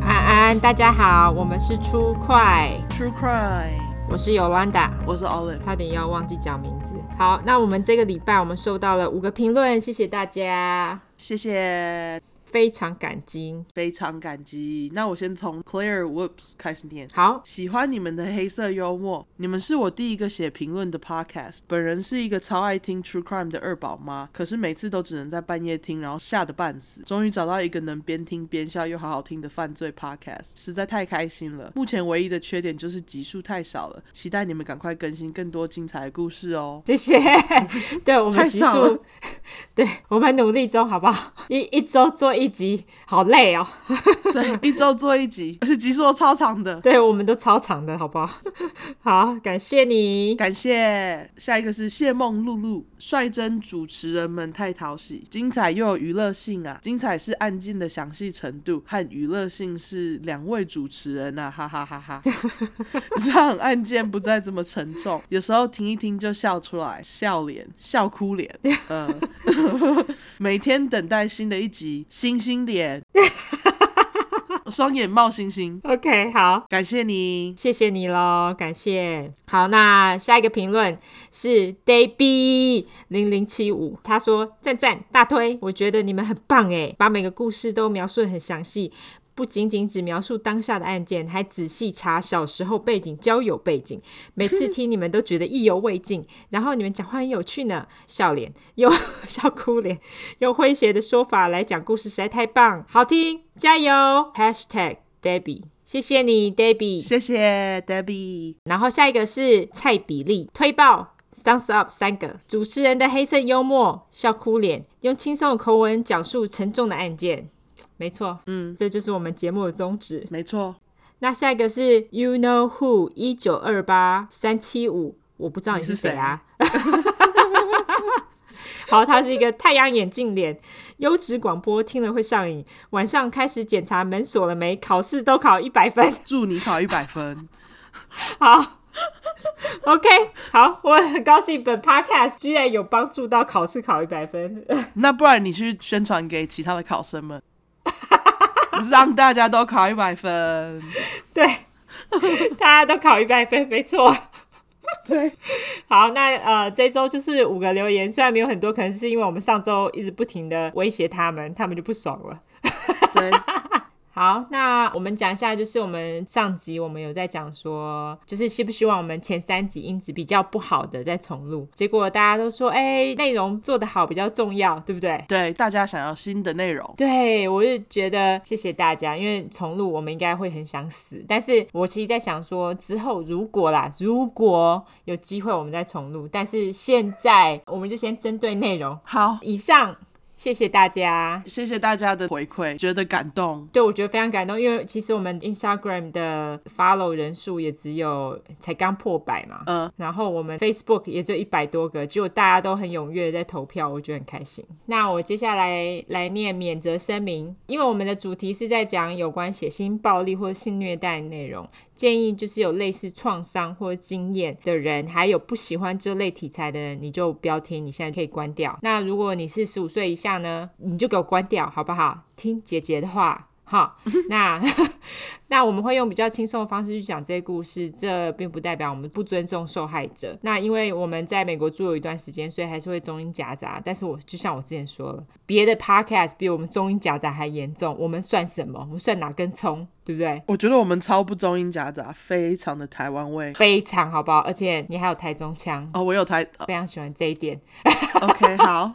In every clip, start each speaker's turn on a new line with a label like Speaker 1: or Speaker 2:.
Speaker 1: 安，大家好，我们是出快，
Speaker 2: True Crime，
Speaker 1: 我是 Yolanda，
Speaker 2: 我是 Olive。
Speaker 1: 差点要忘记讲名字。好，那我们这个礼拜我们收到了五个评论，谢谢大家，
Speaker 2: 谢谢，
Speaker 1: 非常感激。
Speaker 2: 非常感激。那我先从 Claire Whoops 开始念。
Speaker 1: 好，
Speaker 2: 喜欢你们的黑色幽默，你们是我第一个写评论的 podcast。本人是一个超爱听 True Crime 的二宝妈，可是每次都只能在半夜听，然后吓得半死。终于找到一个能边听边笑又好好听的犯罪 podcast，实在太开心了。目前唯一的缺点就是集数太少了，期待你们赶快更新更多精彩的故事哦。
Speaker 1: 谢谢。对我们
Speaker 2: 太
Speaker 1: 集
Speaker 2: 少了
Speaker 1: 数， 对我们努力中好不好？一一周做一集，好累哦。
Speaker 2: 对，一周做一集， 而且集数都超长的。
Speaker 1: 对我们都超长的好 不好？好，感谢你。
Speaker 2: 感谢，下一个是谢梦露露，率真主持人们太讨喜，精彩又有娱乐性啊！精彩是案件的详细程度，和娱乐性是两位主持人啊， 哈哈哈哈！ 让案件不再这么沉重，有时候听一听就笑出来，笑脸、笑哭脸，呃， 每天等待新的一集，星星脸，双眼冒星星，
Speaker 1: OK，好。
Speaker 2: 感谢你，
Speaker 1: 谢谢你喽，感谢。好，那下一个评论是 Dayb 零零七五，他说赞赞大推，我觉得你们很棒诶，把每个故事都描述得很详细，不仅仅只描述当下的案件，还仔细查小时候背景、交友背景。每次听你们都觉得意犹未尽，然后你们讲话很有趣呢，笑脸又笑哭脸，用诙谐的说法来讲故事，实在太棒，好听，加油！#Hashtag Debbie，谢谢你，Debbie。
Speaker 2: 谢谢 Debbie。
Speaker 1: 然后下一个是蔡比利推爆。Thumbs up 三个主持人的黑色幽默笑哭脸，用轻松的口吻讲述沉重的案件。没错，嗯，这就是我们节目的宗旨。
Speaker 2: 没错，
Speaker 1: 那下一个是 You Know Who 一九二八三七五，我不知道你是
Speaker 2: 你是
Speaker 1: 谁啊。 好，他是一个太阳眼镜脸，优质广播听了会上瘾。晚上开始检查门锁了没，考试都考一百分。
Speaker 2: 祝你考一百分。
Speaker 1: 好，OK，好，我很高兴本 Podcast 居然有帮助到考试考一百分。
Speaker 2: 那不然你去宣传给其他的考生们， 让大家都考一百分。
Speaker 1: 对， 大家都考一百分，没错。
Speaker 2: 对，
Speaker 1: 好，那呃，这周就是五个留言，虽然没有很多，可能是因为我们上周一直不停的威胁他们，他们就不爽了。
Speaker 2: 对，
Speaker 1: 好，那我们讲一下，就是我们上集我们有在讲说，就是希不希望我们前三集音质比较不好的再重录，结果大家都说，哎、内容做得好比较重要，对不对？
Speaker 2: 对，大家想要新的内容，
Speaker 1: 对，我就觉得谢谢大家，因为重录我们应该会很想死，但是我其实在想说，之后如果啦，如果有机会我们再重录，但是现在我们就先针对内容。
Speaker 2: 好，
Speaker 1: 以上，谢谢大家。
Speaker 2: 谢谢大家的回馈，觉得感动。
Speaker 1: 对，我觉得非常感动，因为其实我们 Instagram 的 follow 人数也只有才刚破百嘛，
Speaker 2: 嗯，
Speaker 1: 然后我们 Facebook 也就一百多个，结果大家都很踊跃地在投票，我觉得很开心。那我接下来来念免责声明，因为我们的主题是在讲有关血腥暴力或性虐待的内容，建议就是有类似创伤或经验的人，还有不喜欢这类题材的人，你就不要听，你现在可以关掉。那如果你是十五岁以下呢，你就给我关掉，好不好？听姐姐的话。哈，那 那我们会用比较轻松的方式去讲这些故事，这并不代表我们不尊重受害者。那因为我们在美国住了一段时间，所以还是会中英夹杂。但是我就像我之前说了，别的 podcast 比我们中英夹杂还严重，我们算什么？我们算哪根葱，对不对？
Speaker 2: 我觉得我们超不中英夹杂，非常的台湾味。
Speaker 1: 非常好不好？而且你还有台中腔，
Speaker 2: 哦，我有台、
Speaker 1: 非常喜欢这一点，
Speaker 2: o k 好，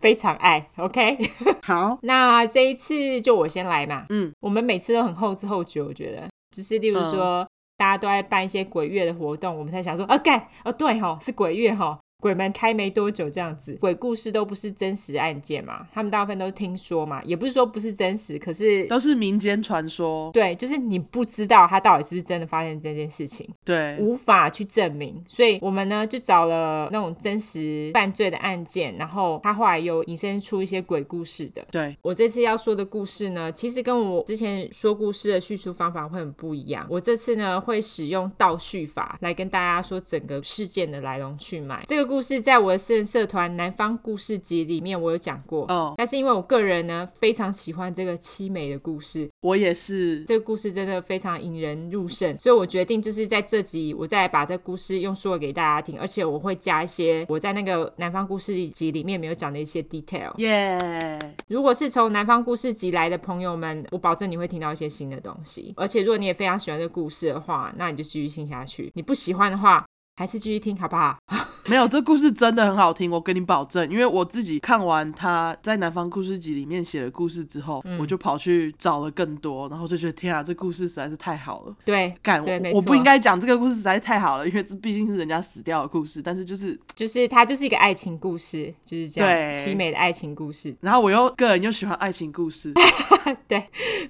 Speaker 1: 非常爱。OK，
Speaker 2: 好，
Speaker 1: 那这一次就我先来嘛。嗯，我们每次都很后知后觉，我觉得，就是例如说、大家都在办一些鬼月的活动，我们才想说，啊，干，哦，对吼，是鬼月吼。鬼门开没多久，这样子，鬼故事都不是真实案件嘛，他们大部分都是听说嘛，也不是说不是真实，可是
Speaker 2: 都是民间传说，
Speaker 1: 对，就是你不知道他到底是不是真的发生这件事情。
Speaker 2: 对，
Speaker 1: 无法去证明，所以我们呢就找了那种真实犯罪的案件，然后他后来有引申出一些鬼故事的。
Speaker 2: 对，
Speaker 1: 我这次要说的故事呢，其实跟我之前说故事的叙述方法会很不一样。我这次呢会使用倒叙法来跟大家说整个事件的来龙去脉。这个故事在我的私人社团南方故事集里面我有讲过，
Speaker 2: 哦，
Speaker 1: 但是因为我个人呢非常喜欢这个凄美的故事，
Speaker 2: 我也是。
Speaker 1: 这个故事真的非常引人入胜，所以我决定就是在这集我再把这故事用说给大家听，而且我会加一些我在那个南方故事集里面没有讲的一些 detail。
Speaker 2: 耶、
Speaker 1: 如果是从南方故事集来的朋友们，我保证你会听到一些新的东西。而且如果你也非常喜欢这故事的话，那你就继续听下去；你不喜欢的话，还是继续听好不好？
Speaker 2: 没有，这故事真的很好听，我跟你保证，因为我自己看完他在《南方故事集》里面写的故事之后，
Speaker 1: 嗯
Speaker 2: 我就跑去找了更多，然后就觉得天啊，这故事实在是太好了。
Speaker 1: 对，
Speaker 2: 干，
Speaker 1: 对没
Speaker 2: 我我不
Speaker 1: 错
Speaker 2: 应该讲这个故事实在是太好了，因为这毕竟是人家死掉的故事。但是就是，
Speaker 1: 就是它就是一个爱情故事，就是这
Speaker 2: 对
Speaker 1: 样凄美的爱情故事。
Speaker 2: 然后我又个人又喜欢爱情故事。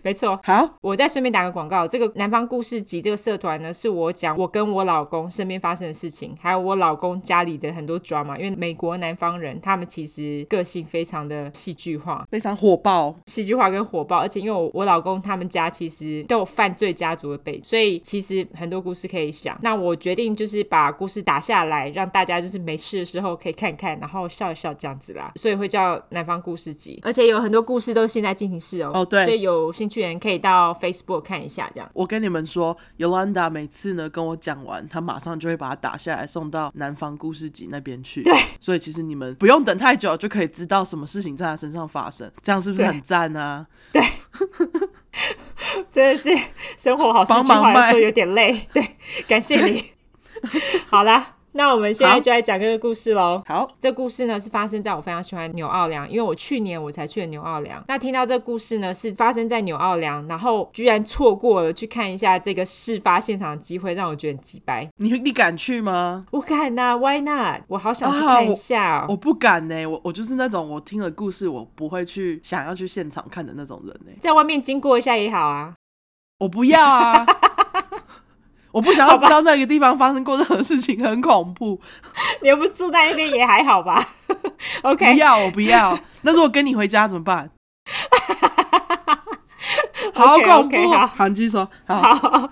Speaker 1: 没错，
Speaker 2: 好，
Speaker 1: 哦我再顺便打个广告，这个南方故事集这个社团呢，是我讲我跟我老公身边发生的事情，还有我老公家里的很多 drama。因为美国南方人他们其实个性非常的戏剧化，
Speaker 2: 非常火爆，
Speaker 1: 戏剧化跟火爆，而且因为我我老公他们家其实都有犯罪家族的背景，所以其实很多故事可以想。那我决定就是把故事打下来，让大家就是没事的时候可以看看，然后笑一笑这样子啦。所以会叫南方故事集，而且有很多故事都是现在进行式哦。
Speaker 2: 哦对
Speaker 1: 所以有兴趣的人可以到 Facebook 看一下这样。
Speaker 2: 我跟你们说，Yolanda 每次呢跟我讲完，她马上就会把它打下来送到南方故事集那边去。对，所以其实你们不用等太久就可以知道什么事情在她身上发生，这样是不是
Speaker 1: 对
Speaker 2: 很赞啊？
Speaker 1: 真 的是生活好戏
Speaker 2: 帮
Speaker 1: 剧
Speaker 2: 忙
Speaker 1: 化的
Speaker 2: 卖
Speaker 1: 时候有点累。对，感谢你。好啦，那我们现
Speaker 2: 好
Speaker 1: 在就来讲这个故事喽。
Speaker 2: 好，
Speaker 1: 这故事呢是发生在我非常喜欢纽奥良，因为我去年我才去了纽奥良。那听到这故事呢是发生在纽奥良，然后居然错过了去看一下这个事发现场的机会，让我觉得很鸡掰。
Speaker 2: 你你敢去吗？
Speaker 1: 我敢呐、w h y not？我好想去看一下、哦。
Speaker 2: 啊我不敢呢、我我就是那种我听了故事我不会去想要去现场看的那种人呢、
Speaker 1: 在外面经过一下也好啊，
Speaker 2: 我不要啊！我不想要知道那个地方发生过任何事情，很恐怖。
Speaker 1: 你又不住在那边也还好吧
Speaker 2: 不
Speaker 1: ？OK，
Speaker 2: 要，我不 要。那如果跟你回家怎么办？好恐怖
Speaker 1: OK，OK，好
Speaker 2: 韩剧说好
Speaker 1: 好，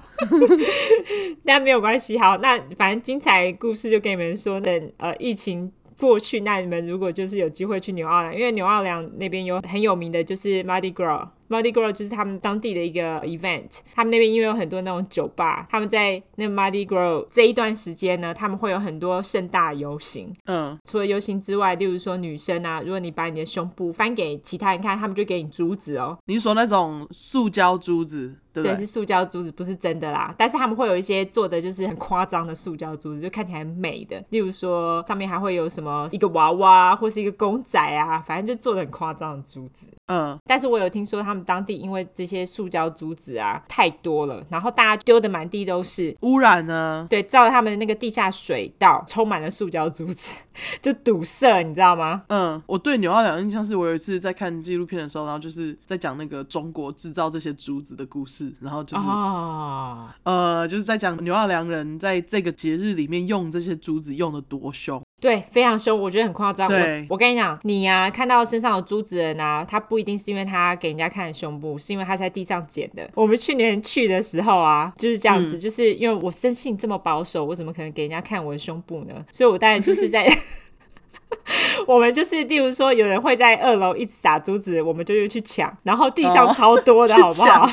Speaker 1: 但没有关系。好，那反正精彩故事就跟你们说，等呃疫情。过去，那你们如果就是有机会去纽奥良，因为纽奥良那边有很有名的就是 Mardi Gras。Mardi Gras 就是他们当地的一个 event，他们那边因为有很多那种酒吧，他们在那 Mardi Gras 这一段时间呢，他们会有很多盛大游行，
Speaker 2: 嗯，
Speaker 1: 除了游行之外，例如说女生啊，如果你把你的胸部翻给其他人看，他们就给你竹子哦，
Speaker 2: 你是说那种塑胶珠子，对不
Speaker 1: 对，
Speaker 2: 对？
Speaker 1: 是塑胶珠子，不是真的啦。但是他们会有一些做的就是很夸张的塑胶珠子，就看起来很美的。例如说，上面还会有什么一个娃娃或是一个公仔啊，反正就做的很夸张的珠子。
Speaker 2: 嗯，
Speaker 1: 但是我有听说他们当地因为这些塑胶珠子啊太多了，然后大家丢的满地都是。
Speaker 2: 污染啊呢？
Speaker 1: 对，照他们那个地下水道充满了塑胶珠子， 就堵塞，你知道吗？
Speaker 2: 嗯，我对纽奥良的印象是我有一次在看纪录片的时候，然后就是在讲那个中国制造这些珠子的故事，然后就是、
Speaker 1: 哦，
Speaker 2: 呃，就是在讲纽奥良人在这个节日里面用这些珠子用的多 凶。
Speaker 1: 对，非常凶，我觉得很夸张。
Speaker 2: 对
Speaker 1: 我我跟你讲，你呀、看到身上有珠子的人啊，他不一定是因为他给人家看胸部，是因为他是在地上捡的。我们去年去的时候啊，就是这样
Speaker 2: 嗯
Speaker 1: 子，就是因为我生性这么保守，我怎么可能给人家看我的胸部呢？所以我当然就是在。 我们就是，例如说，有人会在二楼一直撒珠子，我们就去抢，然后地上
Speaker 2: 哦
Speaker 1: 超多的，
Speaker 2: 去
Speaker 1: 好不好
Speaker 2: 抢？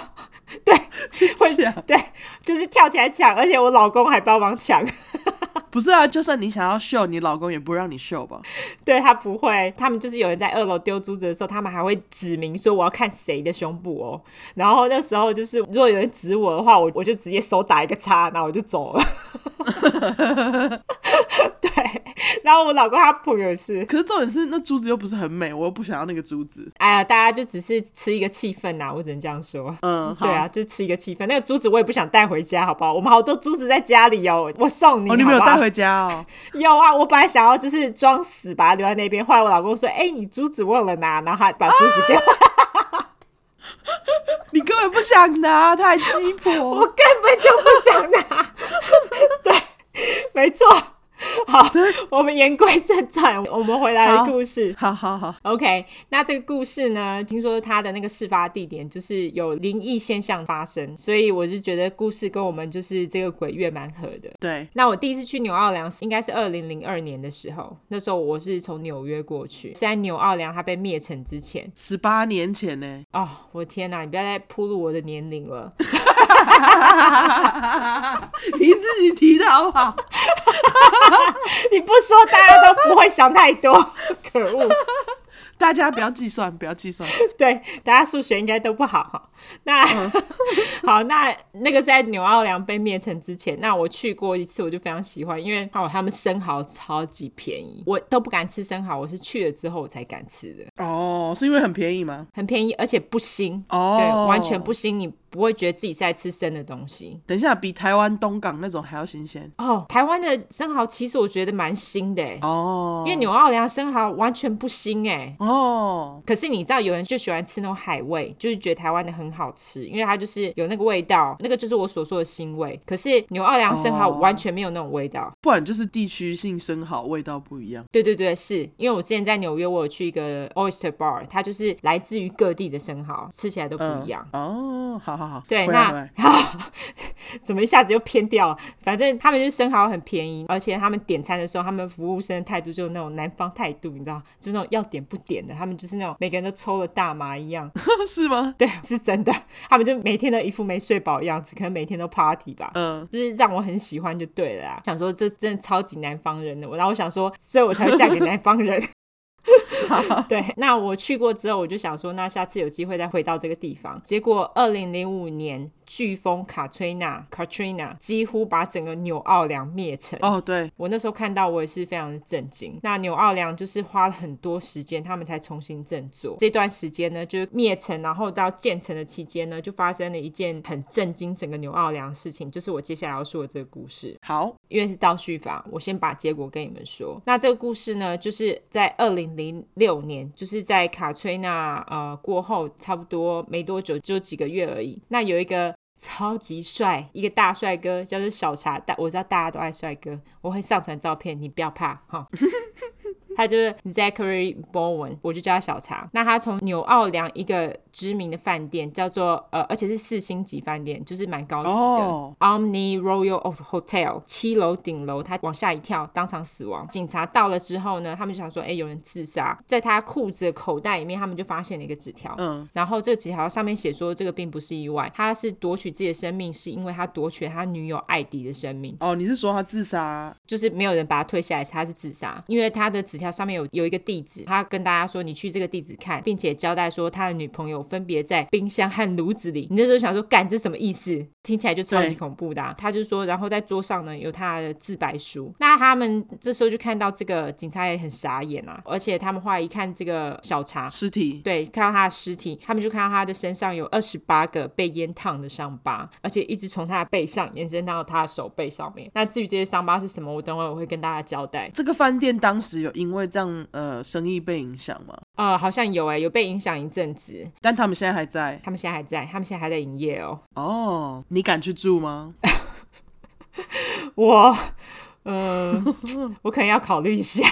Speaker 2: 会讲
Speaker 1: 对， 就是跳起来抢，而且我老公还帮忙抢。
Speaker 2: 不是啊？就算你想要秀，你老公也不让你秀吧？
Speaker 1: 对他不会，他们就是有人在二楼丢珠子的时候，他们还会指明说我要看谁的胸部哦。然后那时候就是，如果有人指我的话，我我就直接手打一个叉，然后我就走了。 对，然后我老公他朋友是，
Speaker 2: 可是重点是那珠子又不是很美，我又不想要那个珠子。
Speaker 1: 哎呀，大家就只是吃一个气氛呐、我只能这样说。
Speaker 2: 嗯，好
Speaker 1: 对啊，就吃一个气氛。那个珠子我也不想带回家，好不好？我们好多珠子在家里哦，我送你。
Speaker 2: 哦，你没有
Speaker 1: 好不好
Speaker 2: 带回家哦。
Speaker 1: 有啊，我本来想要就是装死把它留在那边，后来我老公说：“哎、你珠子忘了拿。”然后他把珠子给我，
Speaker 2: 你根本不想拿，他还 鸡婆。
Speaker 1: 我根本就不想拿。对，没错，好，我们言归正传，我们回来的故事。
Speaker 2: 好好好，
Speaker 1: OK，那这个故事呢，听说它的那个事发地点就是有灵异现象发生，所以我就觉得故事跟我们就是这个鬼月蛮合的。
Speaker 2: 对，
Speaker 1: 那我第一次去纽奥良是应该是二零零二年的时候，那时候我是从纽约过去，是在纽奥良它被灭城之前。
Speaker 2: 十八年前呢、
Speaker 1: 哦，我的天哪！你不要再铺露我的年龄了。
Speaker 2: 你自己提的好不好？
Speaker 1: 你不说，大家都不会想太多。可恶！
Speaker 2: 大家不要计算，不要计算。
Speaker 1: 对，大家数学应该都不好哈。那、 好，那那个在纽奥良被灭城之前，那我去过一次，我就非常喜欢，因为哦，他们生蚝超级便宜，我都不敢吃生蚝，我是去了之后我才敢吃的，
Speaker 2: 哦，是因为很便宜吗？
Speaker 1: 很便宜，而且不腥，
Speaker 2: 哦，
Speaker 1: 对，完全不。腥，你不会觉得自己在吃生的东西。
Speaker 2: 等一下，比台湾东港那种还要新鲜
Speaker 1: 哦，台湾的生蚝其实我觉得蛮腥的欸，
Speaker 2: 哦
Speaker 1: 因为纽奥良生蚝完全不腥哎，
Speaker 2: 哦，
Speaker 1: 可是你知道，有人就喜欢吃那种海味，就是觉得台湾的很好吃，因为它就是有那个味道，那个就是我所说的腥味。可是纽奥良生蚝
Speaker 2: 哦
Speaker 1: 完全没有那种味道。
Speaker 2: 不然就是地区性生蚝味道不一样。
Speaker 1: 对对对，是因为我之前在纽约，我有去一个 oyster bar，它就是来自于各地的生蚝，吃起来都不一样。
Speaker 2: 嗯哦，好好好，
Speaker 1: 对，
Speaker 2: 回来
Speaker 1: 那
Speaker 2: 回来
Speaker 1: 怎么一下子就偏掉了？反正他们就是生蚝很便宜，而且他们点餐的时候，他们服务生的态度就是那种南方态度，你知道，就那种要点不点的，他们就是那种每个人都抽了大麻一样，
Speaker 2: 是吗？
Speaker 1: 对， 是真的。他们就每天都一副没睡饱的样子，可能每天都 party 吧。呃
Speaker 2: 嗯，
Speaker 1: 就是让我很喜欢就对了啊，想说这真的超级南方人的我，然后我想说，所以我才会嫁给南方人。对，那我去过之后，我就想说，那下次有机会再回到这个地方。结果，二零零五年飓风卡崔娜 （Katrina） 几乎把整个纽奥良灭城。
Speaker 2: 哦，对，
Speaker 1: 我那时候看到，我也是非常的震惊。那纽奥良就是花了很多时间，他们才重新振作。这段时间呢，就是灭城，然后到建成的期间呢，就发生了一件很震惊整个纽奥良的事情，就是我接下来要说的这个故事。
Speaker 2: 好，
Speaker 1: 因为是倒叙法，我先把结果跟你们说。那这个故事呢，就是在二零零六年，就是在卡崔娜呃过后，差不多没多久，就几个月而已。那有一个超级帅，一个大帅哥，叫做小茶大，我知道大家都爱帅哥，我会上传照片，你不要怕哈。他就是 Zachary Bowen，我就叫他小茶。那他从纽奥良一个知名的饭店叫做呃，而且是四星级饭店，就是蛮高级的。
Speaker 2: 哦
Speaker 1: Omni Royal of Hotel 七楼顶楼，他往下一跳，当场死亡。警察到了之后呢，他们就想说，哎、有人自杀，在他裤子的口袋里面，他们就发现了一个纸条。
Speaker 2: 嗯，
Speaker 1: 然后这个纸条上面写说，这个并不是意外，他是夺取自己的生命，是因为他夺取了他女友艾迪的生命，
Speaker 2: 哦，你是说他自杀？
Speaker 1: 就是没有人把他推下来，他是自杀。因为他的纸条上面有有一个地址，他跟大家说你去这个地址看，并且交代说他的女朋友分别在冰箱和炉子里。你那时候想说，干这什么意思？听起来就超级
Speaker 2: 对
Speaker 1: 恐怖的啊、他就说，然后在桌上呢有他的自白书。那他们这时候就看到这个警察也很傻眼啊，而且他们后来一看这个小茶，
Speaker 2: 尸体？
Speaker 1: 对，看到他的尸体，他们就看到他的身上有二十八个被烟烫的伤疤，而且一直从他的背上延伸到他的手背上面。那至于这些伤疤是什么，我等会我会跟大家交代。
Speaker 2: 这个饭店当时有因为这样呃生意被影响吗？
Speaker 1: 呃，好像有哎、有被影响一阵子，
Speaker 2: 但他们现在还在
Speaker 1: 他们现在还在，他们现在还在营业哦。
Speaker 2: 哦，你敢去住 吗？
Speaker 1: 我，呃， 我可能要考虑一下。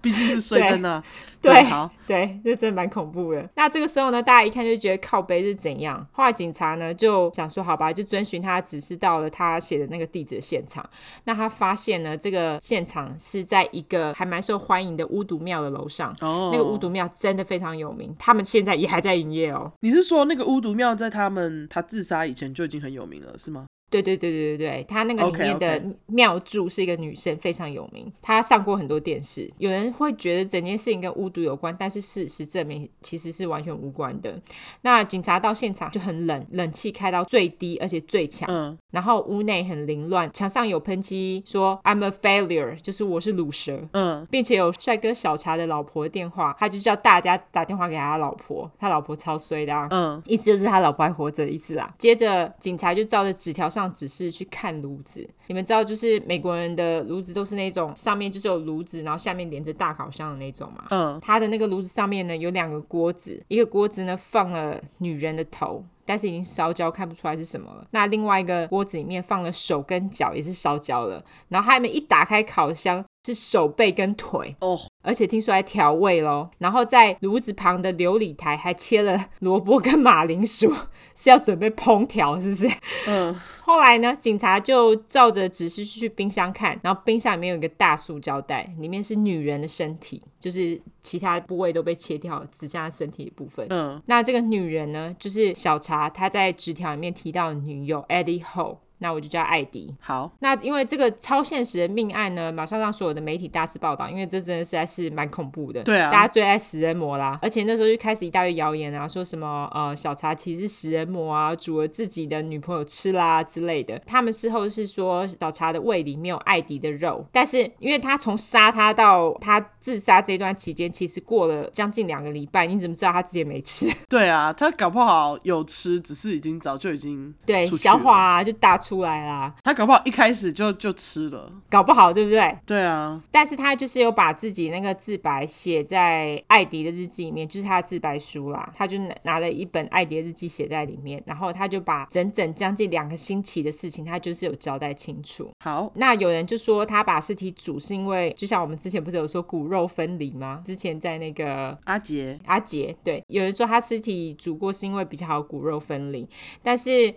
Speaker 2: 毕竟是睡在那，
Speaker 1: 对
Speaker 2: 好，
Speaker 1: 对，这真的蛮恐怖的。那这个时候呢，大家一看就觉得靠背是怎样。后来警察呢就想说，好吧，就遵循他的指示到了他写的那个地址的现场。那他发现呢，这个现场是在一个还蛮受欢迎的巫毒庙的楼上。
Speaker 2: 哦，
Speaker 1: 那个巫毒庙真的非常有名，他们现在也还在营业哦。
Speaker 2: 你是说那个巫毒庙在他们他自杀以前就已经很有名了，是吗？
Speaker 1: 对对对对对对，他那个里
Speaker 2: OK，
Speaker 1: 面的
Speaker 2: OK
Speaker 1: 庙祝是一个女生，非常有名。她上过很多电视，有人会觉得整件事情跟巫毒有关，但是事实证明其实是完全无关的。那警察到现场就很冷，冷气开到最低，而且最强。
Speaker 2: 嗯，
Speaker 1: 然后屋内很凌乱，墙上有喷漆说 "I'm a failure"，就是我是卤蛇。
Speaker 2: 嗯，
Speaker 1: 并且有帅哥小茶的老婆的电话，他就叫大家打电话给他老婆，他老婆超衰的啊，
Speaker 2: 嗯，
Speaker 1: 意思就是他老婆还活着的意思啦。接着警察就照着纸条上上指示去看炉子。你们知道，就是美国人的炉子都是那种上面就是有炉子，然后下面连着大烤箱的那种嘛。
Speaker 2: 嗯，
Speaker 1: 它的那个炉子上面呢有两个锅子，一个锅子呢放了女人的头，但是已经烧焦，看不出来是什么了。那另外一个锅子里面放了手跟脚，也是烧焦了。然后他们一打开烤箱，是手背跟腿，
Speaker 2: 哦，
Speaker 1: 而且听说还调味喽。然后在炉子旁的琉璃台还切了萝卜跟马铃薯， 是要准备烹调，是不是？
Speaker 2: 嗯，
Speaker 1: 后来呢，警察就照着指示去冰箱看，然后冰箱里面有一个大塑胶袋，里面是女人的身体，就是其他部位都被切掉，只剩下身体的部分。
Speaker 2: 嗯，
Speaker 1: 那这个女人呢，就是小查她在纸条里面提到的女友 Eddie Ho，那我就叫艾迪。
Speaker 2: 好，
Speaker 1: 那因为这个超现实的命案呢，马上让所有的媒体大肆报道，因为这真的实在是蛮恐怖的。
Speaker 2: 对啊
Speaker 1: 大家最爱食人魔啦，而且那时候就开始一大堆谣言啊，说什么呃小茶其实是食人魔啊，煮了自己的女朋友吃啦之类的。他们事后是说小茶的胃里没有艾迪的肉，但是因为他从杀他到他自杀这段期间，其实过了将近两个礼拜，你怎么知道他自己也没吃？
Speaker 2: 对啊，他搞不好有吃，只是已经早就已经
Speaker 1: 对，
Speaker 2: 出去
Speaker 1: 小
Speaker 2: 了
Speaker 1: 华、啊、就打出来啦，
Speaker 2: 他搞不好一开始就就吃了。
Speaker 1: 搞不好对不对？
Speaker 2: 对啊，
Speaker 1: 但是他就是有把自己那个自白写在艾迪的日记里面，就是他的自白书啦。他就拿拿了一本艾迪的日记写在里面，然后他就把整整将近两个星期的事情，他就是有交代清楚。
Speaker 2: 好，
Speaker 1: 那有人就说他把尸体煮是因为，就像我们之前不是有说骨肉分离吗？之前在那个
Speaker 2: 阿杰，
Speaker 1: 阿杰，对，有人说他尸体煮过是因为比较好骨肉分离，但是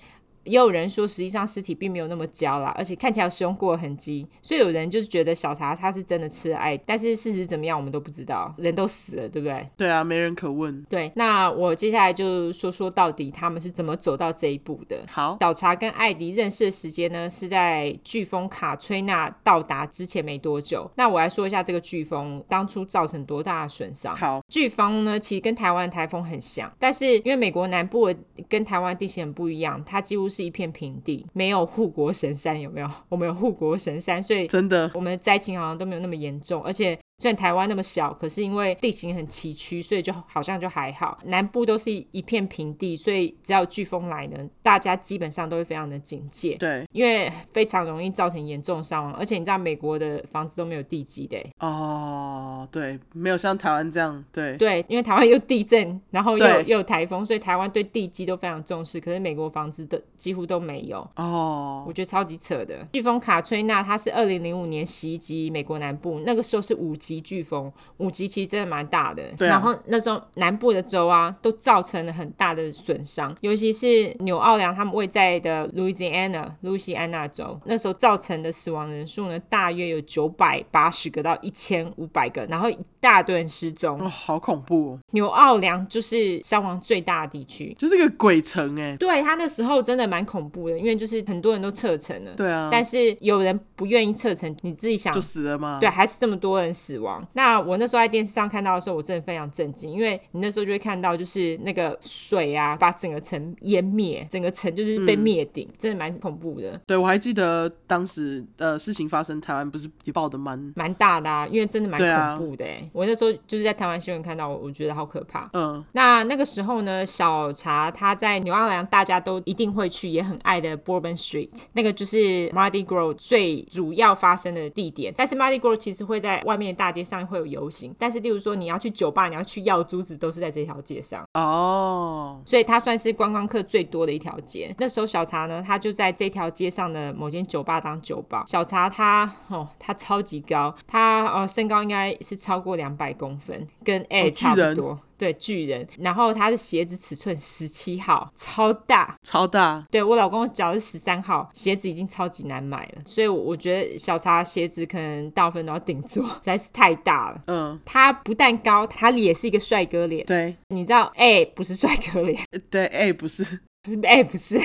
Speaker 1: 也有人说实际上尸体并没有那么焦啦，而且看起来有使用过的痕迹，所以有人就是觉得小茶他是真的吃了爱，但是事实怎么样我们都不知道，人都死了，对不对？
Speaker 2: 对啊，没人可问。
Speaker 1: 对，那我接下来就说说到底他们是怎么走到这一步的。
Speaker 2: 好，
Speaker 1: 小茶跟艾迪认识的时间呢，是在飓风卡崔娜到达之前没多久。那我来说一下这个飓风当初造成多大的损伤。
Speaker 2: 好，
Speaker 1: 飓风呢，其实跟台湾的台风很像，但是因为美国南部的跟台湾地形很不一样，它几乎是一片平地，没有护国神山，有没有？我们有护国神山，所以
Speaker 2: 真的，
Speaker 1: 我们的灾情好像都没有那么严重，而且。虽然台湾那么小，可是因为地形很崎岖，所以就好像就还好。南部都是一片平地，所以只要有飓风来呢，大家基本上都会非常的警戒，
Speaker 2: 对，
Speaker 1: 因为非常容易造成严重伤亡。而且你知道，美国的房子都没有地基的欸，
Speaker 2: 哦，对，没有像台湾这样，对，
Speaker 1: 对，因为台湾又地震，然后又
Speaker 2: 对
Speaker 1: 又有台风，所以台湾对地基都非常重视。可是美国房子的几乎都没有，
Speaker 2: 哦，
Speaker 1: 我觉得超级扯的。飓风卡崔娜，它是二零零五年袭击美国南部，那个时候是五级飓风，五级其实真的蛮大的。
Speaker 2: 对啊
Speaker 1: 然后那时候南部的州啊，都造成了很大的损伤，尤其是纽奥良他们位在的 Louisiana 路易西安那州，那时候造成的死亡人数呢，大约有九百八十个到一千五百个，然后一大堆人失踪。
Speaker 2: 哦，好恐怖哦，
Speaker 1: 纽奥良就是伤亡最大的地区。
Speaker 2: 就是个鬼城哎，
Speaker 1: 对他那时候真的蛮恐怖的，因为就是很多人都撤城了，
Speaker 2: 对啊，
Speaker 1: 但是有人不愿意撤城，你自己想
Speaker 2: 就。啊死了嘛，
Speaker 1: 对，，啊还是这么多人死亡。那我那时候在电视上看到的时候，我真的非常震惊，因为你那时候就会看到，就是那个水啊，把整个城淹灭，整个城
Speaker 2: 嗯
Speaker 1: 就是被灭顶，真的蛮恐怖的。
Speaker 2: 对我还记得当时呃事情发生，台湾不是也报的蛮，
Speaker 1: 蛮大的啊，因为真的蛮
Speaker 2: 对啊
Speaker 1: 恐怖的、欸。我那时候就是在台湾新闻看到，我我觉得好可怕。
Speaker 2: 嗯，
Speaker 1: 那那个时候呢，小茶他在纽奥良大家都一定会去，也很爱的 Bourbon Street，那个就是 Mardi Gras 最主要发生的地点。但是 Mardi Gras 其实会在外面的大街上会有游行，但是例如说你要去酒吧，你要去药珠子，都是在这条街上。
Speaker 2: 哦，
Speaker 1: 所以它算是观光客最多的一条街。那时候小茶呢，他就在这条街上的某间酒吧当酒保。小茶他哦，他超级高，他呃身高应该是超过两百公分，跟 A
Speaker 2: 哦巨
Speaker 1: 差不
Speaker 2: 人
Speaker 1: 多。对巨人，然后他的鞋子尺寸十七号，超大。
Speaker 2: 超大，
Speaker 1: 对我老公的脚是十三号，鞋子已经超级难买了，所以我我觉得小茶鞋子可能大部分都要顶 做，实在是太大了。
Speaker 2: 嗯，
Speaker 1: 他不但高，他也是一个帅哥脸。
Speaker 2: 对，
Speaker 1: 你知道，哎、不是帅哥脸，
Speaker 2: 呃对，哎、不是，
Speaker 1: 哎、不是，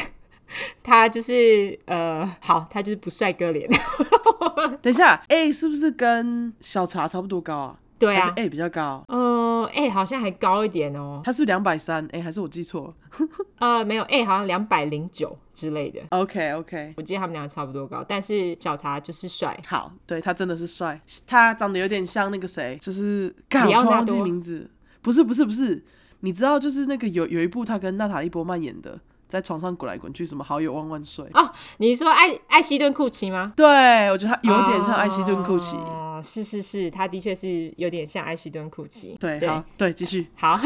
Speaker 1: 他就是呃，好，他就是不帅哥脸。
Speaker 2: 等一下，哎、是不是跟小茶差不多高啊？
Speaker 1: 对
Speaker 2: 还是
Speaker 1: 啊，
Speaker 2: 哎、比较高？
Speaker 1: 嗯，哎、好像还高一点哦。
Speaker 2: 他是两百三，哎，还是我记错
Speaker 1: 呃，没有，哎、好像两百零九之类的。
Speaker 2: ？OK OK，
Speaker 1: 我记得他们俩差不多高，但是小茶就是帅。
Speaker 2: 好，对他真的是帅，他长得有点像那个谁，就是干
Speaker 1: 里
Speaker 2: 我
Speaker 1: 奥
Speaker 2: 突然
Speaker 1: 纳
Speaker 2: 忘
Speaker 1: 多
Speaker 2: 记名字，不是不是不是，你知道就是那个有有一部他跟娜塔莉波曼演的，在床上滚来滚去，什么好友万万岁。
Speaker 1: 哦，你说艾艾希顿库奇吗？
Speaker 2: 对，我觉得他有点像艾希顿库奇。
Speaker 1: 哦，是是是，他的确是有点像艾希顿库奇。
Speaker 2: 对，
Speaker 1: 对
Speaker 2: 好，对，继续。
Speaker 1: 好，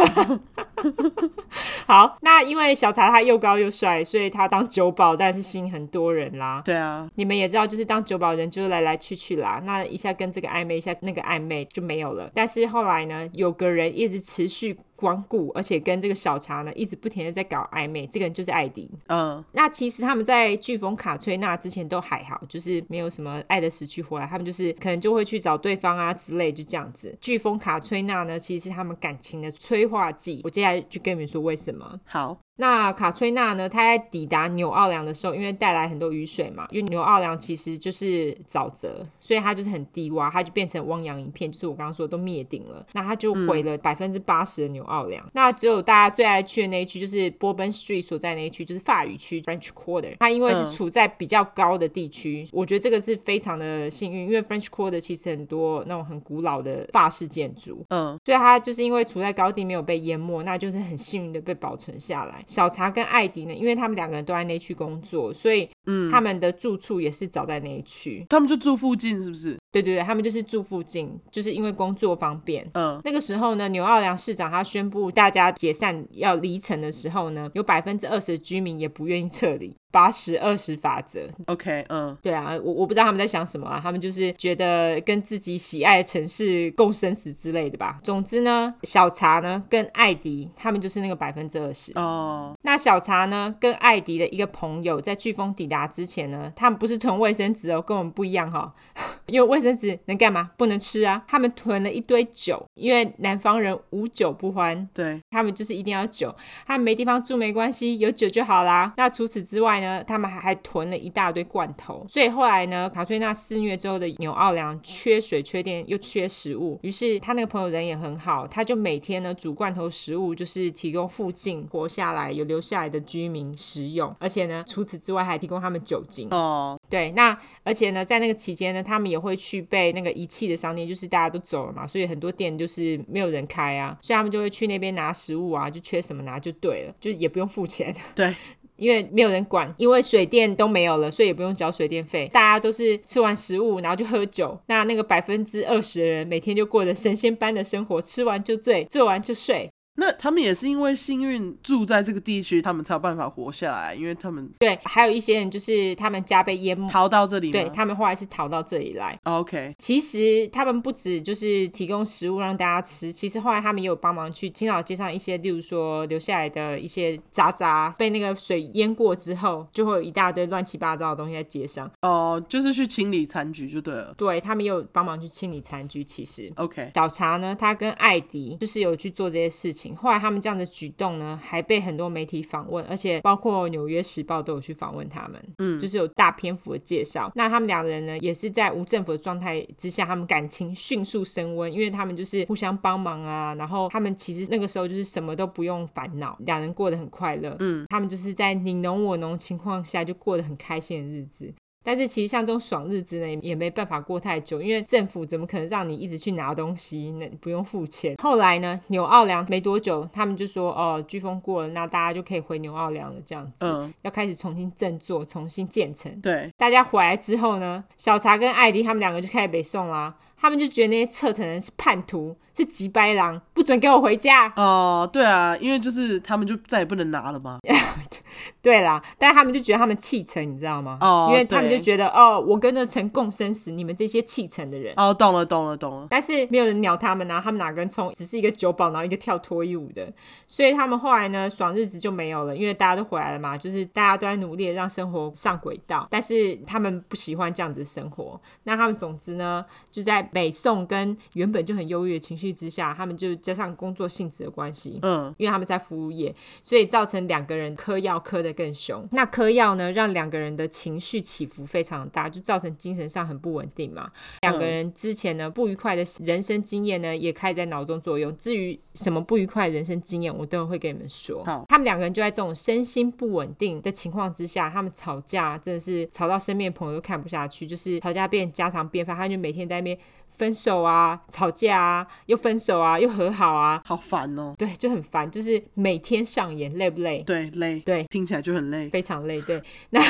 Speaker 1: 好，那因为小茶他又高又帅，所以他当酒保，但是吸引很多人啦。
Speaker 2: 对啊，
Speaker 1: 你们也知道，就是当酒保人就是来来去去啦，那一下跟这个暧昧，一下那个暧昧就没有了。但是后来呢，有个人一直持续光顾，而且跟这个小茶呢一直不停的在搞暧昧，这个人就是艾迪。
Speaker 2: 嗯，
Speaker 1: 那其实他们在飓风卡翠娜之前都还好，就是没有什么爱的死去活来，他们就是可能就会去找对方啊之类，就这样子。飓风卡翠娜呢，其实是他们感情的催化剂。我接下来就跟你们说为什么。
Speaker 2: 好，
Speaker 1: 那卡翠娜呢？她在抵达纽奥良的时候，因为带来很多雨水嘛，因为纽奥良其实就是沼泽，所以它就是很低洼，它就变成汪洋一片，就是我刚刚说的都灭顶了。那它就毁了百分之八十的纽奥良。那只有大家最爱去的那一区，就是波本 Street 所在那一区，就是法语区 French Quarter。它因为是
Speaker 2: 嗯
Speaker 1: 处在比较高的地区，我觉得这个是非常的幸运，因为 French Quarter 其实很多那种很古老的法式建筑，
Speaker 2: 嗯，
Speaker 1: 所以它就是因为处在高地没有被淹没，那就是很幸运的被保存下来。小茶跟艾迪呢，因为他们两个人都在那区工作，所以他们的住处也是找在那一区。
Speaker 2: 他们就住附近，是不是？
Speaker 1: 对对对，他们就是住附近，就是因为工作方便。
Speaker 2: 嗯，
Speaker 1: 那个时候呢，纽奥良市长他宣布大家解散要离城的时候呢，有百分之二十的居民也不愿意撤离，八十二十法则。
Speaker 2: OK，嗯，
Speaker 1: 对啊，我我不知道他们在想什么啊，他们就是觉得跟自己喜爱的城市共生死之类的吧。总之呢，小茶呢跟艾迪他们就是那个百分之二十。
Speaker 2: 哦，
Speaker 1: 那小茶呢跟艾迪的一个朋友在飓风抵达之前呢，他们不是囤卫生纸哦，跟我们不一样哈、 因为卫生纸能干嘛？不能吃啊。他们囤了一堆酒，因为南方人无酒不欢，
Speaker 2: 对，
Speaker 1: 他们就是一定要酒，他们没地方住没关系，有酒就好啦。那除此之外呢，他们还还囤了一大堆罐头，所以后来呢，卡翠娜肆虐之后的纽奥良缺水、缺电又缺食物，于是他那个朋友人也很好，他就每天呢煮罐头食物，就是提供附近活下来有留下来的居民食用，而且呢，除此之外还提供他们酒精。
Speaker 2: 哦，
Speaker 1: 对，那而且呢，在那个期间呢，他们也会去被那个遗弃的商店，就是大家都走了嘛，所以很多店就是没有人开啊，所以他们就会去那边拿食物啊，就缺什么拿就对了，就也不用付钱。
Speaker 2: 对，
Speaker 1: 因为没有人管，因为水电都没有了，所以也不用交水电费。大家都是吃完食物，然后就喝酒。那那个百分之二十的人，每天就过着神仙般的生活，吃完就醉，醉完就睡，
Speaker 2: 那他们也是因为幸运住在这个地区，他们才有办法活下来，因为他们
Speaker 1: 对，还有一些人就是他们家被淹没，
Speaker 2: 逃到这里
Speaker 1: 对
Speaker 2: 嘛。
Speaker 1: 他们后来是逃到这里来。
Speaker 2: OK，
Speaker 1: 其实他们不止就是提供食物让大家吃，其实后来他们也有帮忙去青岛街上一些，例如说留下来的一些渣渣，被那个水淹过之后，就会有一大堆乱七八糟的东西在街上。
Speaker 2: 哦，就是去清理残局就对了。
Speaker 1: 对他们也有帮忙去清理残局。其实
Speaker 2: OK，
Speaker 1: 小茶呢，他跟艾迪就是有去做这些事情。后来他们这样的举动呢，还被很多媒体访问，而且包括《纽约时报》都有去访问他们，嗯，就是有大篇幅的介绍。那他们两人呢，也是在无政府的状态之下，他们感情迅速升温，因为他们就是互相帮忙啊，然后他们其实那个时候就是什么都不用烦恼，两人过得很快乐，嗯，他们就是在你侬我侬情况下就过得很开心的日子，但是其实像这种爽日子呢，也也没办法过太久，因为政府怎么可能让你一直去拿东西，那不用付钱。后来呢，纽奥良没多久，他们就说哦，飓风过了，那大家就可以回纽奥良了，这样子，
Speaker 2: 嗯，
Speaker 1: 要开始重新振作，重新建成。
Speaker 2: 对，
Speaker 1: 大家回来之后呢，小茶跟艾迪他们两个就开始北宋啦。他们就觉得那些策腾人是叛徒，是吉白狼，不准给我回家。
Speaker 2: 哦，对啊，因为就是他们就再也不能拿了嘛。
Speaker 1: 对啦，但他们就觉得他们弃城，你知道吗？
Speaker 2: 哦
Speaker 1: 因为他们
Speaker 2: 对
Speaker 1: 就觉得哦，我跟着城共生死，你们这些弃城的人。
Speaker 2: 哦，懂了，懂了，懂了。
Speaker 1: 但是没有人鸟他们啊，他们哪根葱？只是一个酒保，然后一个跳脱衣舞的，所以他们后来呢，爽日子就没有了，因为大家都回来了嘛，就是大家都在努力地让生活上轨道，但是他们不喜欢这样子的生活。那他们总之呢，就在北宋跟原本就很优越的情绪之下，他们就加上工作性质的关系，
Speaker 2: 嗯，
Speaker 1: 因为他们在服务业，所以造成两个人嗑药嗑得更凶。那嗑药呢，让两个人的情绪起伏非常大，就造成精神上很不稳定嘛。两个人之前呢不愉快的人生经验呢，也开始在脑中作用。至于什么不愉快的人生经验，我等会会跟你们说。
Speaker 2: 好
Speaker 1: 他们两个人就在这种身心不稳定的情况之下，他们吵架真的是吵到身边的朋友都看不下去，就是吵架变家常便饭，他就每天在那边。分手啊、吵架啊、又分手啊、又和好啊，
Speaker 2: 好烦哦。
Speaker 1: 对，就很烦，就是每天上演，累不累？
Speaker 2: 对，累，
Speaker 1: 对
Speaker 2: 听起来就很累。
Speaker 1: 非常累。对， 那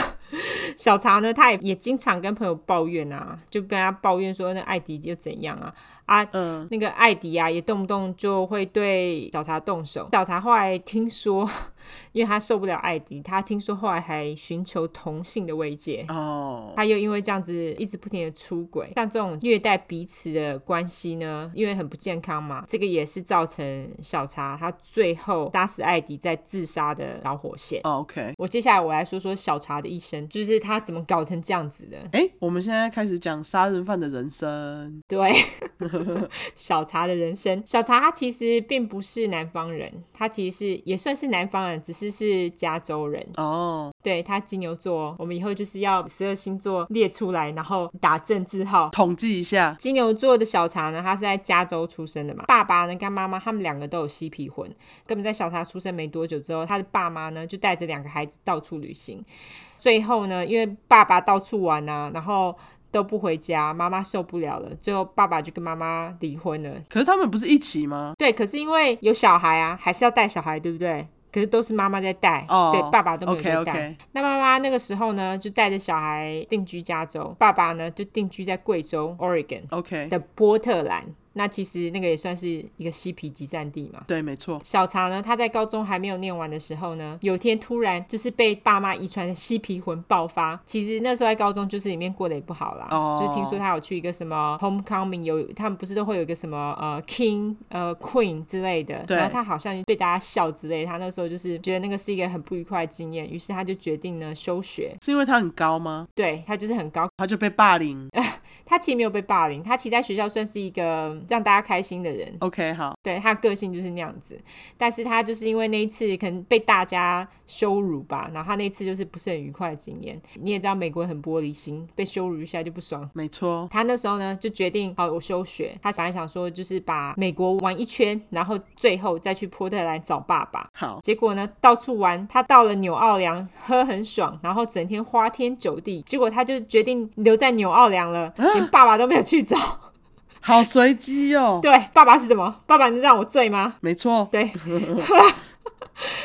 Speaker 1: 小茶呢，他也也经常跟朋友抱怨啊，就跟他抱怨说那艾迪又怎样啊啊。
Speaker 2: 嗯，
Speaker 1: 那个艾迪啊，也动不动就会对小茶动手。小茶后来听说， 因为他受不了艾迪，他听说后来还寻求同性的慰藉。
Speaker 2: 哦，
Speaker 1: 他又因为这样子一直不停的出轨，像这种虐待彼此的关系呢，因为很不健康嘛，这个也是造成小茶他最后杀死艾迪在自杀的导火线。
Speaker 2: 哦 OK。
Speaker 1: 我接下来我来说说小茶的一生，就是他怎么搞成这样子的。
Speaker 2: 哎，我们现在开始讲杀人犯的人生。
Speaker 1: 对， 小茶的人生，小茶他其实并不是南方人，他其实是也算是南方人，只是是加州人。
Speaker 2: 哦，
Speaker 1: 对他金牛座哦，我们以后就是要十二星座列出来，然后打正字号。
Speaker 2: 统计一下，
Speaker 1: 金牛座的小茶呢，他是在加州出生的嘛，爸爸呢跟妈妈他们两个都有嬉皮魂，根本在小茶出生没多久之后，他的爸妈呢就带着两个孩子到处旅行，最后呢，因为爸爸到处玩啊，然后都不回家，妈妈受不了了，最后爸爸就跟妈妈离婚了。
Speaker 2: 可是他们不是一起吗？
Speaker 1: 对，可是因为有小孩啊，还是要带小孩，对不对？可是都是妈妈在带
Speaker 2: 哦
Speaker 1: 对，爸爸啊都没有在
Speaker 2: ，OK
Speaker 1: 带。
Speaker 2: OK，
Speaker 1: 那妈妈那个时候呢，就带着小孩定居加州，爸爸呢就定居在贵州 Oregon。
Speaker 2: OK，
Speaker 1: 的波特兰。那其实那个也算是一个嬉皮集散地嘛。
Speaker 2: 对，没错。
Speaker 1: 小茶呢，他在高中还没有念完的时候呢，有一天突然就是被爸妈遗传的嬉皮魂爆发。其实那时候在高中就是里面过得也不好啦，
Speaker 2: 哦
Speaker 1: 就是听说他有去一个什么 homecoming，有他们不是都会有一个什么呃 king 呃 queen 之类的，
Speaker 2: 对
Speaker 1: 然后他好像被大家笑之类的，他那时候就是觉得那个是一个很不愉快的经验，于是他就决定呢休学。
Speaker 2: 是因为他很高吗？
Speaker 1: 对他就是很高
Speaker 2: 他就被霸凌。
Speaker 1: 他其实没有被霸凌，他其实在学校算是一个让大家开心的人，
Speaker 2: OK，好，
Speaker 1: 对他个性就是那样子。但是他就是因为那一次可能被大家羞辱吧，然后他那一次就是不是很愉快的经验。你也知道美国人很玻璃心，被羞辱一下就不爽。
Speaker 2: 没错。
Speaker 1: 他那时候呢就决定，好，我休学。他本来想说就是把美国玩一圈，然后最后再去波特兰找爸爸。
Speaker 2: 好，
Speaker 1: 结果呢，到处玩，他到了纽奥良喝很爽，然后整天花天酒地。结果他就决定留在纽奥良了，连爸爸都没有去找。
Speaker 2: 好随机哦。
Speaker 1: 对，爸爸是什么？爸爸能让我醉吗？
Speaker 2: 没错，
Speaker 1: 对，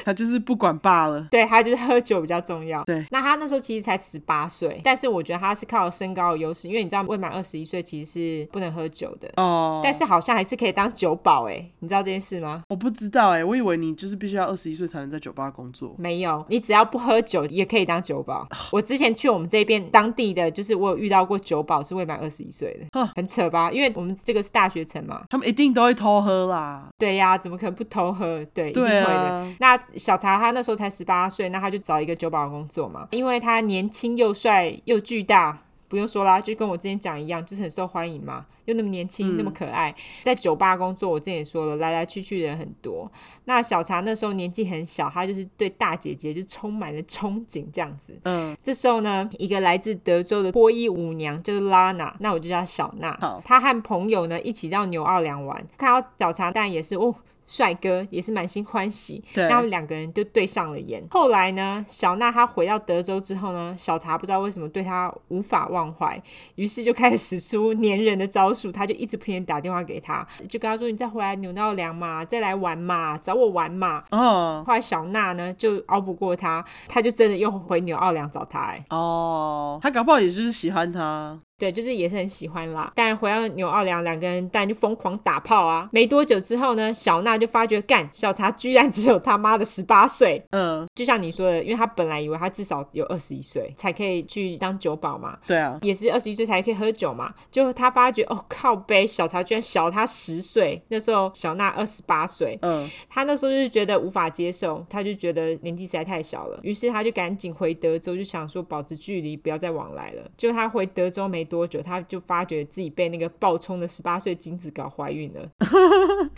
Speaker 2: 他就是不管罢了。
Speaker 1: 对他就是喝酒比较重要。
Speaker 2: 对，
Speaker 1: 那他那时候其实才十八岁，但是我觉得他是靠身高的优势，因为你知道未满二十一岁其实是不能喝酒的，
Speaker 2: 哦，
Speaker 1: 但是好像还是可以当酒保哎、你知道这件事吗？
Speaker 2: 我不知道哎、我以为你就是必须要二十一岁才能在酒吧工作。
Speaker 1: 没有，你只要不喝酒也可以当酒保。我之前去我们这边当地的，就是我有遇到过酒保是未满二十一岁的
Speaker 2: 哼，
Speaker 1: 很扯吧？因为我们这个是大学城嘛，
Speaker 2: 他们一定都会偷喝啦。
Speaker 1: 对呀、怎么可能不偷喝？对，一定
Speaker 2: 对
Speaker 1: 会
Speaker 2: 啊
Speaker 1: 的。那小茶他那时候才十八岁，那他就找一个酒保的工作嘛，因为他年轻又帅又巨大，不用说啦，就跟我之前讲一样，就是很受欢迎嘛，又那么年
Speaker 2: 嗯
Speaker 1: 轻，那么可爱，在酒吧工作，我之前也说了，来来去去的人很多。那小茶那时候年纪很小，他就是对大姐姐就充满了憧憬这样子。
Speaker 2: 嗯，
Speaker 1: 这时候呢，一个来自德州的波伊舞娘就是拉娜，那我就叫她小娜
Speaker 2: 好。
Speaker 1: 她和朋友呢一起到纽奥良玩，看到小茶蛋也是哦。帅哥也是满心欢喜，
Speaker 2: 对
Speaker 1: 那他们两个人就对上了眼。后来呢，小娜她回到德州之后呢，小茶不知道为什么对她无法忘怀，于是就开始使出粘人的招数，他就一直不停地打电话给她，就跟她说：“你再回来纽奥良嘛，再来玩嘛，找我玩嘛。”
Speaker 2: 哦，
Speaker 1: 后来小娜呢就熬不过他，他就真的又回纽奥良找他、哎，
Speaker 2: 哦，他搞不好也就是喜欢他。
Speaker 1: 对，就是也是很喜欢啦。但回到纽奥良，两个人当然就疯狂打炮啊。没多久之后呢，小娜就发觉，干小茶居然只有他妈的十八岁，
Speaker 2: 嗯，
Speaker 1: 就像你说的，因为他本来以为他至少有二十一岁才可以去当酒保嘛。
Speaker 2: 对啊，
Speaker 1: 也是二十一岁才可以喝酒嘛，结果他发觉哦靠背，小茶居然小他十岁，那时候小娜二十八岁，
Speaker 2: 嗯，
Speaker 1: 他那时候就是觉得无法接受，他就觉得年纪实在太小了，于是他就赶紧回德州，就想说保持距离，不要再往来了。结果他回德州没多久，他就发觉自己被那个暴冲的十八岁精子搞怀孕了。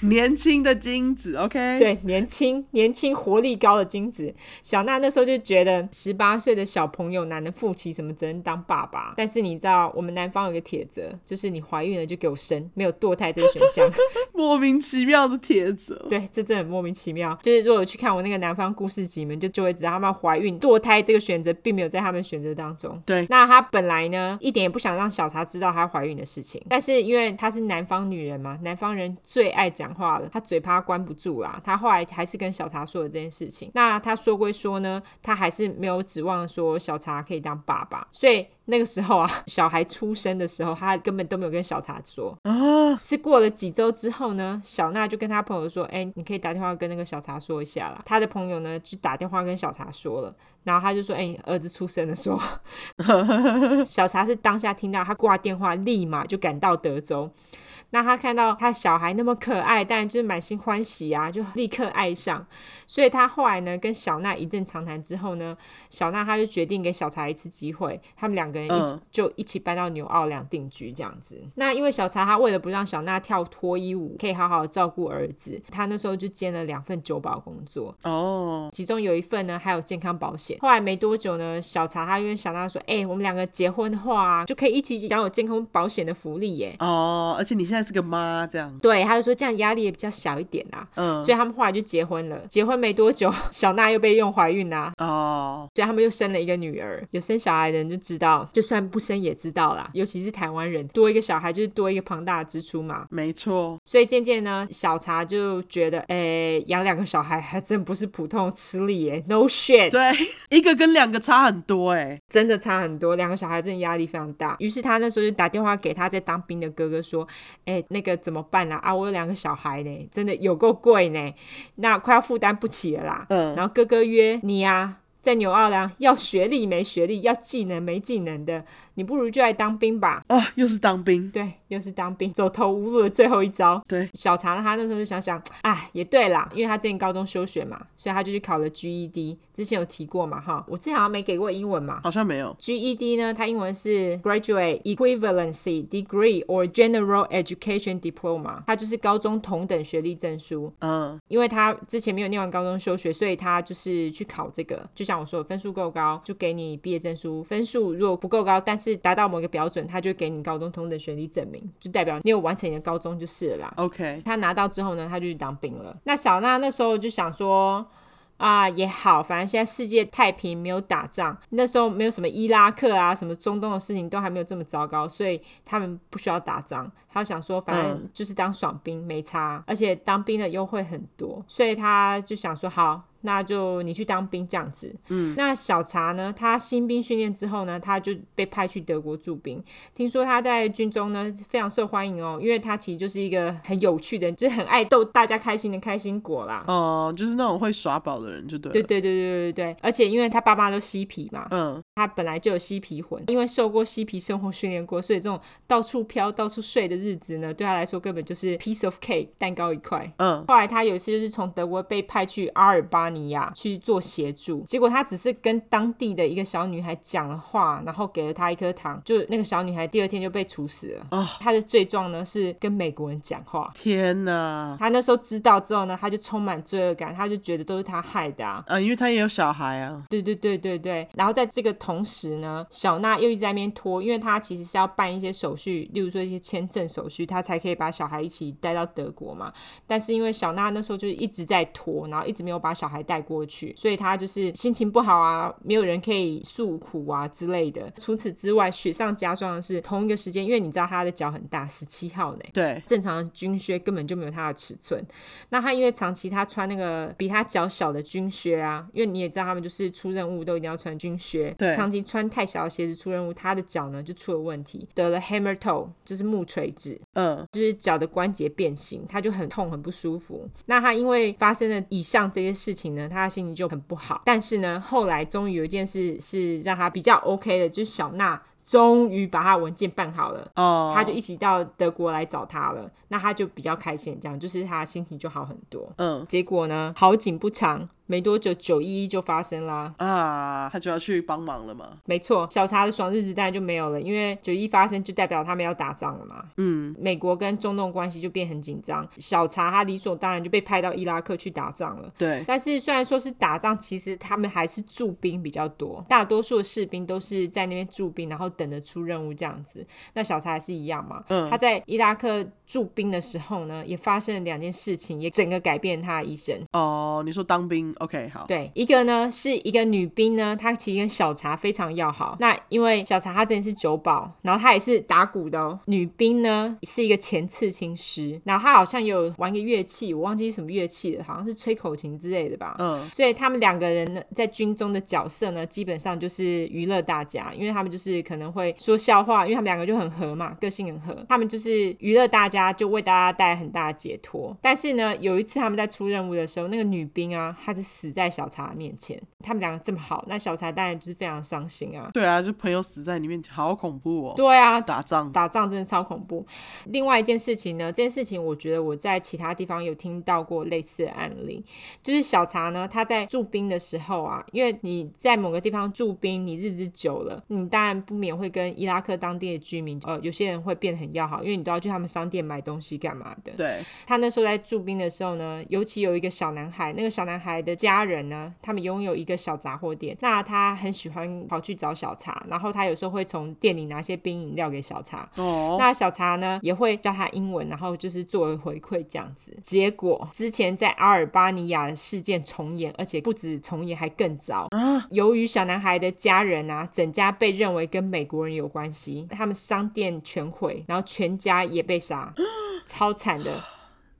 Speaker 2: 年轻的精子，OK，，
Speaker 1: 对，年轻、年轻、活力高的精子小娜那时候就觉得，十八岁的小朋友哪能负起什么责任当爸爸？但是你知道，我们南方有个铁则，就是你怀孕了就给我生，没有堕胎这个选项。
Speaker 2: 莫名其妙的铁子，
Speaker 1: 对，这真的很莫名其妙。就是如果有去看我那个南方故事集们，就就会知道他们怀孕、堕胎这个选择并没有在他们选择当中。
Speaker 2: 对
Speaker 1: 那她本来呢一点也不想让小茶知道她怀孕的事情，但是因为她是南方女人嘛，南方人最爱讲话了，她嘴巴关不住啦。她后来还是跟小茶说了这件事情。那她说归说呢，她还是没有指望说小茶可以当爸爸，所以。那个时候啊，小孩出生的时候，她根本都没有跟小茶说。
Speaker 2: 啊，
Speaker 1: 是过了几周之后呢，小娜就跟她朋友说：“哎、你可以打电话跟那个小茶说一下啦。”她的朋友呢，就打电话跟小茶说了，然后她就说：“哎、儿子出生了。”说，小茶是当下听到，他挂电话，立马就赶到德州。那他看到他小孩那么可爱，当然就是满心欢喜啊，就立刻爱上。所以他后来呢，跟小娜一阵长谈之后呢，小娜她就决定给小茶一次机会，他们两个人一起、
Speaker 2: 嗯
Speaker 1: 就一起搬到纽奥良定居这样子。那因为小茶他为了不让小娜跳脱衣舞，可以好好照顾儿子，他那时候就兼了两份酒保工作，
Speaker 2: 哦，
Speaker 1: 其中有一份呢还有健康保险。后来没多久呢，小茶他就跟小娜说：“哎、我们两个结婚的话、啊，就可以一起享有健康保险的福利耶。”
Speaker 2: 哦，而且你现在是个妈，这样，
Speaker 1: 对，他就说这样压力也比较小一点啦、
Speaker 2: 嗯
Speaker 1: 所，以他们后来就结婚了。结婚没多久，小娜又被用怀孕啦、
Speaker 2: 哦，
Speaker 1: 所以他们又生了一个女儿。有生小孩的人就知道，就算不生也知道啦。尤其是台湾人，多一个小孩就是多一个庞大的支出嘛。
Speaker 2: 没错，
Speaker 1: 所以渐渐呢，小茶就觉得，诶、养两个小孩还真不是普通吃力耶，no shit。
Speaker 2: 对， 一个跟两个差很多哎、
Speaker 1: 真的差很多，两个小孩真的压力非常大。于是他那时候就打电话给他在当兵的哥哥说：“哎、那个怎么办啊？啊，我有两个小孩呢，真的有够贵呢，那快要负担不起了啦。”
Speaker 2: 嗯
Speaker 1: 然后哥哥约你啊，在纽奥良要学历没学历，要技能没技能的，你不如就来当兵吧。
Speaker 2: 啊，又是当兵，
Speaker 1: 对，又是当兵，走投无路的最后一招。
Speaker 2: 对，
Speaker 1: 小茶他那时候就想想，哎，也对啦，因为他之前高中休学嘛，所以他就去考了 GED，之前有提过嘛哈，我之前好像没给过英文嘛，
Speaker 2: 好像没有，
Speaker 1: GED E 呢，它英文是 Graduate Equivalency Degree or General Education Diploma，它就是高中同等学历证书。
Speaker 2: 嗯，
Speaker 1: 因为他之前没有念完高中休学，所以他就是去考这个。就像我说的，分数够高就给你毕业证书，分数如果不够高，但是达到某个标准，他就给你高中同等学历证明，就代表你有完成你的高中就是了啦。
Speaker 2: OK，
Speaker 1: 他拿到之后呢，他就去当兵了。那小娜那时候就想说。啊，也好，反正现在世界太平，没有打仗，那时候没有什么伊拉克啊，什么中东的事情都还没有这么糟糕，所以他们不需要打仗。他想说，反正就是当爽兵没差，而且当兵的优惠很多，所以他就想说，好，那就你去当兵这样子。嗯，那小茶呢，他新兵训练之后呢，他就被派去德国驻兵，听说他在军中呢非常受欢迎哦，因为他其实就是一个很有趣的人，就是很爱逗大家开心的开心果啦。
Speaker 2: 哦、就是那种会耍宝的人就对了，
Speaker 1: 对对对对对对，而且因为他爸妈都嬉皮嘛，
Speaker 2: 嗯，
Speaker 1: 他本来就有嬉皮魂，因为受过嬉皮生活训练过，所以这种到处飘、到处睡的日子呢，对他来说根本就是 piece of cake 蛋糕一块。
Speaker 2: 嗯，
Speaker 1: 后来他有一次就是从德国被派去阿尔巴尼亚去做协助，结果他只是跟当地的一个小女孩讲了话，然后给了她一颗糖，就那个小女孩第二天就被处死了。
Speaker 2: 哦
Speaker 1: 他的罪状呢是跟美国人讲话。
Speaker 2: 天哪，
Speaker 1: 他那时候知道之后呢，他就充满罪恶感，他就觉得都是他害的啊。
Speaker 2: 啊，因为他也有小孩啊，
Speaker 1: 对对对对对，然后在这个同时呢，小娜又一直在那边拖，因为她其实是要办一些手续，例如说一些签证手续，她才可以把小孩一起带到德国嘛。但是因为小娜那时候就是一直在拖，然后一直没有把小孩带过去，所以她就是心情不好啊，没有人可以诉苦啊之类的。除此之外，雪上加霜的是，同一个时间，因为你知道她的脚很大，十七号呢，
Speaker 2: 对，
Speaker 1: 正常的军靴根本就没有它的尺寸。那他因为长期他穿那个比他脚小的军靴啊，因为你也知道他们就是出任务都一定要穿军靴，
Speaker 2: 对
Speaker 1: 长期穿太小的鞋子出任务，他的脚呢就出了问题，得了 hammer toe，就是木锤指，
Speaker 2: 嗯，
Speaker 1: 就是脚的关节变形，他就很痛很不舒服。那他因为发生了以上这些事情呢，他的心情就很不好。但是呢，后来终于有一件事是让他比较 OK 的，就是小娜终于把他的文件办好了。
Speaker 2: 哦，
Speaker 1: 他就一起到德国来找他了，那他就比较开心，这样就是他心情就好很多。
Speaker 2: 嗯。
Speaker 1: 结果呢，好景不长，没多久九一一就发生啦。
Speaker 2: 啊，他就要去帮忙了嘛。
Speaker 1: 没错，小茶的爽日子当然就没有了，因为九一发生就代表他们要打仗了嘛。
Speaker 2: 嗯，
Speaker 1: 美国跟中东关系就变很紧张，小茶他理所当然就被派到伊拉克去打仗了。
Speaker 2: 对，
Speaker 1: 但是虽然说是打仗，其实他们还是驻兵比较多，大多数的士兵都是在那边驻兵，然后等着出任务这样子。那小茶也是一样嘛，
Speaker 2: 嗯
Speaker 1: 他在伊拉克驻兵的时候呢，也发生了两件事情，也整个改变他的一生。
Speaker 2: 哦，你说当兵，OK，好，
Speaker 1: 对，一个呢是一个女兵呢，她其实跟小茶非常要好。那因为小茶她之前是酒保，然后她也是打鼓的哦。女兵呢是一个前刺青师，然后她好像有玩个乐器，我忘记是什么乐器了，好像是吹口琴之类的吧。
Speaker 2: 嗯，
Speaker 1: 所以他们两个人呢，在军中的角色呢，基本上就是娱乐大家，因为他们就是可能会说笑话，因为他们两个就很合嘛，个性很合，他们就是娱乐大家，就为大家带来很大的解脱。但是呢，有一次他们在出任务的时候，那个女兵啊，她是死在小茶面前，他们两个这么好，那小茶当然就是非常伤心啊。
Speaker 2: 对啊，就朋友死在你面前，好恐怖哦，
Speaker 1: 对啊，
Speaker 2: 打仗，
Speaker 1: 打仗真的超恐怖。另外一件事情呢，这件事情我觉得我在其他地方有听到过类似的案例，就是小茶呢，他在驻兵的时候啊，因为你在某个地方驻兵，你日子久了，你当然不免会跟伊拉克当地的居民，呃，有些人会变得很要好，因为你都要去他们商店买东西干嘛的。
Speaker 2: 对，
Speaker 1: 他那时候在驻兵的时候呢，尤其有一个小男孩，那个小男孩的家人呢，他们拥有一个小杂货店，那他很喜欢跑去找小茶，然后他有时候会从店里拿些冰饮料给小茶，
Speaker 2: 哦，
Speaker 1: 那小茶呢也会教他英文，然后就是作为回馈这样子。结果之前在阿尔巴尼亚的事件重演，而且不止重演，还更糟。
Speaker 2: 啊
Speaker 1: 由于小男孩的家人啊，整家被认为跟美国人有关系，他们商店全毁，然后全家也 被杀，超惨的。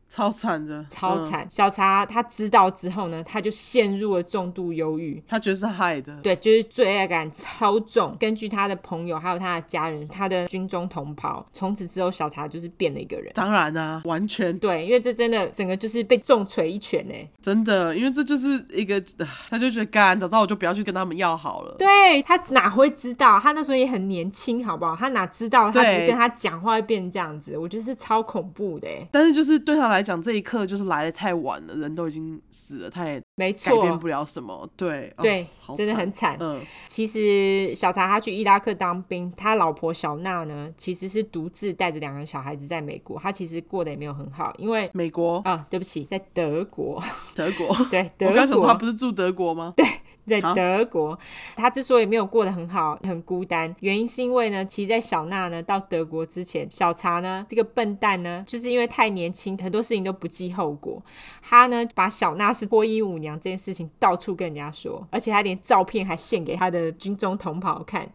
Speaker 2: 超惨的，
Speaker 1: 超
Speaker 2: 嗯
Speaker 1: 惨。小茶他知道之后呢，他就陷入了重度忧郁。
Speaker 2: 他觉得是害的，
Speaker 1: 对，就是罪恶感超重。根据他的朋友还有他的家人，他的军中同袍，从此之后小茶就是变了一个人。
Speaker 2: 当然啊，完全
Speaker 1: 对，因为这真的整个就是被重锤一拳呢。欸
Speaker 2: 真的，因为这就是一个，啊他就觉得干，早知道我就不要去跟他们要好了。
Speaker 1: 对他哪会知道？他那时候也很年轻，好不好？他哪知道？他只
Speaker 2: 对
Speaker 1: 是跟他讲话会变成这样子，我觉得是超恐怖的耶。欸
Speaker 2: 但是就是对他来讲，这一刻就是来的太晚了，人都已经死了，他也
Speaker 1: 没
Speaker 2: 改变
Speaker 1: 错
Speaker 2: 不，了什么。对哦
Speaker 1: 对
Speaker 2: 好，
Speaker 1: 真的
Speaker 2: 惨
Speaker 1: 很惨。
Speaker 2: 嗯，
Speaker 1: 其实小茶他去伊拉克当兵，他老婆小娜呢，其实是独自带着两个小孩子在美国，他其实过得也没有很好，因为
Speaker 2: 美国、
Speaker 1: 啊、对不起，在德国，
Speaker 2: 德国，
Speaker 1: 对，
Speaker 2: 我刚想
Speaker 1: 德
Speaker 2: 说他
Speaker 1: 国。
Speaker 2: 不是住德国吗？
Speaker 1: 在
Speaker 2: 啊
Speaker 1: 德国，他之所以没有过得很好，很孤单，原因是因为呢，其实在小娜呢到德国之前，小茶呢这个笨蛋呢，就是因为太年轻，很多事情都不计后果。他呢把小娜是脱衣舞娘这件事情到处跟人家说，而且他连照片还献给他的军中同袍看。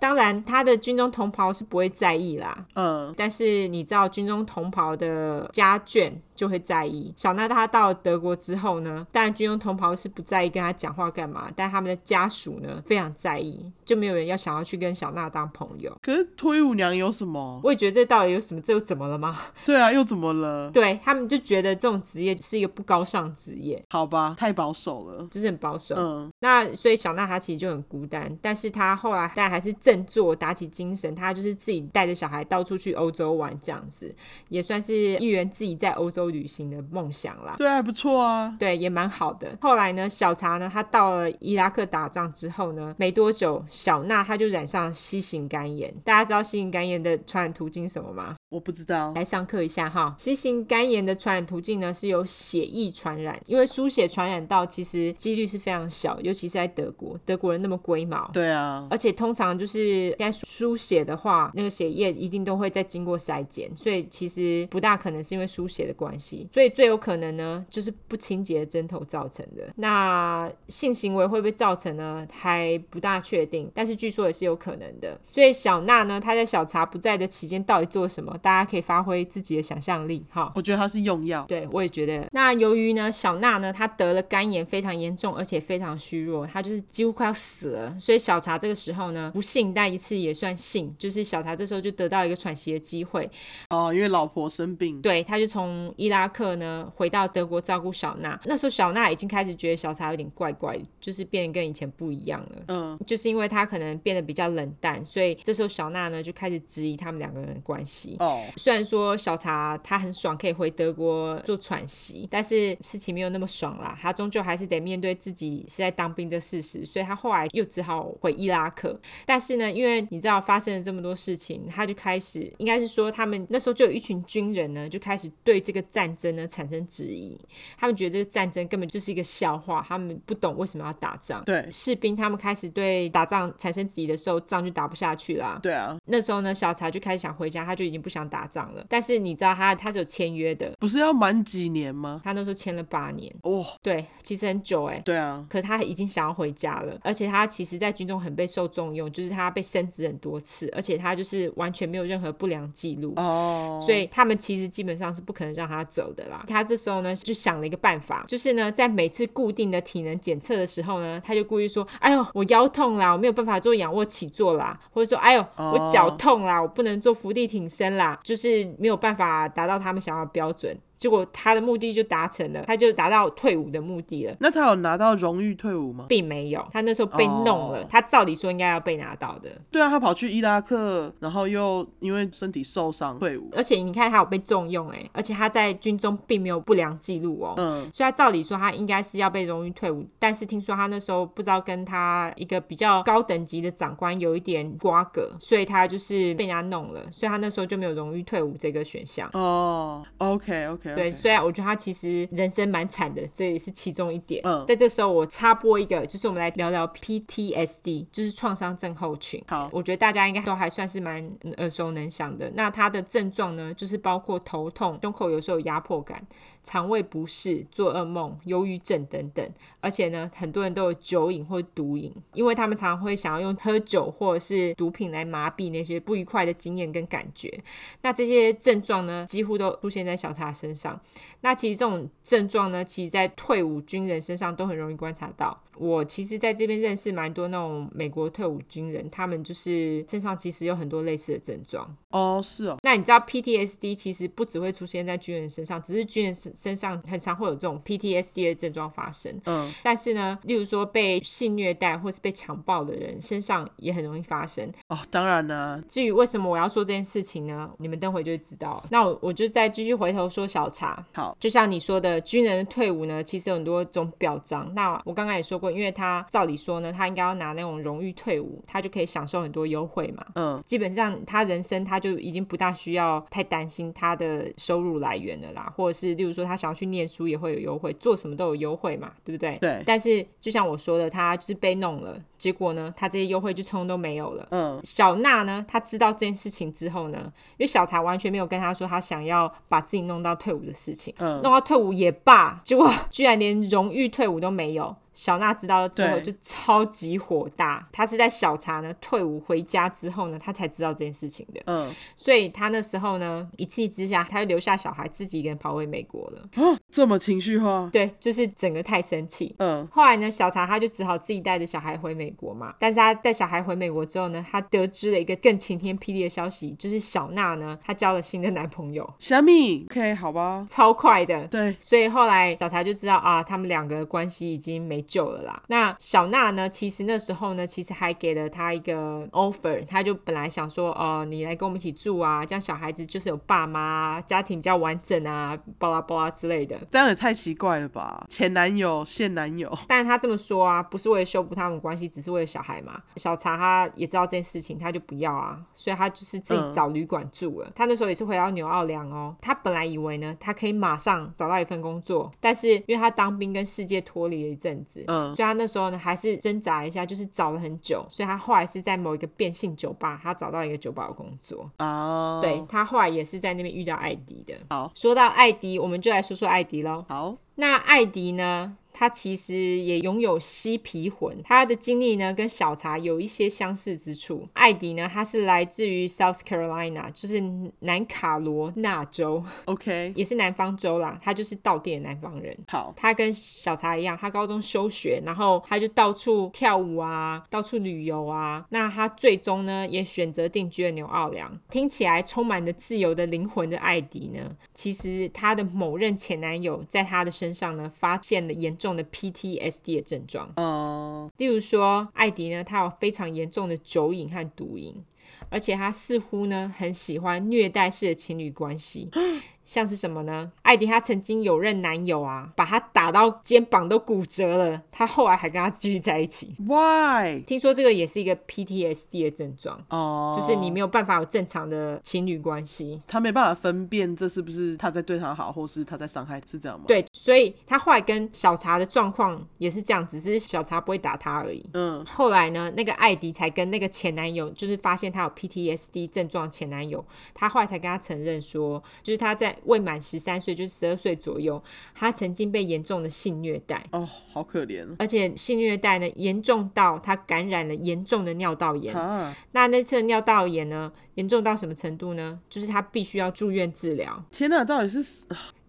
Speaker 1: 当然，他的军中同袍是不会在意啦，
Speaker 2: 嗯，
Speaker 1: 但是你知道军中同袍的家眷就会在意。小娜她到了德国之后呢，当然军中同袍是不在意跟她讲话干嘛，但他们的家属呢非常在意，就没有人要想要去跟小娜当朋友。
Speaker 2: 可是脱衣舞娘有什么？
Speaker 1: 我也觉得这到底有什么？这又怎么了吗？
Speaker 2: 对啊，又怎么了？
Speaker 1: 对他们就觉得这种职业是一个不高尚职业，
Speaker 2: 好吧，太保守了。
Speaker 1: 就是很保守。
Speaker 2: 嗯，
Speaker 1: 那所以小娜她其实就很孤单，但是她后来但还是振作，打起精神，她就是自己带着小孩到处去欧洲玩这样子，也算是一圆自己在欧洲旅行的梦想啦。
Speaker 2: 对啊，还不错啊。
Speaker 1: 对，也蛮好的。后来呢，小茶呢，他到了伊拉克打仗之后呢，没多久，小娜她就染上新型肝炎。大家知道新型肝炎的传染途径是什么吗？
Speaker 2: 我不知道，
Speaker 1: 来上课一下哈。新型肝炎的传染途径呢是由血液传染，因为输血传染到其实几率是非常小，尤其是在德国，德国人那么龟毛。
Speaker 2: 对啊，
Speaker 1: 而且通常就是现在输血的话，那个血液一定都会再经过筛检，所以其实不大可能是因为输血的关系，所以最有可能呢就是不清洁的针头造成的。那性行为会不会造成呢？还不大确定，但是据说也是有可能的。所以小娜呢，她在小茶不在的期间到底做了什么？大家可以发挥自己的想象力哈。
Speaker 2: 我觉得他是用药。
Speaker 1: 对，我也觉得。那由于呢，小娜呢，她得了肝炎，非常严重，而且非常虚弱，她就是几乎快要死了。所以小茶这个时候呢，不幸但一次也算幸，就是小茶这时候就得到一个喘息的机会。
Speaker 2: 哦，因为老婆生病。
Speaker 1: 对，他就从伊拉克呢回到德国照顾小娜。那时候小娜已经开始觉得小茶有点怪怪，就是变得跟以前不一样了。
Speaker 2: 嗯，
Speaker 1: 就是因为他可能变得比较冷淡，所以这时候小娜呢就开始质疑他们两个人的关系。
Speaker 2: 哦，
Speaker 1: 虽然说小茶他很爽，可以回德国做喘息，但是事情没有那么爽啦。他终究还是得面对自己是在当兵的事实，所以他后来又只好回伊拉克。但是呢，因为你知道发生了这么多事情，他就开始，应该是说他们那时候就有一群军人呢，就开始对这个战争呢产生质疑。他们觉得这个战争根本就是一个笑话，他们不懂为什么要打打仗。
Speaker 2: 对
Speaker 1: 士兵他们开始对打仗产生质疑的时候，仗就打不下去啦。
Speaker 2: 对啊，
Speaker 1: 那时候呢，小茶就开始想回家，他就已经不想打仗了。但是你知道他他是有签约的，
Speaker 2: 不是要满几年吗？
Speaker 1: 他那时候签了八年，
Speaker 2: 哦，
Speaker 1: 对，其实很久哎、
Speaker 2: 对啊，
Speaker 1: 可他已经想要回家了，而且他其实，在军中很备受重用，就是他被升职很多次，而且他就是完全没有任何不良记录。
Speaker 2: 哦，
Speaker 1: 所以他们其实基本上是不可能让他走的啦。他这时候呢就想了一个办法，就是呢在每次固定的体能检测的时候呢，他就故意说：“哎呦，我腰痛啦，我没有办法做仰卧起坐啦，或者说哎呦
Speaker 2: 哦
Speaker 1: 我脚痛啦，我不能做伏地挺身啦，就是没有办法达到他们想要的标准。”结果他的目的就达成了，他就达到退伍的目的了。
Speaker 2: 那他有拿到荣誉退伍吗？
Speaker 1: 并没有，他那时候被弄了
Speaker 2: 哦
Speaker 1: 他照理说应该要被拿到的，
Speaker 2: 对啊，他跑去伊拉克，然后又因为身体受伤退伍。
Speaker 1: 而且你看他有被重用哎、而且他在军中并没有不良记录哦，
Speaker 2: 嗯，
Speaker 1: 所以他照理说他应该是要被荣誉退伍，但是听说他那时候不知道跟他一个比较高等级的长官有一点瓜葛，所以他就是被人家弄了，所以他那时候就没有荣誉退伍这个选项。
Speaker 2: 哦，OK OK，
Speaker 1: 对，虽然我觉得他其实人生蛮惨的，这也是其中一点。
Speaker 2: 嗯
Speaker 1: 在这时候我插播一个，就是我们来聊聊 PTSD，就是创伤症候群。
Speaker 2: 好
Speaker 1: 我觉得大家应该都还算是蛮嗯耳熟能详的。那它的症状呢，就是包括头痛、胸口有时候有压迫感、肠胃不适、做噩梦、忧郁症等等。而且呢，很多人都有酒瘾或毒瘾，因为他们常常会想要用喝酒或者是毒品来麻痹那些不愉快的经验跟感觉。那这些症状呢，几乎都出现在小茶身上。那其实这种症状呢，其实在退伍军人身上都很容易观察到。我其实在这边认识蛮多那种美国退伍军人，他们就是身上其实有很多类似的症状。
Speaker 2: 哦是哦，
Speaker 1: 那你知道 PTSD 其实不只会出现在军人身上，只是军人身身上很常会有这种 PTSD 的症状发生。
Speaker 2: 嗯，
Speaker 1: 但是呢，例如说被性虐待或是被强暴的人身上也很容易发生。
Speaker 2: 哦当然啦、
Speaker 1: 至于为什么我要说这件事情呢？你们等会就会知道了。那我我就再继续回头说小茶。
Speaker 2: 好，
Speaker 1: 就像你说的，军人退伍呢，其实有很多种表彰。那我刚刚也说过，因为他照理说呢，他应该要拿那种荣誉退伍，他就可以享受很多优惠嘛。
Speaker 2: 嗯，
Speaker 1: 基本上他人生他就已经不大需要太担心他的收入来源了啦，或者是例如说他想要去念书也会有优惠，做什么都有优惠嘛，对不对？
Speaker 2: 对
Speaker 1: 但是就像我说的，他就是被弄了，结果呢，他这些优惠就通通都没有了。
Speaker 2: 嗯，
Speaker 1: 小娜呢，她知道这件事情之后呢，因为小茶完全没有跟她说她想要把自己弄到退伍的事情，
Speaker 2: 嗯
Speaker 1: 弄到退伍也罢，结果居然连荣誉退伍都没有。小娜知道之后
Speaker 2: 对
Speaker 1: 就超级火大，她是在小茶呢退伍回家之后呢，她才知道这件事情的，
Speaker 2: 嗯，
Speaker 1: 所以她那时候呢一气之下，她就留下小孩自己一个人跑回美国了。
Speaker 2: 哦这么情绪化，
Speaker 1: 对，就是整个太生气，
Speaker 2: 嗯，
Speaker 1: 后来呢，小茶他就只好自己带着小孩回美国嘛。但是他带小孩回美国之后呢，他得知了一个更晴天霹雳的消息，就是小娜呢，她交了新的男朋友，
Speaker 2: 虾米，OK 好吧，
Speaker 1: 超快的。
Speaker 2: 对，
Speaker 1: 所以后来小茶就知道啊，他们两个关系已经没救了啦。那小娜呢，其实那时候呢，其实还给了他一个 offer，他就本来想说，哦，你来跟我们一起住啊，这样小孩子就是有爸妈，家庭比较完整啊，巴拉巴拉之类的。
Speaker 2: 这样也太奇怪了吧，前男友、现男友，
Speaker 1: 但他这么说啊，不是为了修补他们关系，只是为了小孩嘛。小茶他也知道这件事情，他就不要啊，所以他就是自己找旅馆住了。他那时候也是回到纽奥良哦。他本来以为呢，他可以马上找到一份工作，但是因为他当兵跟世界脱离了一阵子，
Speaker 2: 嗯
Speaker 1: 所以他那时候呢还是挣扎一下，就是找了很久。所以他后来是在某一个变性酒吧，他找到一个酒吧的工作。
Speaker 2: 啊，
Speaker 1: 对，他后来也是在那边遇到艾迪的。
Speaker 2: 好，
Speaker 1: 说到艾迪，我们就来说说艾迪喽。
Speaker 2: 好，
Speaker 1: 那艾迪呢？他其实也拥有嬉皮魂，他的经历呢跟小茶有一些相似之处。艾迪呢，他是来自于 South Carolina，就是南卡罗纳州，
Speaker 2: ，OK，
Speaker 1: 也是南方州啦。他就是道地的南方人。
Speaker 2: 好，
Speaker 1: 他跟小茶一样，他高中休学，然后他就到处跳舞啊，到处旅游啊。那他最终呢，也选择定居了纽奥良。听起来充满了自由的灵魂的艾迪呢，其实他的某任前男友在他的身上呢，发现了严重的 PTSD 的症状。
Speaker 2: 嗯，
Speaker 1: 例如说，艾迪呢，他有非常严重的酒瘾和毒瘾，而且他似乎呢很喜欢虐待式的情侣关系。像是什么呢？艾迪她曾经有任男友啊，把她打到肩膀都骨折了，她后来还跟他继续在一起。
Speaker 2: Why？
Speaker 1: 听说这个也是一个 PTSD 的症状，
Speaker 2: 哦、
Speaker 1: 就是你没有办法有正常的情侣关系。
Speaker 2: 他没办法分辨这是不是他在对他好，或是他在伤害，是这样吗？，
Speaker 1: 对，所以她后来跟小茶的状况也是这样，只是小茶不会打她而已。
Speaker 2: 嗯，
Speaker 1: 后来呢，那个艾迪才跟那个前男友，就是发现他有 PTSD 症状，前男友，他后来才跟他承认说，就是他在未满十三岁，就是十二岁左右，他曾经被严重的性虐待，
Speaker 2: 哦，好可怜
Speaker 1: 而且性虐待呢严重到他感染了严重的尿道炎。
Speaker 2: 啊！
Speaker 1: 那那次的尿道炎呢，严重到什么程度呢？就是他必须要住院治疗。
Speaker 2: 天哪，到底是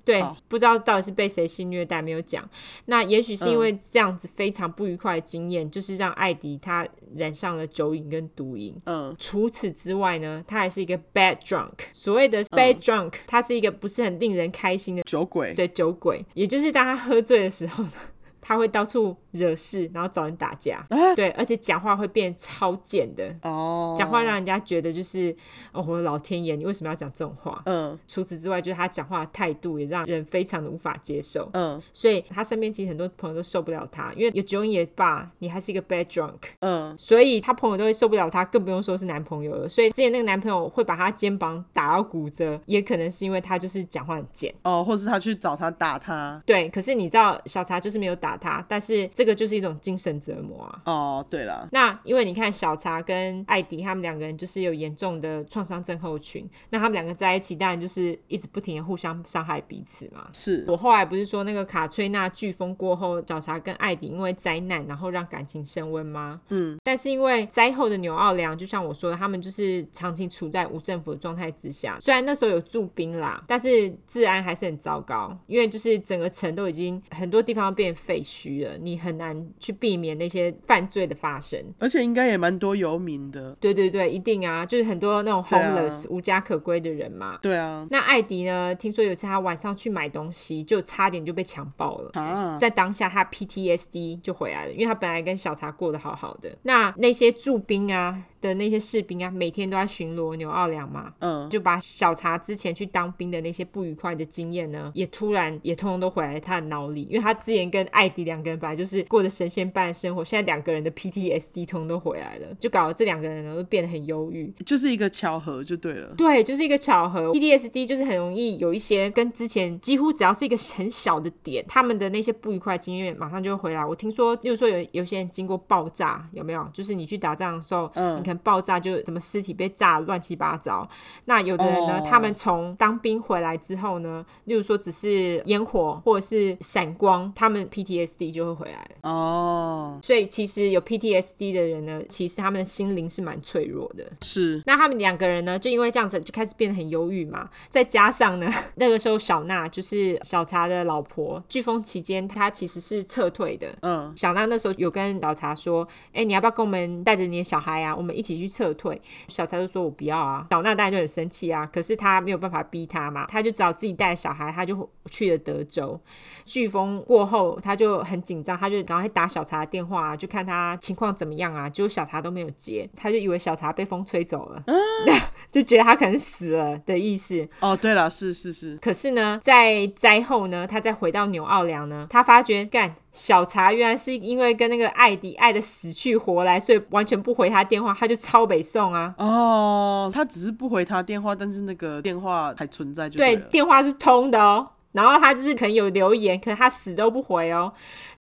Speaker 1: 对
Speaker 2: 好，
Speaker 1: 不知道到底是被谁性虐待，没有讲。那也许是因为这样子非常不愉快的经验，就是让艾迪他染上了酒瘾跟毒瘾。
Speaker 2: 嗯
Speaker 1: 除此之外呢，他还是一个 bad drunk。所谓的 bad drunk，、他是一个不是很令人开心的
Speaker 2: 酒鬼，
Speaker 1: 对酒鬼，也就是当他喝醉的时候呢，他会到处惹事，然后找人打架。
Speaker 2: 啊
Speaker 1: 对，而且讲话会变超贱的，
Speaker 2: 哦，
Speaker 1: 讲话让人家觉得就是哦，我的老天爷，你为什么要讲这种话？
Speaker 2: 嗯
Speaker 1: 除此之外，就是他讲话的态度也让人非常的无法接受，
Speaker 2: 嗯
Speaker 1: 所以他身边其实很多朋友都受不了他，因为有酒瘾也罢，你还是一个 bad drunk，
Speaker 2: 嗯，
Speaker 1: 所以他朋友都会受不了他，更不用说是男朋友了。所以之前那个男朋友会把他肩膀打到骨折，也可能是因为他就是讲话很贱。
Speaker 2: 哦，或是他去找他打他。
Speaker 1: 对，可是你知道小茶就是没有打他，但是这个就是一种精神折磨啊。
Speaker 2: 哦，对了，
Speaker 1: 那因为你看小茶跟艾迪他们两个人就是有严重的创伤症候群，那他们两个在一起当然就是一直不停的互相伤害彼此嘛。
Speaker 2: 是
Speaker 1: 我后来不是说那个卡翠娜飓风过后，小茶跟艾迪因为灾难，然后让感情升温吗？
Speaker 2: 嗯，
Speaker 1: 但是因为灾后的纽奥良，就像我说的，他们就是长期处在无政府的状态之下。虽然那时候有驻兵啦，但是治安还是很糟糕，因为就是整个城都已经很多地方变废墟了，你很难去避免那些犯罪的发生。
Speaker 2: 而且应该也蛮多游民的。
Speaker 1: 对对对，一定啊，就是很多那种
Speaker 2: 对啊
Speaker 1: homeless、无家可归的人嘛。
Speaker 2: 对啊，
Speaker 1: 那艾迪呢？听说有一次他晚上去买东西，就差点就被强暴了。
Speaker 2: 啊，
Speaker 1: 在当下，他 PTSD 就回来了，因为他本来跟小茶过得好好的。那那些驻兵啊的那些士兵啊，每天都在巡逻纽奥良嘛，
Speaker 2: 嗯，
Speaker 1: 就把小茶之前去当兵的那些不愉快的经验呢，也突然也通通都回来他的脑里，因为他之前跟艾迪两个人本来就是过着神仙般的生活，现在两个人的 PTSD 通通都回来了，就搞得这两个人呢都变得很忧郁。
Speaker 2: 就是一个巧合就对了。
Speaker 1: 对，就是一个巧合。PTSD 就是很容易有一些跟之前几乎只要是一个很小的点，他们的那些不愉快经验马上就会回来。我听说，例如说有有些人经过爆炸，有没有？就是你去打仗的时候，
Speaker 2: 嗯
Speaker 1: 你可能爆炸就什么尸体被炸得乱七八糟。那有的人呢，
Speaker 2: 哦
Speaker 1: 他们从当兵回来之后呢，例如说只是烟火或者是闪光，他们 PTSD 就会回来了。
Speaker 2: 哦，
Speaker 1: 所以其实有 PTSD 的人呢，其实他们的心灵是蛮脆弱的。
Speaker 2: 是
Speaker 1: 那他们两个人呢，就因为这样子就开始变得很忧郁嘛。再加上呢， 那个时候小娜就是小茶的老婆，飓风期间她其实是撤退的。
Speaker 2: 嗯
Speaker 1: 小娜那时候有跟小茶说：“哎、你要不要跟我们带着你的小孩啊，我们一起去撤退？”小茶就说：“我不要啊。”小娜当然就很生气啊，可是她没有办法逼他嘛，她就只好自己带小孩，她就去了德州。飓风过后，她就很紧张，她就赶快打小茶的电话、啊，就看他情况怎么样啊。结果小茶都没有接，她就以为小茶被风吹走了， 就觉得他可能死了的意思。
Speaker 2: 哦，对了，是是是，
Speaker 1: 可是呢，在灾后呢，他再回到纽奥良呢，他发觉干小茶原来是因为跟那个艾迪爱的死去活来，所以完全不回他电话，他就超北宋啊。
Speaker 2: 哦，他只是不回他电话，但是那个电话还存在就
Speaker 1: 对，
Speaker 2: 了。
Speaker 1: 电话是通的哦。然后他就是可能有留言，可是他死都不回哦。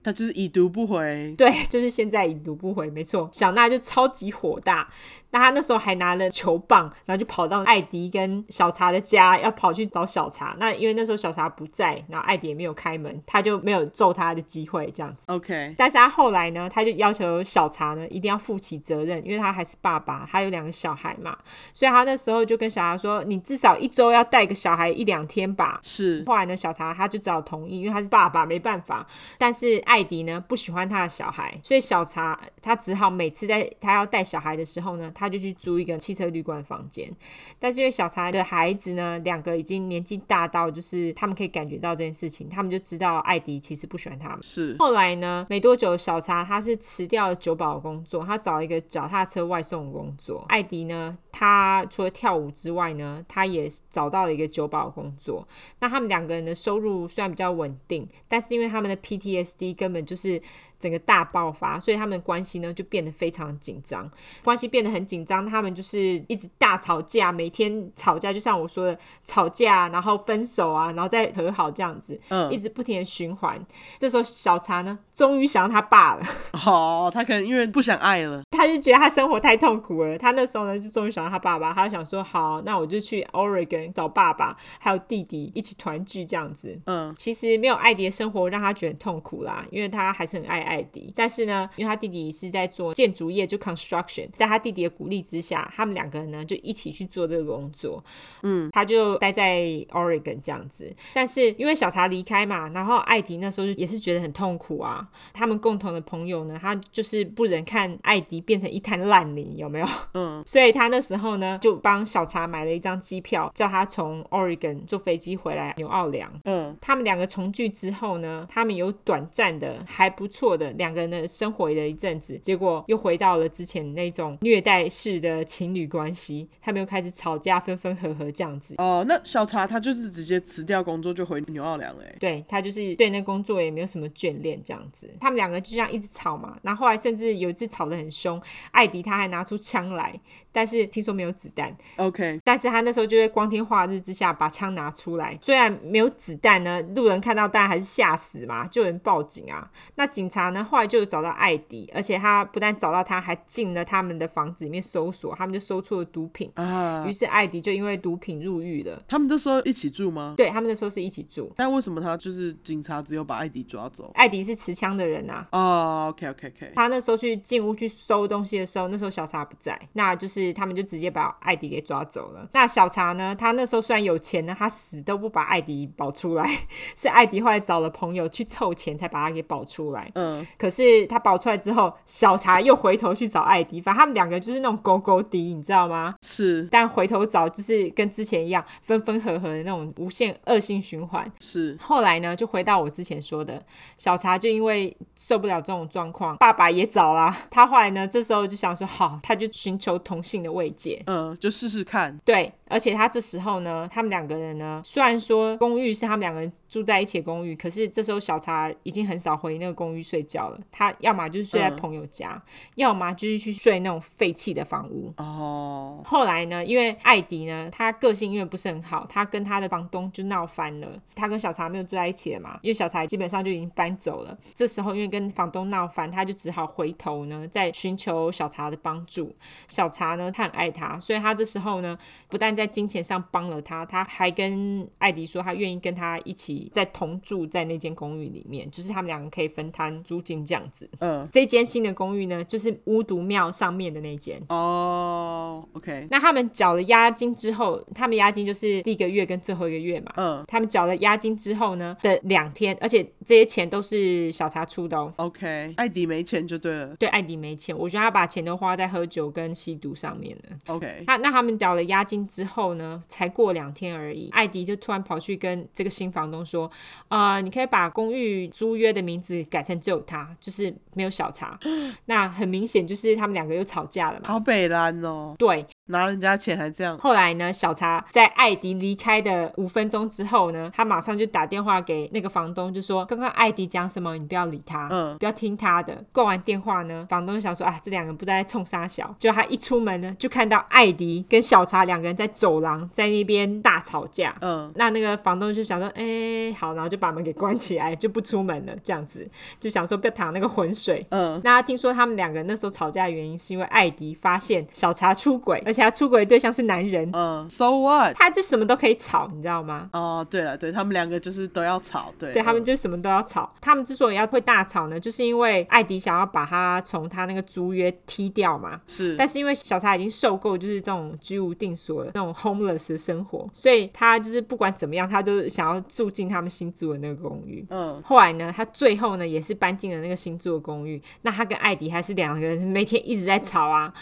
Speaker 2: 他就是已读不回。
Speaker 1: 对，就是现在已读不回，没错。小娜就超级火大，那她那时候还拿了球棒，然后就跑到艾迪跟小茶的家，要跑去找小茶。那因为那时候小茶不在，然后艾迪也没有开门，他就没有揍他的机会，这样子。
Speaker 2: OK，
Speaker 1: 但是他后来呢，他就要求小茶呢一定要负起责任，因为他还是爸爸，他有两个小孩嘛，所以他那时候就跟小茶说：“你至少一周要带个小孩一两天吧。”
Speaker 2: 是
Speaker 1: 后来呢，小茶他就只好同意，因为他是爸爸，没办法。但是艾迪呢不喜欢他的小孩，所以小茶他只好每次在他要带小孩的时候呢，他就去租一个汽车旅馆房间。但是因为小茶的孩子呢，两个已经年纪大到，就是他们可以感觉到这件事情，他们就知道艾迪其实不喜欢他们。
Speaker 2: 是
Speaker 1: 后来呢，没多久，小茶他是辞掉了酒保的工作，他找一个脚踏车外送的工作。艾迪呢，他除了跳舞之外呢，他也找到了一个酒保工作。那他们两个人的收入虽然比较稳定，但是因为他们的 PTSD 根本就是整个大爆发，所以他们的关系呢就变得非常紧张。关系变得很紧张，他们就是一直大吵架，每天吵架，就像我说的，吵架，然后分手啊，然后再和好这样子，
Speaker 2: 嗯
Speaker 1: 一直不停的循环。这时候小茶呢，终于想到他爸了。
Speaker 2: 哦，他可能因为不想爱了，
Speaker 1: 他就觉得他生活太痛苦了。他那时候呢，就终于想到他爸爸，他就想说好，那我就去 Oregon 找爸爸还有弟弟一起团聚这样子。
Speaker 2: 嗯，
Speaker 1: 其实没有艾迪的生活让他觉得很痛苦啦，因为他还是很爱艾迪。但是呢，因为他弟弟是在做建筑业，就 construction，在他弟弟的鼓励之下，他们两个人呢就一起去做这个工作。嗯，他就待在 Oregon 这样子。但是因为小茶离开嘛，然后艾迪那时候也是觉得很痛苦啊。他们共同的朋友呢，他就是不忍看艾迪变成一滩烂泥，有没有？ 所以他那时候呢，就帮小茶买了一张机票，叫他从 Oregon 坐飞机回来纽奥良。
Speaker 2: 嗯，
Speaker 1: 他们两个重聚之后呢，他们有短暂的还不错的两个人的生活了一阵子，结果又回到了之前那种虐待式的情侣关系，他们又开始吵架，分分合合这样子。
Speaker 2: 哦，那小茶他就是直接辞掉工作就回纽奥良了欸，
Speaker 1: 对他就是对那工作也没有什么眷恋，这样子。他们两个就这样一直吵嘛，然后后来甚至有一次吵得很凶，艾迪他还拿出枪来，但是听说没有子弹，
Speaker 2: OK，
Speaker 1: 但是他那时候就在光天化日之下把枪拿出来，虽然没有子弹呢，路人看到当然还是吓死嘛，就有人报警啊。那警察呢后来就找到艾迪，而且他不但找到他，还进了他们的房子里面搜索，他们就搜出了毒品，
Speaker 2: 啊
Speaker 1: 于，是艾迪就因为毒品入狱了。
Speaker 2: 他们那时候一起住吗？
Speaker 1: 对他们那时候是一起住，
Speaker 2: 但为什么他就是警察只有把艾迪抓走？
Speaker 1: 艾迪是持枪的人啊。
Speaker 2: 哦，OK OK OK，
Speaker 1: 他那时候去进屋去搜东西的时候，那时候小茶不在，那就是他们就直接把艾迪给抓走了。那小茶呢，他那时候虽然有钱呢，他死都不把艾迪保出来， 是艾迪后来找了朋友去凑钱才把他给保出来。
Speaker 2: 嗯，
Speaker 1: 可是他保出来之后，小茶又回头去找艾迪，反正他们两个就是那种勾勾敌，你知道吗？
Speaker 2: 是
Speaker 1: 但回头找就是跟之前一样分分合合的那种无限恶性循环。
Speaker 2: 是，
Speaker 1: 后来呢，就回到我之前说的，小茶就因为受不了这种状况，爸爸也找啦。他后来呢，这时候就想说，好，他就寻求同性的慰藉。
Speaker 2: 嗯，就试试看，
Speaker 1: 对，而且他这时候呢，他们两个人呢，虽然说公寓是他们两个人住在一起的公寓，可是这时候小茶已经很少回那个公寓睡觉了。他要么就是睡在
Speaker 2: 嗯
Speaker 1: 朋友家，要么就是去睡那种废弃的房屋。
Speaker 2: 哦，
Speaker 1: 后来呢，因为艾迪呢，他个性因为不是很好，他跟他的房东就闹翻了。他跟小茶没有住在一起了嘛，因为小茶基本上就已经搬走了。这时候因为跟房东闹翻，他就只好回头呢，再寻求小茶的帮助。小茶呢，他很爱他，所以他这时候呢，不但在金钱上帮了他，他还跟艾迪说，他愿意跟他一起在同住在那间公寓里面，就是他们两个可以分摊租金这样子。
Speaker 2: 嗯，
Speaker 1: 这间新的公寓呢，就是巫毒庙上面的那间。
Speaker 2: 哦，OK，
Speaker 1: 那他们缴了押金之后，他们押金就是第一个月跟最后一个月嘛。
Speaker 2: 嗯
Speaker 1: 他们缴了押金之后呢的两天，而且这些钱都是小茶出的哦。
Speaker 2: ，OK，艾迪没钱就对了
Speaker 1: 对，艾迪没钱，我觉得他把钱都花在喝酒跟吸毒上面了。
Speaker 2: ，OK，
Speaker 1: 那那他们缴了押金之后呢，才过两天而已，艾迪就突然跑去跟这个新房东说：“呃，你可以把公寓租约的名字改成只有他，就是没有小茶。” 那很明显就是他们两个又吵架了嘛。
Speaker 2: 好北蓝哦，
Speaker 1: 对，
Speaker 2: 拿人家钱还这样，
Speaker 1: 后来呢，小茶在艾迪离开的五分钟之后呢，他马上就打电话给那个房东，就说刚刚艾迪讲什么，你不要理他，
Speaker 2: 嗯
Speaker 1: 不要听他的。挂完电话呢，房东就想说啊，这两个人不知道在冲杀小，就他一出门呢，就看到艾迪跟小茶两个人在走廊在那边大吵架，
Speaker 2: 嗯，
Speaker 1: 那那个房东就想说，哎、好，然后就把门给关起来，就不出门了，这样子就想说不要淌那个浑水。
Speaker 2: 嗯，
Speaker 1: 那听说他们两个那时候吵架的原因是因为艾迪发现小茶出轨，而且他出轨的对象是男人，
Speaker 2: 嗯，So what？
Speaker 1: 他就什么都可以吵，你知道吗？
Speaker 2: 哦，对了，对他们两个就是都要吵，对，
Speaker 1: 对他们
Speaker 2: 嗯
Speaker 1: 就什么都要吵。他们之所以要会大吵呢，就是因为艾迪想要把他从他那个租约踢掉嘛。
Speaker 2: 是，
Speaker 1: 但是因为小茶已经受够就是这种居无定所的那种 homeless 的生活，所以他就是不管怎么样，他都想要住进他们新租的那个公寓。
Speaker 2: 嗯，
Speaker 1: 后来呢，他最后呢也是搬进了那个新住的公寓。那他跟艾迪还是两个人每天一直在吵啊。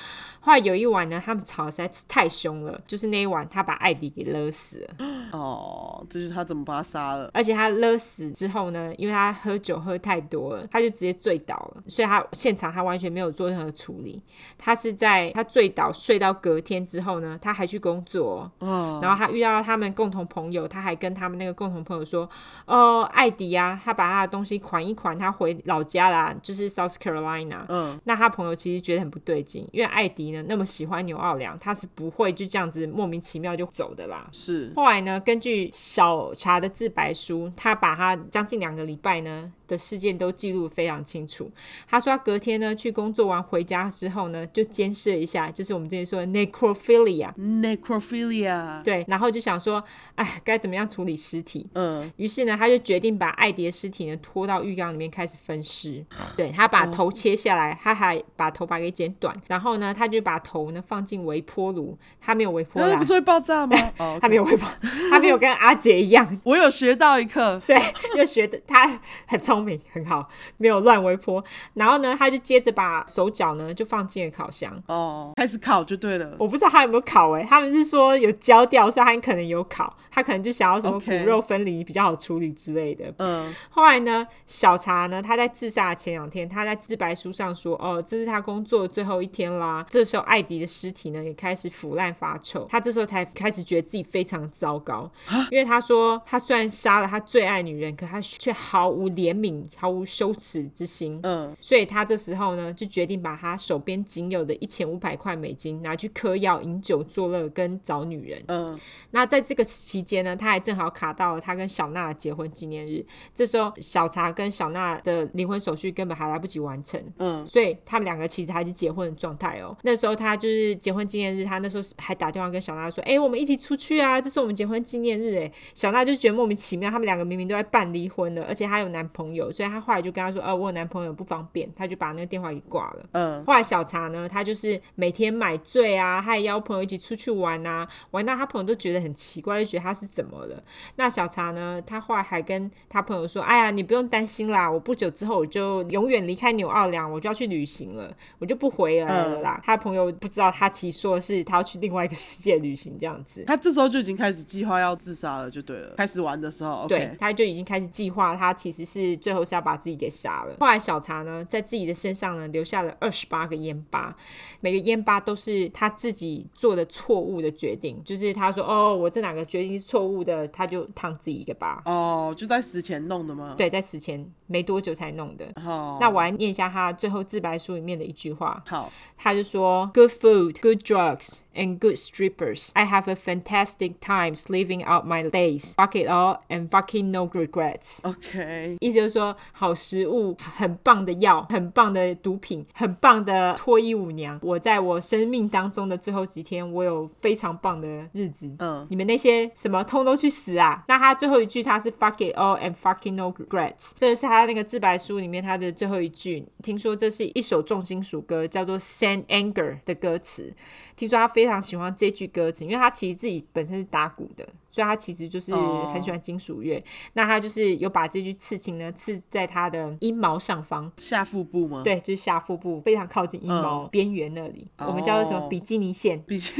Speaker 1: 后来有一晚呢，他们吵得实在是太凶了，就是那一晚他把艾迪给勒死了。
Speaker 2: 哦。好，这就是他怎么把他杀了。
Speaker 1: 而且他勒死之后呢，因为他喝酒喝太多了，他就直接醉倒了，所以他现场他完全没有做任何处理。他是在他醉倒睡到隔天之后呢，他还去工作哦、
Speaker 2: 嗯，
Speaker 1: 然后他遇到他们共同朋友，他还跟他们那个共同朋友说：“哦，艾迪啊，他把他的东西款一款，他回老家啦，就是 South Carolina。”
Speaker 2: 嗯，
Speaker 1: 那他朋友其实觉得很不对劲，因为艾迪呢那么喜欢纽奥良，他是不会就这样子莫名其妙就走的啦。
Speaker 2: 是
Speaker 1: 后来呢，根据小查的自白书，他把他将近两个礼拜呢的事件都记录得非常清楚。他说他隔天呢去工作完回家之后呢，就监视了一下，就是我们之前说的 necrophilia，
Speaker 2: necrophilia。
Speaker 1: 对，然后就想说，哎，该怎么样处理尸体？
Speaker 2: 嗯，
Speaker 1: 于是呢，他就决定把艾迪的尸体呢拖到浴缸里面开始分尸。对他把头切下来，他还把头发给剪短，然后呢，他就把头呢放进微波炉，他没有微波
Speaker 2: 那
Speaker 1: 啦
Speaker 2: 哎嗯不，是会爆 炸吗？哦，
Speaker 1: 他没有微波，他没有跟阿杰一样，
Speaker 2: 我有学到一课。
Speaker 1: 对， 就学的他很聪明，很好，没有乱微波。然后呢，他就接着把手脚呢就放进了烤箱。
Speaker 2: 哦，开始烤就对了。
Speaker 1: 我不知道他有没有烤诶、他们是说有焦掉，所以他可能有烤，他可能就想要什么骨
Speaker 2: OK
Speaker 1: 肉分离比较好处理之类的。
Speaker 2: 嗯，
Speaker 1: 后来呢，小茶呢，他在自杀的前两天，他在自白书上说，哦，这是他工作的最后一天啦。这时候，艾迪的尸体呢也开始腐烂发臭，他这时候才开始觉得自己非常糟糕，因为他说，他虽然杀了他最爱女人，可他却毫无怜悯、毫无羞耻之心。
Speaker 2: 嗯，
Speaker 1: 所以他这时候呢，就决定把他手边仅有的一千五百块美金拿去嗑药、饮酒作乐跟找女人。
Speaker 2: 嗯，
Speaker 1: 那在这个期间呢，他还正好卡到了他跟小娜的结婚纪念日。这时候，小茶跟小娜的离婚手续根本还来不及完成，
Speaker 2: 嗯，
Speaker 1: 所以他们两个其实还是结婚的状态哦。那时候他就是结婚纪念日，他那时候还打电话跟小娜说：“哎、我们一起出去啊，这是我们结婚纪念日。”哎，小娜就觉得莫名其妙，他们两个明明都在办离婚了，而且她有男朋友，所以她后来就跟他说：“呃，我有男朋友不方便。”他就把那个电话给挂了。
Speaker 2: 嗯，
Speaker 1: 后来小茶呢，他就是每天买醉啊，他也邀朋友一起出去玩啊，玩到他朋友都觉得很奇怪，就觉得他是怎么了。那小茶呢，他后来还跟他朋友说：“哎呀，你不用担心啦，我不久之后我就永远离开纽奥良，我就要去旅行了，我就不回来了啦。他的朋友不知道他其实说的是他要去另外一个世界旅行这样子。
Speaker 2: 他这时候就已经开始计划要自杀了，就对了。开始玩的时候
Speaker 1: 对
Speaker 2: ，OK，，
Speaker 1: 他就已经开始计划，他其实是最后是要把自己给杀了。后来小茶呢，在自己的身上呢留下了二十八个烟疤，每个烟疤都是他自己做的错误的决定，就是他说哦，我这两个决定是错误的，他就烫自己一个疤。
Speaker 2: 哦，就在死前弄的吗？，
Speaker 1: 对，在死前没多久才弄的。
Speaker 2: 哦，
Speaker 1: 那我来念一下他最后自白书里面的一句话，
Speaker 2: 好，
Speaker 1: 他就说：“Good food, good drugs, and good strippers. I have a fantastic time sleeving out my days. Fuck it all and fucking no regrets.”
Speaker 2: OK，
Speaker 1: 意思就是说，好食物、很棒的药、很棒的毒品、很棒的脱衣舞娘。我在我生命当中的最后几天，我有非常棒的日子。
Speaker 2: 嗯
Speaker 1: 你们那些什么通都去死啊！那他最后一句他是 fuck it all and fucking no regrets，这是他那个自白书里面他的最后一句。听说这是一首重金属歌，叫做 Sand Anger 的歌词。听说他非常喜欢这句歌词，因为他其实自己本身是打鼓的，所以他其实就是
Speaker 2: 哦
Speaker 1: 很喜欢金属乐。那他就是有把这句刺青呢刺在他的阴毛上方，
Speaker 2: 下腹部吗？，
Speaker 1: 对，就是下腹部非常靠近阴毛边缘那里，我们叫做什
Speaker 2: 嗯
Speaker 1: 么
Speaker 2: 哦
Speaker 1: 比基尼线。
Speaker 2: 毕 竟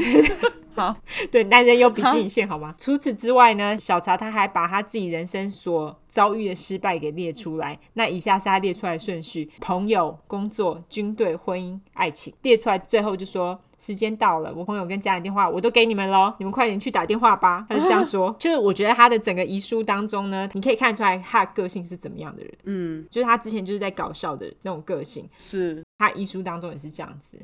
Speaker 2: 好，
Speaker 1: 对，男人有比基尼线好吗？除此之外呢，小茶他还把他自己人生所遭遇的失败给列出来。那以下是他列出来的顺序：朋友、工作、军队、婚姻、爱情。列出来最后就说。时间到了，我朋友跟家人电话我都给你们喽，你们快点去打电话吧。他就这样说，就是我觉得他的整个遗书当中呢，你可以看出来他的个性是怎么样的人，
Speaker 2: 嗯，
Speaker 1: 就是他之前就是在搞笑的那种个性，
Speaker 2: 是，
Speaker 1: 他遗书当中也是这样子，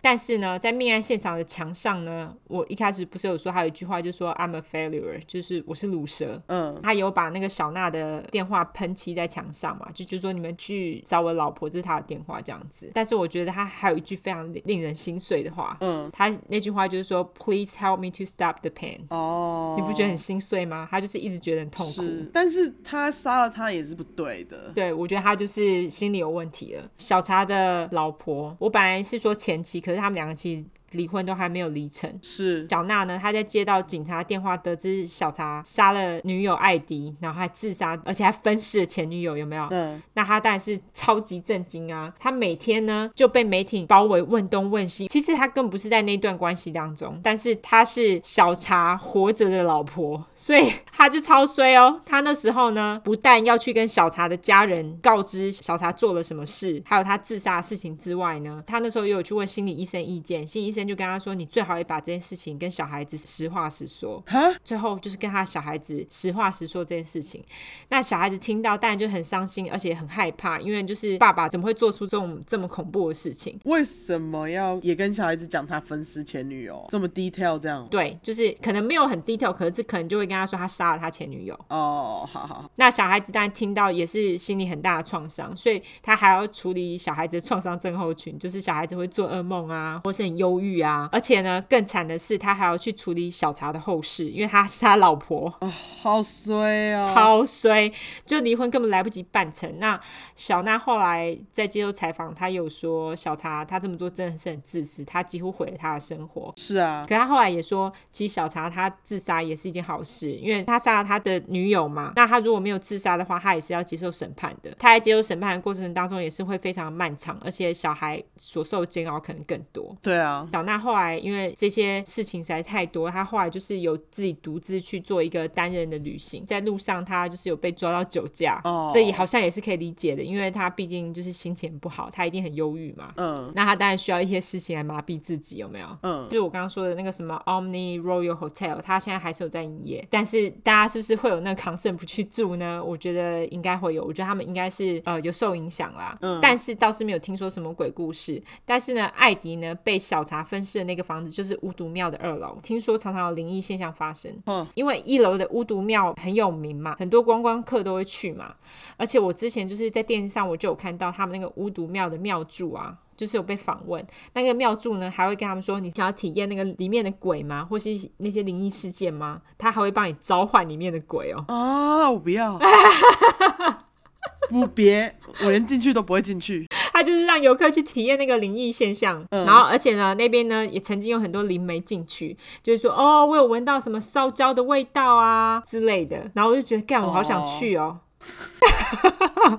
Speaker 1: 但是呢，在命案现场的墙上呢，我一开始不是有说他有一句话，就说 I'm a failure，就是我是卤蛇。
Speaker 2: 嗯，
Speaker 1: 他有把那个小娜的电话喷漆在墙上嘛，就就说你们去找我老婆，这是她的电话这样子。但是我觉得他还有一句非常令令人心碎的话，
Speaker 2: 嗯，
Speaker 1: 他那句话就是说 Please help me to stop the pain。
Speaker 2: 哦，
Speaker 1: 你不觉得很心碎吗？他就是一直觉得很痛苦。
Speaker 2: 是？但是他杀了他也是不对的。
Speaker 1: 对，我觉得他就是心理有问题了。小茶的老婆，我本来是说前妻，可是他们两个其实离婚都还没有离成。
Speaker 2: 是
Speaker 1: 小娜呢，她在接到警察电话，得知小茶杀了女友艾迪，然后还自杀，而且还分尸了前女友，有没有？
Speaker 2: 嗯，
Speaker 1: 那她当然是超级震惊啊！她每天呢就被媒体包围，问东问西。其实她根本不是在那段关系当中，但是她是小茶活着的老婆，所以她就超衰哦。她那时候呢，不但要去跟小茶的家人告知小茶做了什么事，还有她自杀的事情之外呢，她那时候也有去问心理医生意见，心理医生就跟她说，你最好也把这件事情跟小孩子实话实说。
Speaker 2: 哈，
Speaker 1: 最后就是跟他小孩子实话实说这件事情。那小孩子听到当然就很伤心，而且很害怕，因为就是爸爸怎么会做出这种这么恐怖的事情？
Speaker 2: 为什么要也跟小孩子讲他分尸前女友这么 detail 这样？
Speaker 1: 对，就是可能没有很 detail，可是可能就会跟他说他杀了他前女友。
Speaker 2: 哦，好好，好
Speaker 1: 那小孩子当然听到也是心里很大的创伤，所以他还要处理小孩子的创伤症候群，就是小孩子会做噩梦啊，或是很忧郁啊。而且呢，更惨的是他还要去处理小茶的后事，因为他是他老婆。
Speaker 2: 好衰哦，
Speaker 1: 超衰，就离婚根本来不及办成。那小娜后来在接受采访，她有说小茶她这么做真的是很自私，她几乎毁了她的生活。
Speaker 2: 是啊，
Speaker 1: 可她后来也说，其实小茶她自杀也是一件好事，因为她杀了她的女友嘛。那她如果没有自杀的话，她也是要接受审判的。她在接受审判的过程当中也是会非常漫长，而且小孩所受的煎熬可能更多。
Speaker 2: 对啊，
Speaker 1: 小娜后来因为这些事情实在太多，她后来就是有自己独自去做一个单人的旅行，在路上她就是有被抓到酒驾，
Speaker 2: 哦
Speaker 1: 这也好像也是可以理解的，因为她毕竟就是心情不好，她一定很忧郁嘛。
Speaker 2: 嗯
Speaker 1: 那她当然需要一些事情来麻痹自己，有没有？
Speaker 2: 嗯，
Speaker 1: 就是我刚刚说的那个什么 Omni Royal Hotel，它现在还是有在营业，但是大家是不是会有那个 concern 不去住呢？我觉得应该会有，我觉得他们应该是呃有受影响啦。嗯，但是倒是没有听说什么鬼故事。但是呢，艾迪呢被小茶分尸的那个房子就是巫毒庙的二楼，听说常常有灵异现象发生。
Speaker 2: 嗯，
Speaker 1: 因为一楼的巫毒庙很有名嘛，很多观光客都会去嘛。而且我之前就是在电视上我就有看到他们那个巫毒庙的庙祝啊。就是有被访问，那个庙祝呢，还会跟他们说，你想要体验那个里面的鬼吗？或是那些灵异事件吗？他还会帮你召唤里面的鬼哦。
Speaker 2: 啊，我不要，不别，我连进去都不会进去，
Speaker 1: 他就是让游客去体验那个灵异现象。然后，而且呢，那边呢也曾经有很多灵媒进去，就是说，哦，我有闻到什么烧焦的味道啊之类的。然后我就觉得，干，我好想去哦。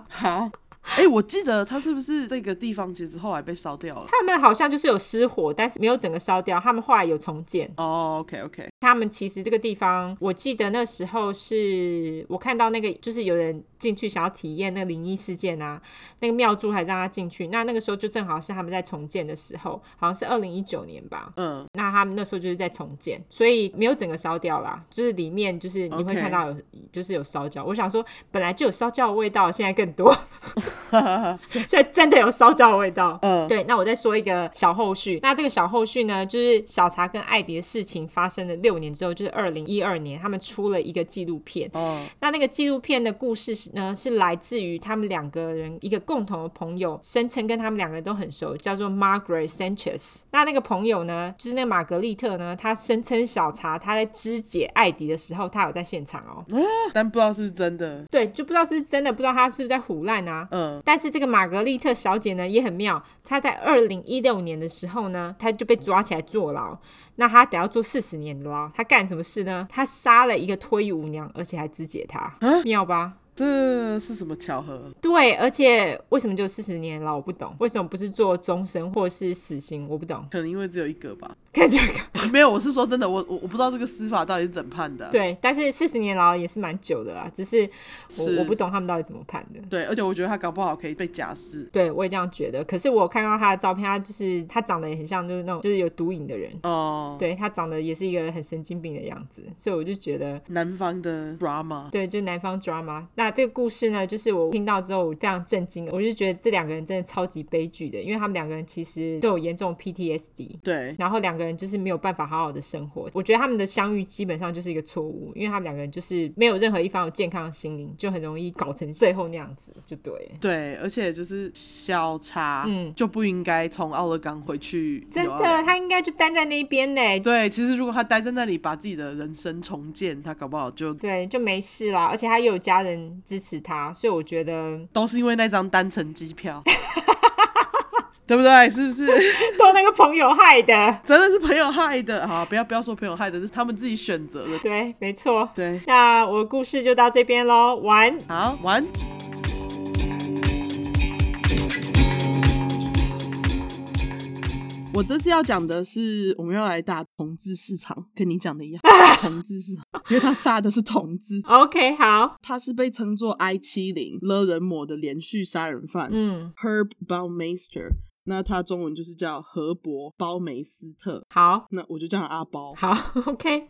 Speaker 2: 好。哎、我记得他是不是这个地方其实后来被烧掉了？
Speaker 1: 他们好像就是有失火，但是没有整个烧掉，他们后来有重建。
Speaker 2: 哦、o k OK，
Speaker 1: 他们其实这个地方，我记得那时候是我看到那个，就是有人进去想要体验那个灵异事件啊，那个庙祝还让他进去。那那个时候就正好是他们在重建的时候，好像是二零一九年吧。
Speaker 2: 嗯，
Speaker 1: 那他们那时候就是在重建，所以没有整个烧掉啦，就是里面就是你会
Speaker 2: OK
Speaker 1: 看到有就是有烧焦。我想说，本来就有烧焦的味道，现在更 多，现在真的有烧焦的味道。
Speaker 2: 嗯
Speaker 1: 对。那我再说一个小后续，那这个小后续呢，就是小茶跟艾迪的事情发生了六年之后，就是二零一二年，他们出了一个纪录片。
Speaker 2: 哦，
Speaker 1: 那那个纪录片的故事是呢，是来自于他们两个人一个共同的朋友，声称跟他们两个人都很熟，叫做 Margaret Sanchez。那那个朋友呢，就是那个玛格丽特呢，她声称小茶她在肢解艾迪的时候，她有在现场哦。
Speaker 2: 但不知道是不是真的，
Speaker 1: 对，就不知道是不是真的，不知道她是不是在胡乱啊。
Speaker 2: 嗯，
Speaker 1: 但是这个玛格丽特小姐呢也很妙，她在二零一六年的时候呢，她就被抓起来坐牢。那她得要坐四十年的牢。她干什么事呢？她杀了一个脱衣舞娘，而且还肢解她，妙吧？
Speaker 2: 这是什么巧合？
Speaker 1: 对，而且为什么就四十年牢？我不懂，为什么不是做终身或是死刑？我不懂。
Speaker 2: 可能因为只有一个吧，
Speaker 1: 看这个，
Speaker 2: 没有，我是说真的，我我我不知道这个司法到底是怎么判的啊、
Speaker 1: 对，但是四十年牢也是蛮久的啦，只是我
Speaker 2: 是
Speaker 1: 我不懂他们到底怎么判的。
Speaker 2: 对，而且我觉得他搞不好可以被假释。
Speaker 1: 对，我也这样觉得。可是我看到他的照片，他就是他长得也很像，就是那种就是有毒瘾的人。
Speaker 2: 哦、
Speaker 1: 对他长得也是一个很神经病的样子，所以我就觉得。
Speaker 2: 南方的 drama，
Speaker 1: 对，就南方 drama。那这个故事呢，就是我听到之后，我非常震惊，我就觉得这两个人真的超级悲剧的，因为他们两个人其实都有严重 PTSD。
Speaker 2: 对，
Speaker 1: 然后两个人就是没有办法好好的生活。我觉得他们的相遇基本上就是一个错误，因为他们两个人就是没有任何一方有健康的心灵，就很容易搞成最后那样子，就对了。
Speaker 2: 对，而且就是小茶，
Speaker 1: 嗯
Speaker 2: 就不应该从奥勒冈回去。
Speaker 1: 真的，，他应该就待在那边呢，
Speaker 2: 对，其实如果他待在那里，把自己的人生重建，他搞不好就
Speaker 1: 对，就没事啦。而且他也有家人支持他，所以我觉得
Speaker 2: 都是因为那张单程机票。对不对？是不是？
Speaker 1: 都那个朋友害的。
Speaker 2: 真的是朋友害的啊！不要不要说朋友害的，是他们自己选择的。
Speaker 1: 对，没错。
Speaker 2: 对，
Speaker 1: 那我的故事就到这边喽，完。
Speaker 2: 好玩。我这次要讲的是，我们要来打同志市场，跟你讲的一样，同志市场，因为他杀的是同志，
Speaker 1: OK，好，
Speaker 2: 他是被称作 I 七零勒人魔的连续杀人犯、
Speaker 1: 嗯，
Speaker 2: Herb Baumeister，那他中文就是叫何伯包梅斯特，
Speaker 1: 好，
Speaker 2: 那我就叫他阿包。
Speaker 1: 好，OK，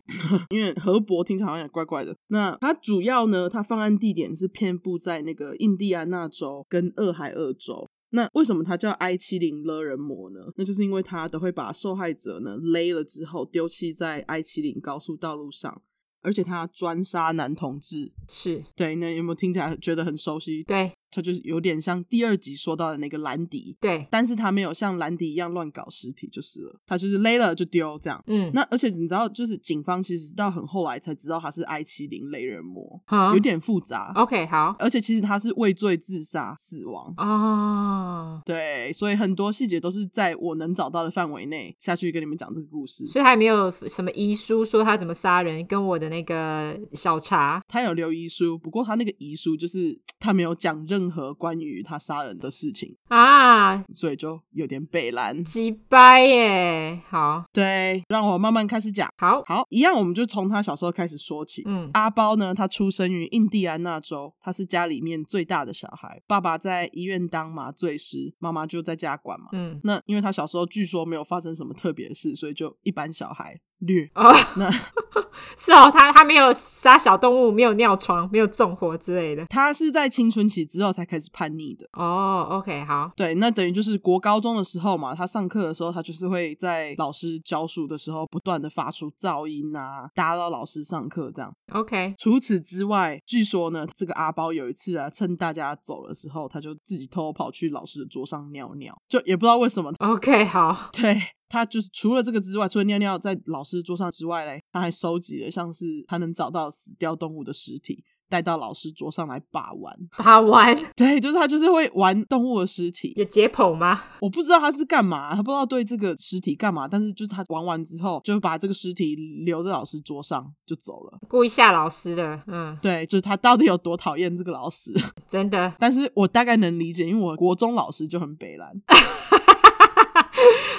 Speaker 2: 因为河伯听起来好像也怪怪的。那它主要呢，它犯案地点是遍布在那个印第安纳州跟俄亥俄州。那为什么它叫 I 七零勒人魔呢？那就是因为它都会把受害者呢勒了之后丢弃在 I 七零高速道路上，而且它专杀男同志。
Speaker 1: 是
Speaker 2: 对，那有没有听起来觉得很熟悉？
Speaker 1: 对
Speaker 2: 它就是有点像第二集说到的那个兰迪，
Speaker 1: 对，
Speaker 2: 但是它没有像兰迪一样乱搞尸体就是了，它就是勒了就丢这样。
Speaker 1: 嗯，
Speaker 2: 那而且你知道，就是警方其实到很后来才知道他是 I 七零雷人魔，
Speaker 1: 好
Speaker 2: 有点复杂。
Speaker 1: ，OK，好，
Speaker 2: 而且其实他是畏罪自杀死亡，
Speaker 1: 哦，
Speaker 2: 对，所以很多细节都是在我能找到的范围内下去跟你们讲这个故事。
Speaker 1: 所以还没有什么遗书说他怎么杀人，跟我的那个小茶，
Speaker 2: 他有留遗书，不过他那个遗书就是他没有讲任何关于他杀人的事情，
Speaker 1: 啊，
Speaker 2: 所以就有点北蓝。
Speaker 1: 鸡掰耶！好
Speaker 2: 对，让我慢慢开始讲。
Speaker 1: 好，
Speaker 2: 好，一样，我们就从他小时候开始说起。
Speaker 1: 嗯
Speaker 2: 阿包呢，他出生于印第安纳州，他是家里面最大的小孩。爸爸在医院当麻醉师，妈妈就在家管嘛。
Speaker 1: 嗯，
Speaker 2: 那因为他小时候据说没有发生什么特别的事，所以就一般小孩略。
Speaker 1: 哦，
Speaker 2: 那
Speaker 1: 是哦，他他没有杀小动物，没有尿床，没有纵火之类的。
Speaker 2: 他是在青春期之后才开始叛逆的。
Speaker 1: 哦，OK，好，
Speaker 2: 对，那等于就是国高中的时候嘛，他上课的时候，他就是会在老师教书的时候不断的发出噪音啊，打扰老师上课这样。
Speaker 1: ，OK，
Speaker 2: 除此之外，据说呢，这个阿包有一次啊，趁大家走的时候，他就自己偷偷跑去老师的桌上尿尿，就也不知道为什么。
Speaker 1: OK，好，
Speaker 2: 对他就是除了这个之外，除了尿尿在老师桌上之外嘞，他还收集了像是他能找到死掉动物的尸体，带到老师桌上来把玩。
Speaker 1: 把玩
Speaker 2: 对，就是他就是会玩动物的尸体。
Speaker 1: 有解剖吗？
Speaker 2: 我不知道他是干嘛，他不知道对这个尸体干嘛，但是就是他玩完之后，就把这个尸体留在老师桌上就走了。
Speaker 1: 故意吓老师的，嗯，
Speaker 2: 对，就是他到底有多讨厌这个老师。
Speaker 1: 真的，
Speaker 2: 但是我大概能理解，因为我国中老师就很北蓝，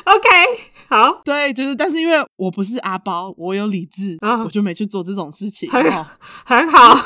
Speaker 1: OK，好，
Speaker 2: 对，就是，但是因为我不是阿包，我有理智，
Speaker 1: 啊
Speaker 2: 我就没去做这种事情。
Speaker 1: 哎呀
Speaker 2: 哦，
Speaker 1: 很好，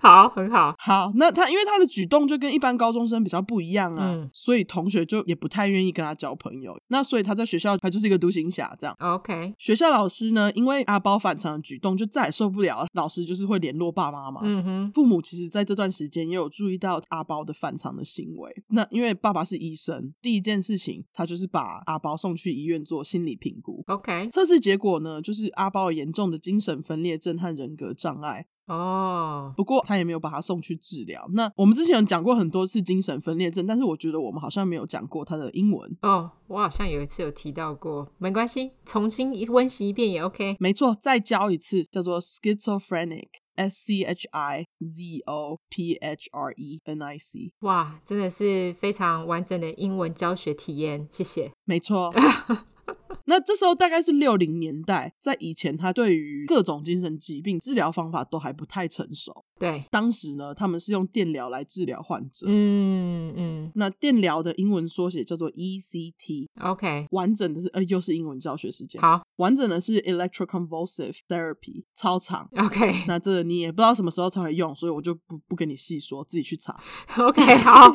Speaker 1: 好，很好，
Speaker 2: 好，那他因为他的举动就跟一般高中生比较不一样啊，
Speaker 1: 嗯
Speaker 2: 所以同学就也不太愿意跟他交朋友。那所以他在学校他就是一个独行侠这样。
Speaker 1: ，OK，
Speaker 2: 学校老师呢，因为阿包反常的举动，就再也受不了了，老师就是会联络爸妈嘛。
Speaker 1: 嗯哼，
Speaker 2: 父母其实在这段时间也有注意到阿包的反常的行为。那因为爸爸是医生，第一件事情他就是把阿包送去医院做心理评估。
Speaker 1: ，OK，
Speaker 2: 测试结果呢，就是阿包有严重的精神分裂症和人格障碍。
Speaker 1: 哦，
Speaker 2: 不过他也没有把他送去治疗。那我们之前有讲过很多次精神分裂症，但是我觉得我们好像没有讲过他的英文。
Speaker 1: 哦，我好像有一次有提到过，没关系，重新一温习一遍也 OK。
Speaker 2: 没错，再教一次，叫做 schizophrenic。S C H I Z O P H R E N I C，
Speaker 1: 哇，真的是非常完整的英文教学体验，谢谢。
Speaker 2: 没错。 那这时候大概是六零年代，在以前，他对于各种精神疾病治疗方法都还不太成熟。
Speaker 1: 对，
Speaker 2: 当时呢，他们是用电疗来治疗患者。
Speaker 1: 嗯嗯
Speaker 2: 那电疗的英文缩写叫做 ECT，
Speaker 1: ，OK，
Speaker 2: 完整的是呃又是英文教学时间，
Speaker 1: 好
Speaker 2: 完整的是 Electroconvulsive Therapy，超长。
Speaker 1: 嗯，OK
Speaker 2: 那这个你也不知道什么时候才会用，所以我就不不跟你细说，自己去查。
Speaker 1: OK，好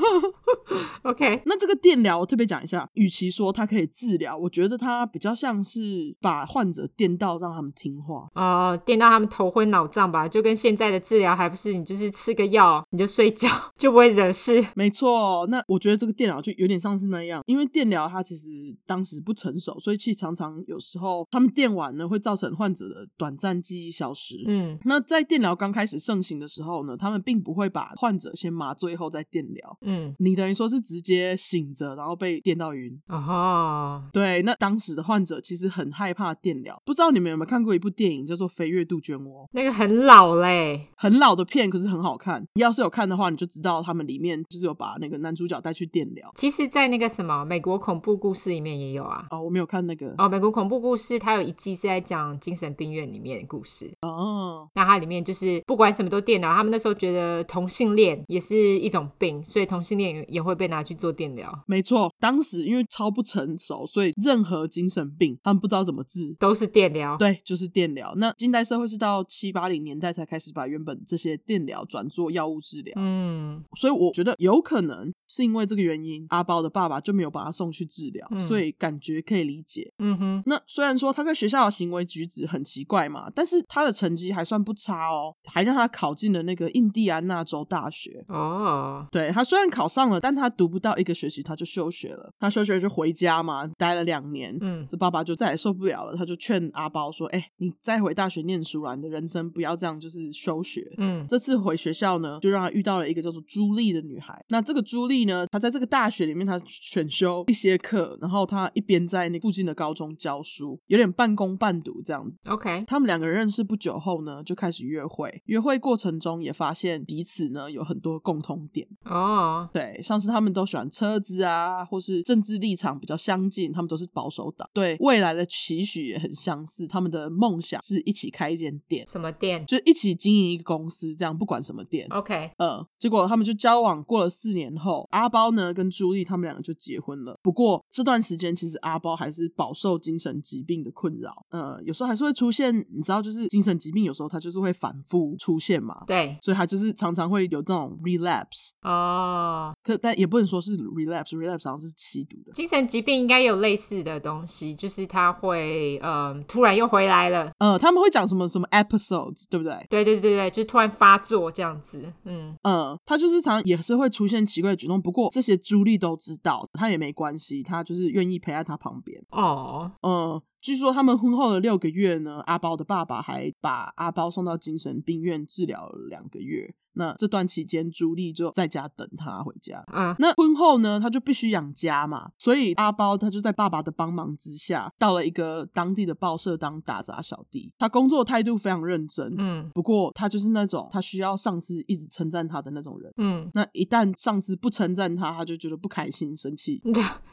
Speaker 1: ，OK，
Speaker 2: 那这个电疗，我特别讲一下，与其说它可以治疗，我觉得它比较像是把患者电到让他们听话。
Speaker 1: 哦、电到他们头昏脑胀吧，就跟现在的治疗还不是你就是吃个药你就睡觉 就不会惹事。
Speaker 2: 没错，那我觉得这个电疗就有点像是那样，因为电疗它其实当时不成熟，所以其实常常有时候他们电完呢会造成患者的短暂记忆消失。
Speaker 1: 嗯，
Speaker 2: 那在电疗刚开始盛行的时候呢，他们并不会把患者先麻醉后再电疗，
Speaker 1: 嗯，
Speaker 2: 你等于说是直接醒着，然后被电到晕。
Speaker 1: 哦，
Speaker 2: 对，那当时的患者其实很害怕电疗，不知道你们有没有看过一部电影叫做《飞越杜鹃窝》？
Speaker 1: 那个很老嘞，
Speaker 2: 很老的片，可是很好看。要是有看的话，你就知道他们里面就是有把那个男主角带去电疗。
Speaker 1: 其实，在那个什么美国恐怖故事里面也有啊。
Speaker 2: 哦，我没有看那个。
Speaker 1: 哦，美国恐怖故事它有一季是在讲精神病院里面的故事。
Speaker 2: 哦，
Speaker 1: 那它里面就是不管什么都电疗，他们那时候觉得同性恋也是一种病，所以同性恋也也会被拿去做电疗，
Speaker 2: 没错，当时因为超不成熟，所以任何精神病他们不知道怎么治。
Speaker 1: 都是电疗。
Speaker 2: 对，就是电疗。那近代社会是到七八零年代才开始把原本这些电疗转做药物治疗，
Speaker 1: 嗯，
Speaker 2: 所以我觉得有可能是因为这个原因，阿包的爸爸就没有把他送去治疗，
Speaker 1: 嗯
Speaker 2: 所以感觉可以理解。
Speaker 1: 嗯哼，
Speaker 2: 那虽然说他在学校的行为举止很奇怪嘛，但是他的成绩还算不差哦，还让他考进了那个印第安纳州大学。
Speaker 1: 哦，
Speaker 2: 对他虽然考上了，但他读不到一个学期他就休学了，他休学就回家嘛，待了两年。
Speaker 1: 嗯
Speaker 2: 这爸爸就再也受不了了，他就劝阿包说：“哎、你再回大学念书啦，你的人生不要这样，就是休学。
Speaker 1: 嗯
Speaker 2: 这次回学校呢，就让他遇到了一个叫做朱莉的女孩。那这个朱莉呢，她在这个大学里面，她选修一些课，然后她一边在那附近的高中教书，有点半工半读这样子。
Speaker 1: ，OK，
Speaker 2: 他们两个人认识不久后呢，就开始约会。约会过程中也发现彼此呢有很多共同点，
Speaker 1: 哦，
Speaker 2: 对，像是他们都喜欢车子啊，或是政治立场比较相近，他们都是保守党，对未来的期许也很相似。他们的梦想是一起开一间店，
Speaker 1: 什么店
Speaker 2: 就是一起经营一个公司，这样不管什么店。
Speaker 1: ？OK，
Speaker 2: 呃，结果他们就交往过了四年后，阿包呢跟朱莉他们两个就结婚了。不过这段时间其实阿包还是饱受精神疾病的困扰，呃，有时候还是会出现，你知道，就是精神疾病有时候它就是会反复出现嘛，
Speaker 1: 对，
Speaker 2: 所以他就是常常会有这种 relapse，
Speaker 1: 哦，
Speaker 2: 可但也不能说是 relapse，relapse 好像是吸毒的。
Speaker 1: 精神疾病应该有类似的东西，就是它会，嗯，突然又回来了。
Speaker 2: 呃，他们会讲什么什么 episodes，对不对？
Speaker 1: 对对对对，就突然发作这样子，嗯
Speaker 2: 嗯，他就是常也是会出现奇怪的举动，不过这些朱莉都知道，他也没关系，他就是愿意陪在他旁边。
Speaker 1: 哦，
Speaker 2: 嗯，据说他们婚后的六个月呢，阿包的爸爸还把阿包送到精神病院治疗了两个月。那这段期间，朱莉就在家等他回家。
Speaker 1: 嗯
Speaker 2: 那婚后呢，他就必须养家嘛，所以阿包他就在爸爸的帮忙之下，到了一个当地的报社当打杂小弟。他工作态度非常认真，
Speaker 1: 嗯
Speaker 2: 不过他就是那种他需要上司一直称赞他的那种人。
Speaker 1: 嗯，
Speaker 2: 那一旦上司不称赞他，他就觉得不开心、生气，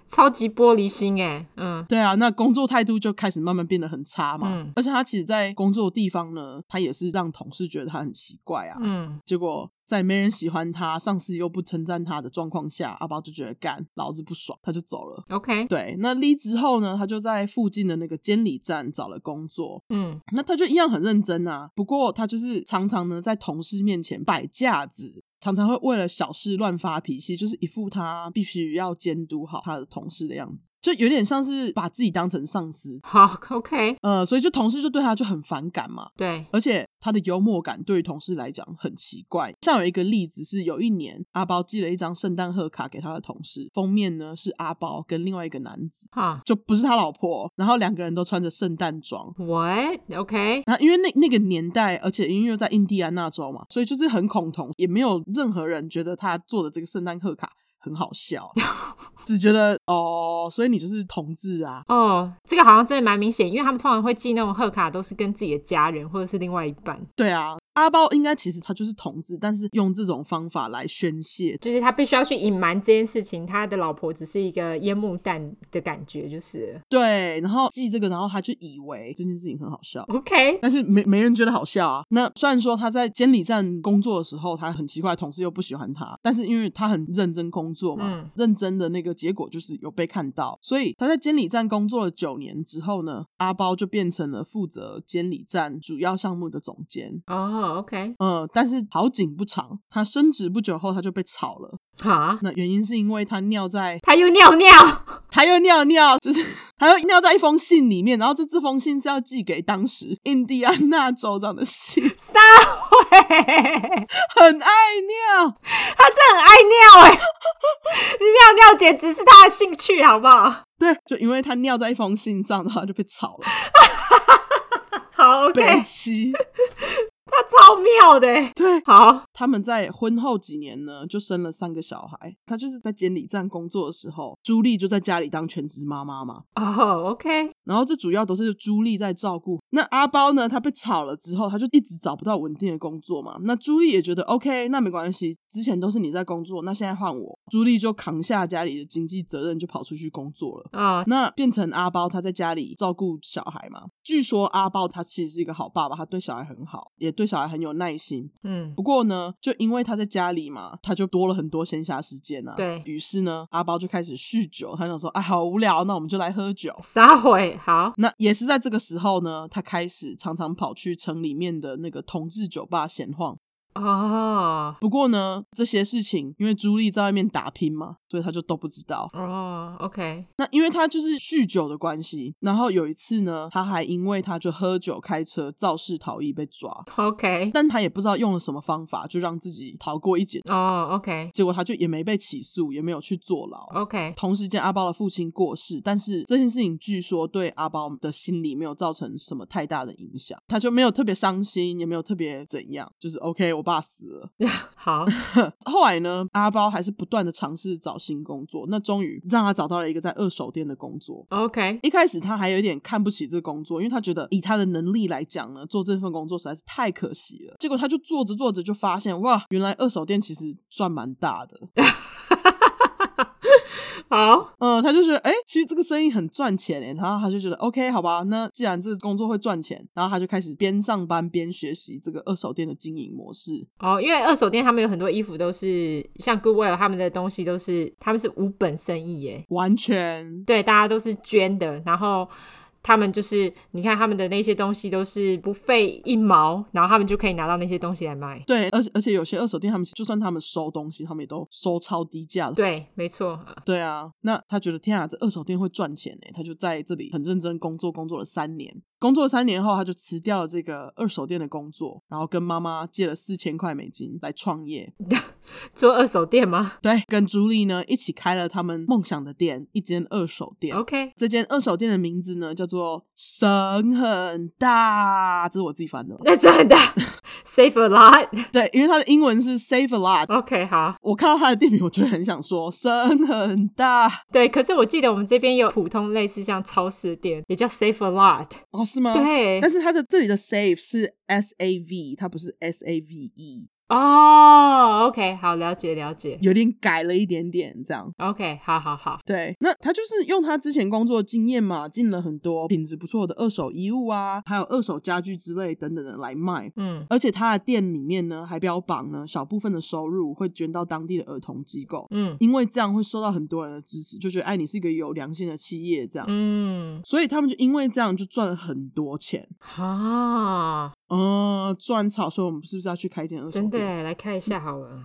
Speaker 1: 超级玻璃心哎，嗯
Speaker 2: 对啊，那工作态度就开始慢慢变得很差嘛。
Speaker 1: 嗯
Speaker 2: 而且他其实，在工作地方呢，他也是让同事觉得他很奇怪啊。
Speaker 1: 嗯，
Speaker 2: 结果在没人喜欢他，上司又不称赞他的状况下，阿包就觉得干，老子不爽，他就走了。
Speaker 1: OK，
Speaker 2: 对，那离职后呢，他就在附近的那个监理站找了工作。
Speaker 1: 嗯
Speaker 2: 那他就一样很认真啊，不过他就是常常呢在同事面前摆架子，常常会为了小事乱发脾气，就是一副他必须要监督好他的同事的样子，就有点像是把自己当成上司。
Speaker 1: 好，OK，
Speaker 2: 呃，所以就同事就对他就很反感嘛，
Speaker 1: 对，
Speaker 2: 而且他的幽默感对于同事来讲很奇怪。像有一个例子是，有一年阿包寄了一张圣诞贺卡给他的同事，封面呢是阿包跟另外一个男子，
Speaker 1: 哈
Speaker 2: 就不是他老婆，然后两个人都穿着圣诞装，
Speaker 1: ，What？OK，
Speaker 2: 然后啊因为那那个年代，而且因为又在印第安纳州嘛，所以就是很恐同，也没有任何人觉得他做的这个圣诞贺卡很好笑， 只觉得哦，所以你就是同志啊。
Speaker 1: 哦，这个好像真的蛮明显，因为他们通常会寄那种贺卡，都是跟自己的家人或者是另外一半，
Speaker 2: 对啊，阿包应该其实他就是同志，但是用这种方法来宣泄。
Speaker 1: 就是他必须要去隐瞒这件事情，他的老婆只是一个烟幕弹的感觉，就是了
Speaker 2: 对，然后记这个，然后他就以为这件事情很好笑。
Speaker 1: OK，
Speaker 2: 但是没没人觉得好笑啊。那虽然说他在监理站工作的时候，他很奇怪，同事又不喜欢他，但是因为他很认真工作嘛，
Speaker 1: 嗯
Speaker 2: 认真的那个结果就是有被看到，所以他在监理站工作了九年之后呢，阿包就变成了负责监理站主要项目的总监。
Speaker 1: 哦，OK，
Speaker 2: 呃，但是好景不长，他升职不久后他就被炒了。
Speaker 1: 哈，
Speaker 2: 那原因是因为他尿在，
Speaker 1: 他又尿尿，
Speaker 2: 他又尿尿， 就是他又尿在一封信里面，然后这这封信是要寄给当时印第安纳州长的信，
Speaker 1: 撒 谎。
Speaker 2: 很爱尿。
Speaker 1: 他真的很爱尿哎、 尿尿简直是他的兴趣，好不好？
Speaker 2: 对，就因为他尿在一 封信上，然后就被炒了，
Speaker 1: 好
Speaker 2: 北
Speaker 1: ，OK，
Speaker 2: 七。
Speaker 1: 他超妙的欸。
Speaker 2: 对，
Speaker 1: 好，
Speaker 2: 他们在婚后几年呢，就生了三个小孩。他就是在监理站工作的时候，朱莉就在家里当全职妈妈嘛。
Speaker 1: 哦，OK，
Speaker 2: 然后这主要都是朱莉在照顾。那阿包呢，他被炒了之后，他就一直找不到稳定的工作嘛。那朱莉也觉得 OK，那没关系，之前都是你在工作，那现在换我。朱莉就扛下家里的经济责任，就跑出去工作了。
Speaker 1: 嗯，
Speaker 2: 那变成阿包他在家里照顾小孩嘛。据说阿包他其实是一个好爸爸，他对小孩很好，也对小孩很有耐心。
Speaker 1: 嗯，
Speaker 2: 不过呢，就因为他在家里嘛，他就多了很多闲暇时间啊。
Speaker 1: 对
Speaker 2: 于是呢，阿包就开始酗酒，他想说，哎，好无聊，那我们就来喝酒。
Speaker 1: 撒谎，好，
Speaker 2: 那也是在这个时候呢，他开始常常跑去城里面的那个同志酒吧闲晃。
Speaker 1: 哦，
Speaker 2: 不过呢，这些事情因为朱莉在外面打拼嘛，所以他就都不知道。
Speaker 1: 哦，OK，
Speaker 2: 那因为他就是酗酒的关系，然后有一次呢，他还因为他就喝酒开车肇事逃逸被抓，
Speaker 1: OK，
Speaker 2: 但他也不知道用了什么方法，就让自己逃过一劫。
Speaker 1: 哦，OK，OK，、
Speaker 2: 结果他就也没被起诉，也没有去坐牢。
Speaker 1: 哦
Speaker 2: 同时间，阿包的父亲过世，但是这件事情据说对阿包的心理没有造成什么太大的影响，他就没有特别伤心，也没有特别怎样，就是 OK，我爸死了。
Speaker 1: 好，
Speaker 2: 后来呢，阿包还是不断的尝试找新工作，那终于让他找到了一个在二手店的工作。
Speaker 1: OK，
Speaker 2: 一开始他还有一点看不起这个工作，因为他觉得以他的能力来讲呢，做这份工作实在是太可惜了。结果他就做着做着就发现，哇，原来二手店其实赚蛮大的。
Speaker 1: 好，
Speaker 2: 嗯，他就觉得，哎、其实这个生意很赚钱诶，然后他就觉得，OK，好吧，那既然这个工作会赚钱，然后他就开始边上班边学习这个二手店的经营模式。
Speaker 1: 哦，因为二手店他们有很多衣服都是像 Goodwill 他们的东西都是他们是无本生意耶，
Speaker 2: 完全，
Speaker 1: 对，大家都是捐的，然后他们就是你看他们的那些东西都是不费一毛，然后他们就可以拿到那些东西来卖。
Speaker 2: 对，而且而且有些二手店，他们就算他们收东西，他们也都收超低价的。
Speaker 1: 对，没错，呃
Speaker 2: 对啊，那他觉得天啊，这二手店会赚钱欸诶，他就在这里很认真工作，工作了三年。工作了三年后，他就辞掉了这个二手店的工作，然后跟妈妈借了四千块美金来创业。
Speaker 1: 做二手店吗
Speaker 2: 对，跟朱莉呢一起开了他们梦想的店，一间二手店。
Speaker 1: ？OK，。
Speaker 2: 这间二手店的名字呢叫做“神很大”，这是我自己翻的
Speaker 1: 那真的 save a lot。
Speaker 2: 对，因为它的英文是 “save a lot”。
Speaker 1: OK，好，
Speaker 2: 我看到它的店名，我就很想说“神很大
Speaker 1: 对。可是我记得我们这边有普通类似像超市的店，也叫 save a lot。”
Speaker 2: 哦，是吗？。
Speaker 1: 对
Speaker 2: 但，是它的这里的 “save” 是 “s a v”，它不是 “s a v e”，
Speaker 1: 哦，OK，好，了解了解。
Speaker 2: 有点改了一点点这样。
Speaker 1: OK，好好好，
Speaker 2: 对，那他就是用他之前工作的经验嘛，进了很多品质不错的二手衣物啊，还有二手家具之类等等的来卖。
Speaker 1: 嗯
Speaker 2: 而且他的店里面呢，还标榜呢，小部分的收入会捐到当地的儿童机构，
Speaker 1: 嗯
Speaker 2: 因为这样会受到很多人的支持，就觉得哎，你是一个有良心的企业这样。
Speaker 1: 嗯，
Speaker 2: 所以他们就因为这样就赚了很多钱，
Speaker 1: 啊，
Speaker 2: 嗯，赚草，所以我们是不是要去开店二手
Speaker 1: 真
Speaker 2: 店？
Speaker 1: 的耶来看一下好了。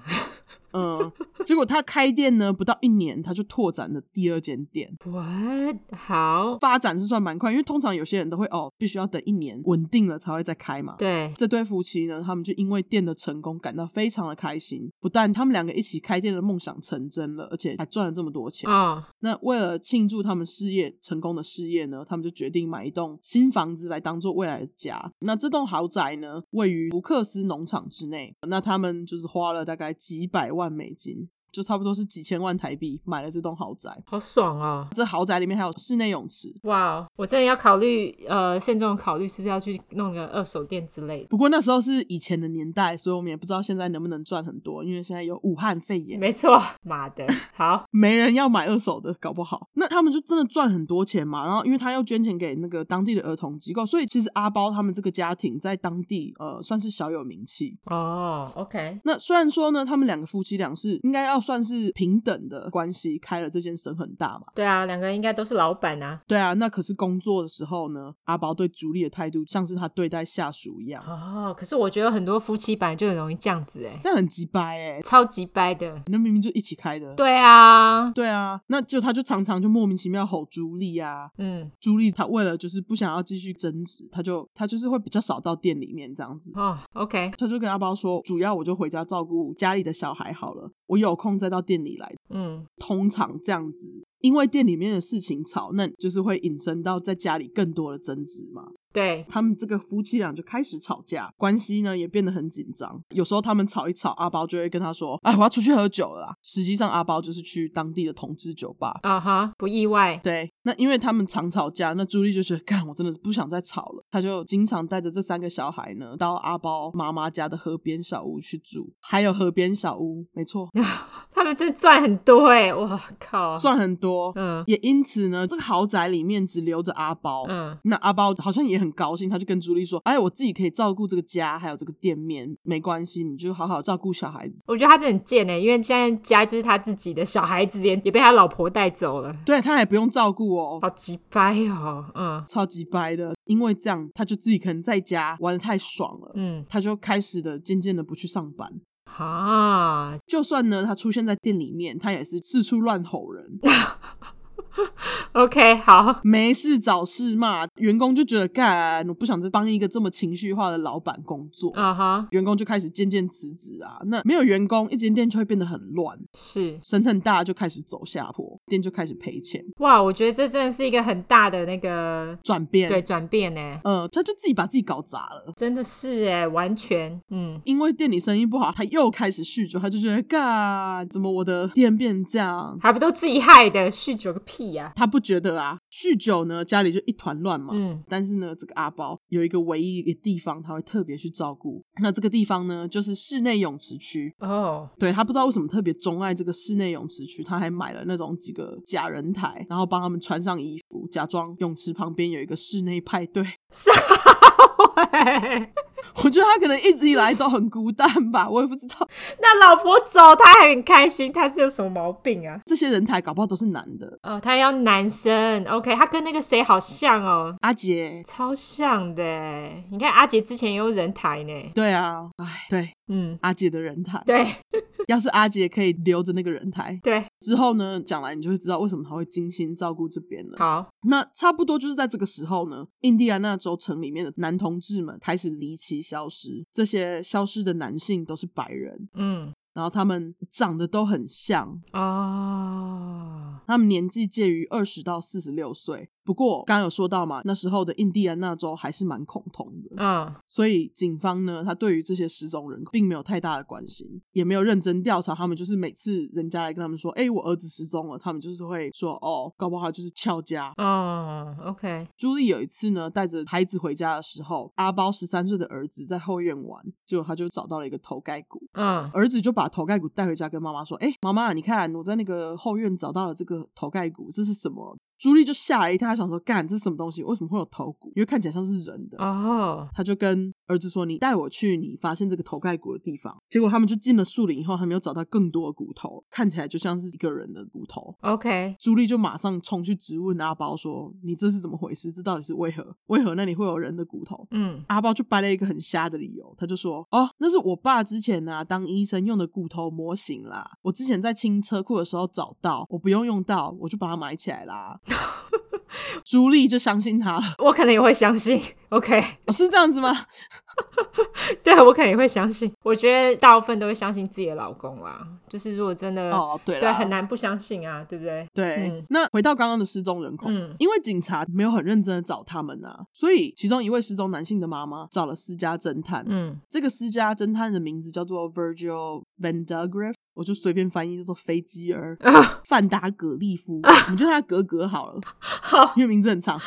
Speaker 2: 嗯， 结果他开店呢，不到一年他就拓展了第二间店，
Speaker 1: What？好，
Speaker 2: 发展是算蛮快，因为通常有些人都会哦，必须要等一年稳定了才会再开嘛。
Speaker 1: 对，
Speaker 2: 这对夫妻呢，他们就因为店的成功感到非常的开心。不但他们两个一起开店的梦想成真了，而且还赚了这么多钱。
Speaker 1: 哦，
Speaker 2: 那为了庆祝他们事业成功的事业呢，他们就决定买一栋新房子来当做未来的家。那这栋豪宅呢，位于福克斯农场之内。那他们就是花了大概几百万美金，就差不多是几千万台币买了这栋豪宅。
Speaker 1: 好爽哦！
Speaker 2: 这豪宅里面还有室内泳池，
Speaker 1: 哇哦，我真的要考虑，呃，慎重考虑是不是要去弄个二手店之类的。
Speaker 2: 不过那时候是以前的年代，所以我们也不知道现在能不能赚很多，因为现在有武汉肺炎，
Speaker 1: 没错，妈的，好，
Speaker 2: 没人要买二手的，搞不好。那他们就真的赚很多钱嘛。然后因为他要捐钱给那个当地的儿童机构，所以其实阿包他们这个家庭在当地呃算是小有名气。
Speaker 1: 哦，OK，
Speaker 2: 那虽然说呢，他们两个夫妻俩是应该要算是平等的关系，开了这间神很大嘛。
Speaker 1: 对啊，两个人应该都是老板啊。
Speaker 2: 对啊，那可是工作的时候呢，阿包对朱莉的态度像是他对待下属一样，
Speaker 1: 哦，可是我觉得很多夫妻本来就很容易这样子，哎，
Speaker 2: 这样很鸡掰哎、
Speaker 1: 超级掰的。
Speaker 2: 那明明就一起开的。
Speaker 1: 对啊，
Speaker 2: 对啊，那就他就常常就莫名其妙吼朱莉啊，
Speaker 1: 嗯，
Speaker 2: 朱莉她为了就是不想要继续争执，她就她就是会比较少到店里面这样子。
Speaker 1: 哦，OK，
Speaker 2: 她就跟阿包说，主要我就回家照顾家里的小孩好了，我有空再到店里来。
Speaker 1: 嗯，
Speaker 2: 通常这样子，因为店里面的事情吵，那就是会引申到在家里更多的争执嘛。
Speaker 1: 对，
Speaker 2: 他们这个夫妻俩就开始吵架，关系呢也变得很紧张。有时候他们吵一吵，阿包就会跟他说：“哎，我要出去喝酒了啦。”实际上，阿包就是去当地的同志酒吧。
Speaker 1: 啊哈，不意外。
Speaker 2: 对，那因为他们常吵架，那朱莉就觉得，干，我真的是不想再吵了。她就经常带着这三个小孩呢，到阿包妈妈家的河边小屋去住，还有河边小屋，没错，
Speaker 1: 他们真的赚很多哎、我靠，
Speaker 2: 赚很多。
Speaker 1: 嗯
Speaker 2: 也因此呢，这个豪宅里面只留着阿包，
Speaker 1: 嗯
Speaker 2: 那阿包好像也很高兴，他就跟朱莉说：“哎，我自己可以照顾这个家，还有这个店面，没关系，你就好好照顾小孩子。
Speaker 1: 我觉得他真的很贱哎、因为现在家就是他自己的小孩子，连也被他老婆带走了，
Speaker 2: 对他还不用照顾哦。”
Speaker 1: 好鸡掰哦，嗯
Speaker 2: 超级掰的，因为这样他就自己可能在家玩的太爽了，
Speaker 1: 嗯，
Speaker 2: 他就开始的渐渐的不去上班。
Speaker 1: 啊，
Speaker 2: 就算呢，他出现在店里面，他也是四处乱吼人，
Speaker 1: OK，好，
Speaker 2: 没事找事骂员工，就觉得干，我不想再帮一个这么情绪化的老板工作。
Speaker 1: 啊哈，
Speaker 2: 员工就开始渐渐辞职啊，那没有员工，一间店就会变得很乱，
Speaker 1: 是
Speaker 2: 神很大就开始走下坡，店就开始赔钱，
Speaker 1: 哇，我觉得这真的是一个很大的那个
Speaker 2: 转变，
Speaker 1: 对，转变呢、
Speaker 2: 呃，他就自己把自己搞砸了。
Speaker 1: 真的是哎、完全嗯
Speaker 2: 因为店里生意不好，他又开始酗酒，他就觉得干，怎么我的店变这样？
Speaker 1: 还不都自己害的，酗酒个屁呀、
Speaker 2: 他不觉得啊，酗酒呢，家里就一团乱嘛。
Speaker 1: 嗯
Speaker 2: 但是呢，这个阿包有一个唯一一个地方，他会特别去照顾。那这个地方呢，就是室内泳池区。
Speaker 1: 哦
Speaker 2: 对他不知道为什么特别钟爱这个室内泳池区，他还买了那种几个假人台，然后帮他们穿上衣服，假装泳池旁边有一个室内派对。
Speaker 1: 欸
Speaker 2: 我觉得他可能一直以来都很孤单吧，我也不知道。
Speaker 1: 那老婆走他还很开心，他是有什么毛病啊？
Speaker 2: 这些人台搞不好都是男的。
Speaker 1: 哦，他要男生，OK，他跟那个谁好像哦，
Speaker 2: 阿杰，
Speaker 1: 超像的欸。你看阿杰之前也有人台呢，
Speaker 2: 对啊，哎，对，
Speaker 1: 嗯，
Speaker 2: 阿杰的人 台，
Speaker 1: 对
Speaker 2: 要是阿杰可以留着那个人台，
Speaker 1: 对，
Speaker 2: 之后呢，讲来你就会知道为什么他会精心照顾这边了。
Speaker 1: 好，
Speaker 2: 那差不多就是在这个时候呢，印第安纳州城里面的男同志们开始离奇消失，这些消失的男性都是白人，
Speaker 1: 嗯，
Speaker 2: 然后他们长得都很像，
Speaker 1: 哦，
Speaker 2: 他们年纪介于二十到四十六岁。不过刚刚有说到嘛，那时候的印第安纳州还是蛮恐同的，
Speaker 1: 嗯
Speaker 2: 所以警方呢，他对于这些失踪人口并没有太大的关心，也没有认真调查他们。就是每次人家来跟他们说：“哎、我儿子失踪了”，他们就是会说：“哦，搞不好他就是翘家。
Speaker 1: 哦，OK，”
Speaker 2: 朱莉有一次呢，带着孩子回家的时候，阿包十三岁的儿子在后院玩，结果他就找到了一个头盖骨，
Speaker 1: 嗯
Speaker 2: 儿子就把头盖骨带回家跟妈妈说：“哎、妈妈，你看我在那个后院找到了这个头盖骨，这是什么？”朱莉就吓了一跳，她想说：“干，这是什么东西？为什么会有头骨？因为看起来像是人的。”
Speaker 1: 哦，
Speaker 2: 他就跟儿子说：“你带我去你发现这个头盖骨的地方。”结果他们就进了树林以后，还没有找到更多的骨头，看起来就像是一个人的骨头。
Speaker 1: OK，
Speaker 2: 朱莉就马上冲去质问阿包说：“你这是怎么回事？这到底是为何？为何那里会有人的骨头？”
Speaker 1: 嗯，
Speaker 2: 阿包就掰了一个很瞎的理由，他就说：“哦，那是我爸之前啊当医生用的骨头模型啦，我之前在清车库的时候找到，我不用用到，我就把它埋起来 啦。”朱莉就相信他了，
Speaker 1: 我可能也会相信，OK，
Speaker 2: 哦是这样子吗？
Speaker 1: 对我可能也会相信。我觉得大部分都会相信自己的老公啦，就是如果真的，
Speaker 2: 哦，对
Speaker 1: 对，
Speaker 2: 啦
Speaker 1: 很难不相信啊，对不对？
Speaker 2: 对，
Speaker 1: 嗯
Speaker 2: 那回到刚刚的失踪人口，
Speaker 1: 嗯
Speaker 2: 因为警察没有很认真的找他们啊，所以其中一位失踪男性的妈妈找了私家侦探。啊
Speaker 1: 嗯，
Speaker 2: 这个私家侦探的名字叫做 Virgil Van d u g r i f f 我就随便翻译叫做飞机 儿、范达格利夫，
Speaker 1: 啊
Speaker 2: 我们就叫他格格好了，
Speaker 1: 好，
Speaker 2: 因为名字很长。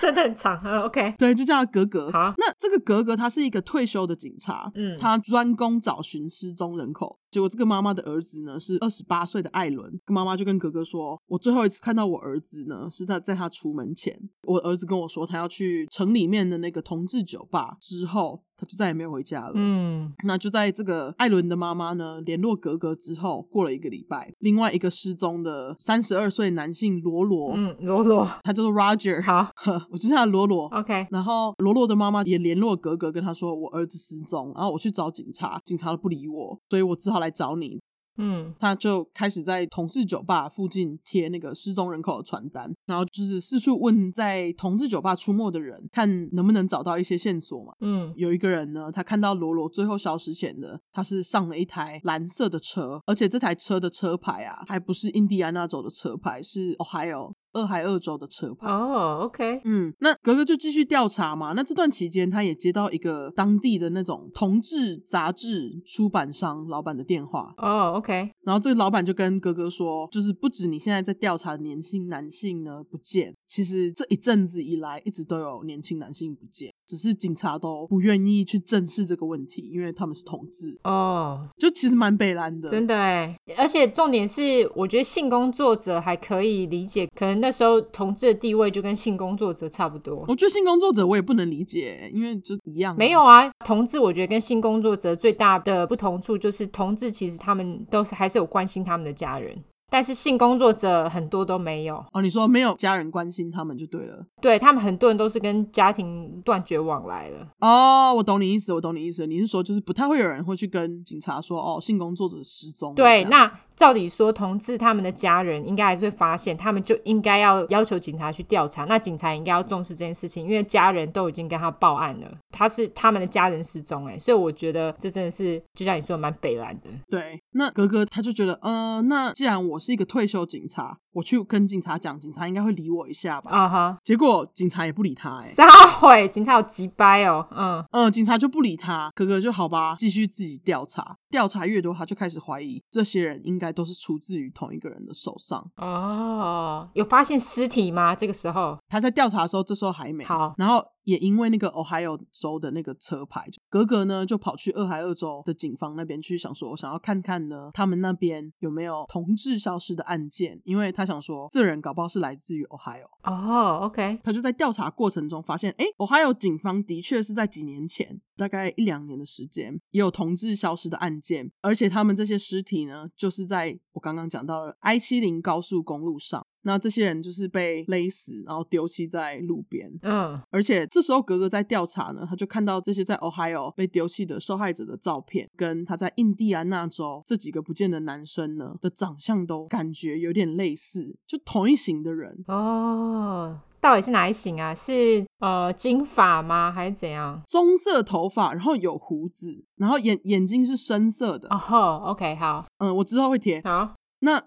Speaker 1: 真的很长呃 o k
Speaker 2: 对，就叫他格格。
Speaker 1: 好啊
Speaker 2: 那这个格格他是一个退休的警察，
Speaker 1: 嗯
Speaker 2: 他专攻找寻失踪人口。结果这个妈妈的儿子呢是二十八岁的艾伦，跟妈妈就跟格格说：“我最后一次看到我儿子呢是在在他出门前，我儿子跟我说他要去城里面的那个同志酒吧，之后他就再也没有回家了。”
Speaker 1: 嗯，
Speaker 2: 那就在这个艾伦的妈妈呢联络格格之后，过了一个礼拜，另外一个失踪的三十二岁男性罗罗，
Speaker 1: 嗯，罗罗，
Speaker 2: 他叫做 Roger，
Speaker 1: 好
Speaker 2: 我就叫他罗罗。
Speaker 1: ，OK，
Speaker 2: 然后罗罗的妈妈也联络格格，跟他说我儿子失踪，然后我去找警察，警察都不理我，所以我只好来找你。
Speaker 1: 嗯
Speaker 2: 他就开始在同志酒吧附近贴那个失踪人口的传单，然后就是四处问在同志酒吧出没的人，看能不能找到一些线索嘛。
Speaker 1: 嗯，
Speaker 2: 有一个人呢，他看到罗罗最后消失前的，他是上了一台蓝色的车，而且这台车的车牌啊，还不是印第安纳州的车牌，是 Ohio 二海二州的车牌。
Speaker 1: 哦，OK，
Speaker 2: 嗯，那格格就继续调查嘛。那这段期间，他也接到一个当地的那种同志杂志出版商老板的电话，
Speaker 1: 哦，OK，
Speaker 2: 然后这个老板就跟格格说，就是不止你现在在调查的年轻男性呢不见，其实这一阵子以来一直都有年轻男性不见，只是警察都不愿意去正视这个问题，因为他们是同志，
Speaker 1: 哦，
Speaker 2: 就其实蛮北蓝的。
Speaker 1: 真的哎，而且重点是，我觉得性工作者还可以理解，可能那时候同志的地位就跟性工作者差不多。
Speaker 2: 我觉得性工作者我也不能理解，因为就一样啊
Speaker 1: 没有啊，同志我觉得跟性工作者最大的不同处就是，同志其实他们都是还是有关心他们的家人，但是性工作者很多都没有，
Speaker 2: 哦，你说没有家人关心他们就对了。
Speaker 1: 对他们很多人都是跟家庭断绝往来了。
Speaker 2: 哦，我懂你意思，我懂你意思。你是说就是不太会有人会去跟警察说哦，性工作者失踪了这
Speaker 1: 对，
Speaker 2: 样？
Speaker 1: 那照理说，同志他们的家人应该还是会发现，他们就应该要要求警察去调查。那警察应该要重视这件事情，因为家人都已经跟他报案了，他是他们的家人失踪，哎，所以我觉得这真的是就像你说的蛮北蓝的。
Speaker 2: 对，那格格他就觉得，呃，那既然我是一个退休警察，我去跟警察讲，警察应该会理我一下吧。
Speaker 1: 啊哈，
Speaker 2: 结果警察也不理他、欸，
Speaker 1: 撒谎，警察有急掰哦，嗯，
Speaker 2: 嗯、警察就不理他，格格就好吧，继续自己调查。调查越多，他就开始怀疑这些人应该都是出自于同一个人的手上。
Speaker 1: 哦，有发现尸体吗？这个时候，
Speaker 2: 他在调查的时候，这时候还没
Speaker 1: 好
Speaker 2: 然后也因为那个 Ohio 州的那个车牌，格格呢就跑去俄亥俄州的警方那边去，想说我想要看看呢，他们那边有没有同志消失的案件，因为他想说这人搞不好是来自于 Ohio。
Speaker 1: 哦，OK，
Speaker 2: 他就在调查过程中发现，哎，Ohio 警方的确是在几年前，大概一两年的时间，也有同志消失的案件，而且他们这些尸体呢，就是在我刚刚讲到的 I 七零高速公路上。那这些人就是被勒死，然后丢弃在路边，
Speaker 1: 嗯，
Speaker 2: 而且这时候格格在调查呢，他就看到这些在 Ohio 被丢弃的受害者的照片，跟他在印第安纳州这几个不见的男生呢的长相都感觉有点类似，就同一型的人。
Speaker 1: 哦，到底是哪一型啊？是呃金发吗？还是怎样？
Speaker 2: 棕色头发，然后有胡子，然后眼眼睛是深色的。
Speaker 1: 哦吼，OK，好，
Speaker 2: 嗯，我之后会贴。
Speaker 1: 好，
Speaker 2: 那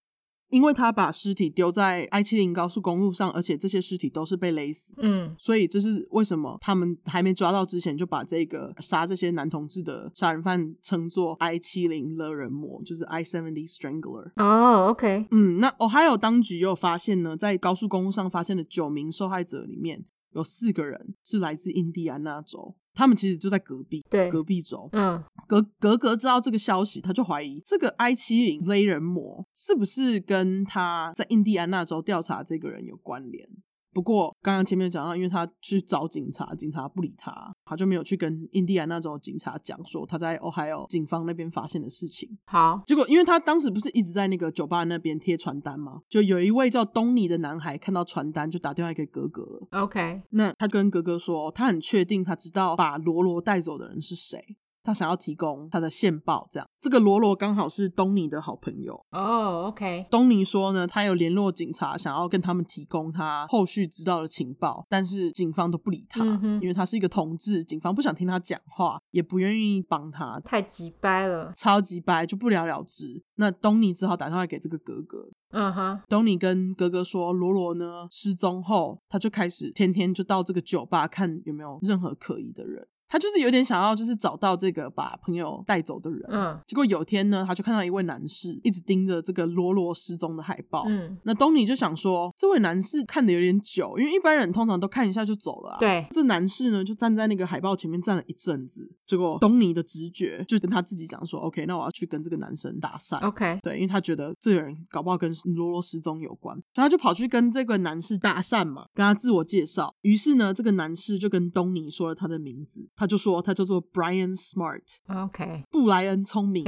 Speaker 2: 因为他把尸体丢在 I 七零高速公路上，而且这些尸体都是被勒死，
Speaker 1: 嗯，
Speaker 2: 所以这是为什么他们还没抓到之前就把这个杀这些男同志的杀人犯称作 I 七零勒人魔，就是 I seventy strangler。
Speaker 1: 哦，OK，
Speaker 2: 嗯，那 Ohio 当局也有发现呢，在高速公路上发现的九名受害者里面，有四个人是来自印第安纳州，他们其实就在隔壁，
Speaker 1: 对
Speaker 2: 隔壁州。
Speaker 1: 嗯，
Speaker 2: 格格格知道这个消息，他就怀疑这个 I 七零勒人魔是不是跟他在印第安纳州调查这个人有关联。不过刚刚前面讲到，因为他去找警察，警察不理他，他就没有去跟印第安纳州警察讲说他在 Ohio 警方那边发现的事情。
Speaker 1: 好，
Speaker 2: 结果，因为他当时不是一直在那个酒吧那边贴传单吗？就有一位叫东尼的男孩看到传单，就打电话给格格了。
Speaker 1: ，OK，
Speaker 2: 那他就跟格格说，他很确定他知道把罗罗带走的人是谁，他想要提供他的线报。这样，这个罗罗刚好是东尼的好朋友。
Speaker 1: 哦，OK，
Speaker 2: 东尼说呢，他有联络警察，想要跟他们提供他后续知道的情报，但是警方都不理他，
Speaker 1: 嗯哼
Speaker 2: 因为他是一个同志，警方不想听他讲话，也不愿意帮他。
Speaker 1: 太急掰了，
Speaker 2: 超级白，就不了了之。那东尼只好打电话给这个格格。
Speaker 1: 嗯哼，
Speaker 2: 东尼跟格格说，罗罗呢失踪后，他就开始天天就到这个酒吧看有没有任何可疑的人。他就是有点想要，就是找到这个把朋友带走的人。
Speaker 1: 嗯
Speaker 2: 结果有天呢，他就看到一位男士一直盯着这个罗罗失踪的海报。
Speaker 1: 嗯，
Speaker 2: 那东尼就想说，这位男士看的有点久，因为一般人通常都看一下就走了啊。
Speaker 1: 对，
Speaker 2: 这男士呢，就站在那个海报前面站了一阵子，结果东尼的直觉就跟他自己讲说：“OK，那我要去跟这个男生搭讪。
Speaker 1: ，OK，
Speaker 2: 对，因为他觉得这个人搞不好跟罗罗失踪有关，然后他就跑去跟这个男士搭讪嘛，跟他自我介绍。于是呢，这个男士就跟东尼说了他的名字，他就说他叫做 Brian Smart，
Speaker 1: OK，
Speaker 2: 布莱恩聪明，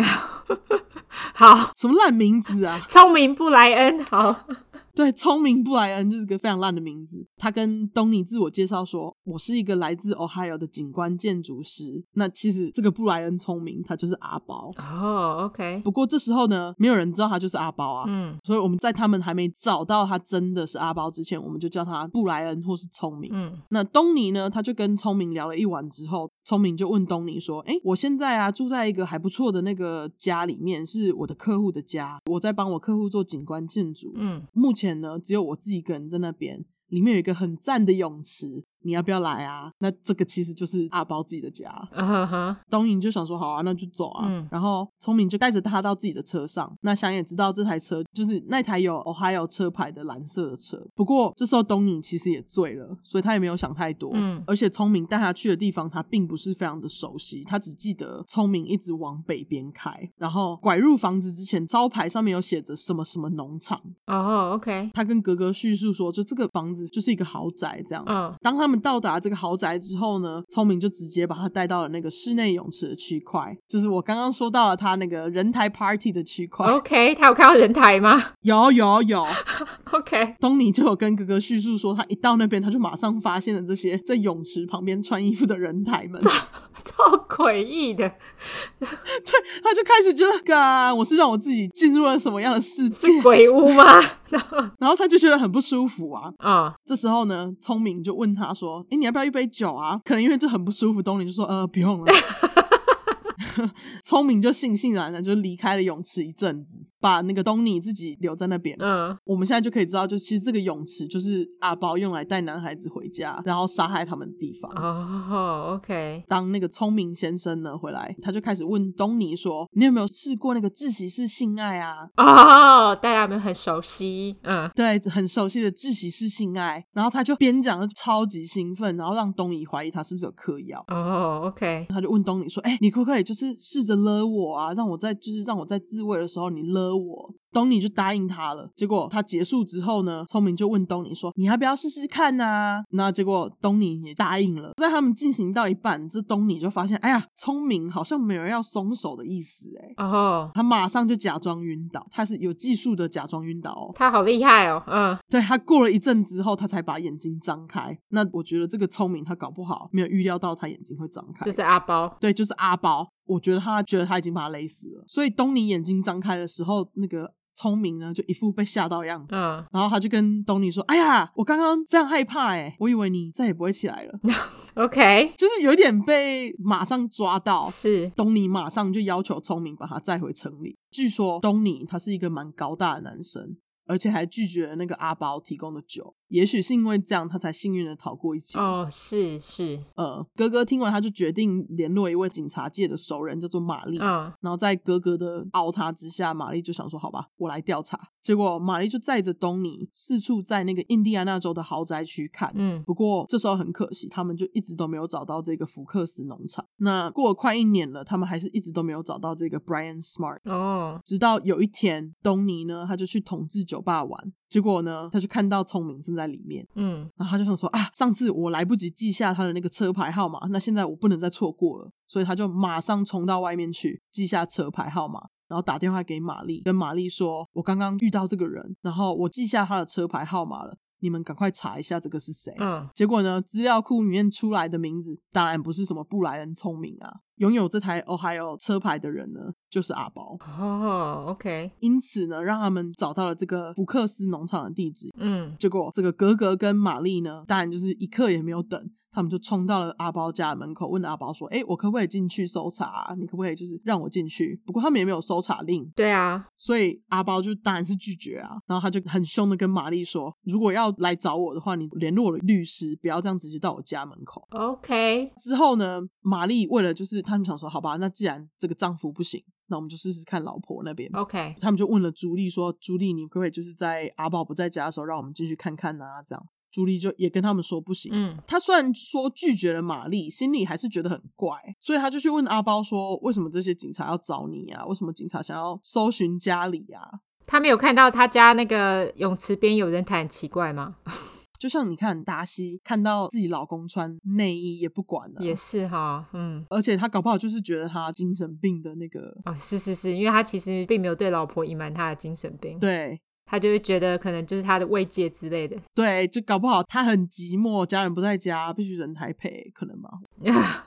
Speaker 1: 好，
Speaker 2: 什么烂名字啊？
Speaker 1: 聪明布莱恩，好，
Speaker 2: 对，聪明布莱恩就是个非常烂的名字。他跟东尼自我介绍说：“我是一个来自 Ohio 的景观建筑师。”那其实这个布莱恩聪明，他就是阿包。
Speaker 1: 哦，OK，
Speaker 2: 不过这时候呢，没有人知道他就是阿包啊。
Speaker 1: 嗯
Speaker 2: 所以我们在他们还没找到他真的是阿包之前，我们就叫他布莱恩或是聪明。
Speaker 1: 嗯。
Speaker 2: 那东尼呢，他就跟聪明聊了一晚之后，聪明就问东尼说：“哎，我现在啊住在一个还不错的那个家里面，是我的客户的家，我在帮我客户做景观建筑。
Speaker 1: 嗯，
Speaker 2: 目前呢，只有我自己一个人在那边，里面有一个很赞的泳池，你要不要来啊？那这个其实就是阿包自己的家。
Speaker 1: 啊哈哈，
Speaker 2: 东影就想说好啊，那就走啊。
Speaker 1: 嗯
Speaker 2: 然后聪明就带着他到自己的车上。那想也知道这台车就是那台有 Ohio 车牌的蓝色的车。不过这时候东影其实也醉了，所以他也没有想太多。
Speaker 1: 嗯
Speaker 2: 而且聪明带他去的地方他并不是非常的熟悉，他只记得聪明一直往北边开，然后拐入房子之前，招牌上面有写着什么什么农场。
Speaker 1: 哦，OK，
Speaker 2: 他跟格格叙述说，就这个房子就是一个豪宅这样。
Speaker 1: 嗯
Speaker 2: 当他们到达这个豪宅之后呢，聪明就直接把他带到了那个室内泳池的区块，就是我刚刚说到了他那个人台 party 的区块。
Speaker 1: ，OK，他有看到人台吗
Speaker 2: 有有有，
Speaker 1: ？OK，
Speaker 2: 东尼就有跟格格叙述说，他一到那边，他就马上发现了这些在泳池旁边穿衣服的人台们，
Speaker 1: 超诡异的，
Speaker 2: 他就开始觉得，干，我是让我自己进入了什么样的世界？
Speaker 1: 是鬼屋吗？
Speaker 2: 然后他就觉得很不舒服啊。
Speaker 1: 啊、
Speaker 2: 这时候呢，聪明就问他说：“诶，你要不要一杯酒啊？”可能因为这很不舒服，东尼就说：“呃，不用了。”聪明就悻悻然的就离开了泳池一阵子，把那个东尼自己留在那边。
Speaker 1: 嗯，
Speaker 2: 我们现在就可以知道，就其实这个泳池就是阿包用来带男孩子回家，然后杀害他们的地方。
Speaker 1: 哦，OK，
Speaker 2: 当那个聪明先生呢回来，他就开始问东尼说：“你有没有试过那个窒息式性爱啊？”
Speaker 1: 哦、大家有没有很熟悉？嗯，
Speaker 2: 对，很熟悉的窒息式性爱，然后他就边讲就超级兴奋，然后让东尼怀疑他是不是有嗑药。
Speaker 1: 哦，OK，
Speaker 2: 他就问东尼说：“哎、你可不可以就是试着勒我啊？让我在就是让我在自慰的时候你勒我。”东尼就答应他了。结果他结束之后呢，聪明就问东尼说：“你要不要试试看呐、那结果东尼也答应了。在他们进行到一半，这东尼就发现，哎呀，聪明好像没有要松手的意思、哎，
Speaker 1: 哦、
Speaker 2: 他马上就假装晕倒，他是有技术的假装晕倒哦。
Speaker 1: 他好厉害哦，嗯，
Speaker 2: 对他过了一阵之后，他才把眼睛张开。那我觉得这个聪明，他搞不好没有预料到他眼睛会张开。
Speaker 1: 就是阿包，
Speaker 2: 对，就是阿包，我觉得他觉得他已经把他勒死了。所以东尼眼睛张开的时候，那个聪明呢就一副被吓到的样子。
Speaker 1: 嗯，
Speaker 2: 然后他就跟东尼说：“哎呀，我刚刚非常害怕哎、我以为你再也不会起来了，
Speaker 1: OK，
Speaker 2: 就是有一点被马上抓到。”
Speaker 1: 是
Speaker 2: 东尼马上就要求聪明把他载回城里。据说东尼他是一个蛮高大的男生，而且还拒绝了那个阿包提供的酒。也许是因为这样，他才幸运的逃过一劫。
Speaker 1: 哦，是是，
Speaker 2: 呃，格格听完，他就决定联络一位警察界的熟人，叫做玛丽。
Speaker 1: 嗯
Speaker 2: 然后在格格的熬他之下，玛丽就想说：“好吧，我来调查。”结果玛丽就载着东尼四处在那个印第安纳州的豪宅区看。
Speaker 1: 嗯
Speaker 2: 不过这时候很可惜，他们就一直都没有找到这个福克斯农场。那过了快一年了，他们还是一直都没有找到这个 Brian Smart。
Speaker 1: 哦，
Speaker 2: 直到有一天，东尼呢，他就去统治酒吧玩，结果呢，他就看到聪明正在里面，
Speaker 1: 嗯
Speaker 2: 然后他就想说啊，上次我来不及记下他的那个车牌号码，那现在我不能再错过了，所以他就马上冲到外面去记下车牌号码，然后打电话给玛丽，跟玛丽说，我刚刚遇到这个人，然后我记下他的车牌号码了，你们赶快查一下这个是谁。
Speaker 1: 嗯
Speaker 2: 结果呢，资料库里面出来的名字当然不是什么布莱恩聪明啊，拥有这台 Ohio 车牌的人呢，就是阿包。
Speaker 1: 哦，OK，
Speaker 2: 因此呢，让他们找到了这个福克斯农场的地址。
Speaker 1: 嗯
Speaker 2: 结果这个格格跟玛丽呢，当然就是一刻也没有等，他们就冲到了阿包家的门口，问阿包说：“哎，我可不可以进去搜查啊、你可不可以就是让我进去？”不过他们也没有搜查令，
Speaker 1: 对啊，
Speaker 2: 所以阿包就当然是拒绝啊，然后他就很凶的跟玛丽说：“如果要来找我的话，你联络我的律师，不要这样直接到我家门口。
Speaker 1: OK，”
Speaker 2: 之后呢，玛丽为了就是他们想说，好吧，那既然这个丈夫不行，那我们就试试看老婆那边。
Speaker 1: OK，
Speaker 2: 他们就问了朱莉说：“朱莉，你可不可以就是在阿宝不在家的时候，让我们进去看看啊？”这样，朱莉就也跟他们说不行。
Speaker 1: 嗯
Speaker 2: 他虽然说拒绝了玛丽，心里还是觉得很怪，所以他就去问阿包说：“为什么这些警察要找你啊？为什么警察想要搜寻家里啊？”
Speaker 1: 他没有看到他家那个泳池边有人台很奇怪吗？
Speaker 2: 就像你看达西看到自己老公穿内衣也不管了、
Speaker 1: 也是哈，嗯，
Speaker 2: 而且他搞不好就是觉得他精神病的那个，
Speaker 1: 哦，是是是，因为他其实并没有对老婆隐瞒他的精神病，
Speaker 2: 对
Speaker 1: 他就会觉得可能就是他的慰藉之类的。
Speaker 2: 对，就搞不好他很寂寞，家人不在家，必须人台陪，可能吧？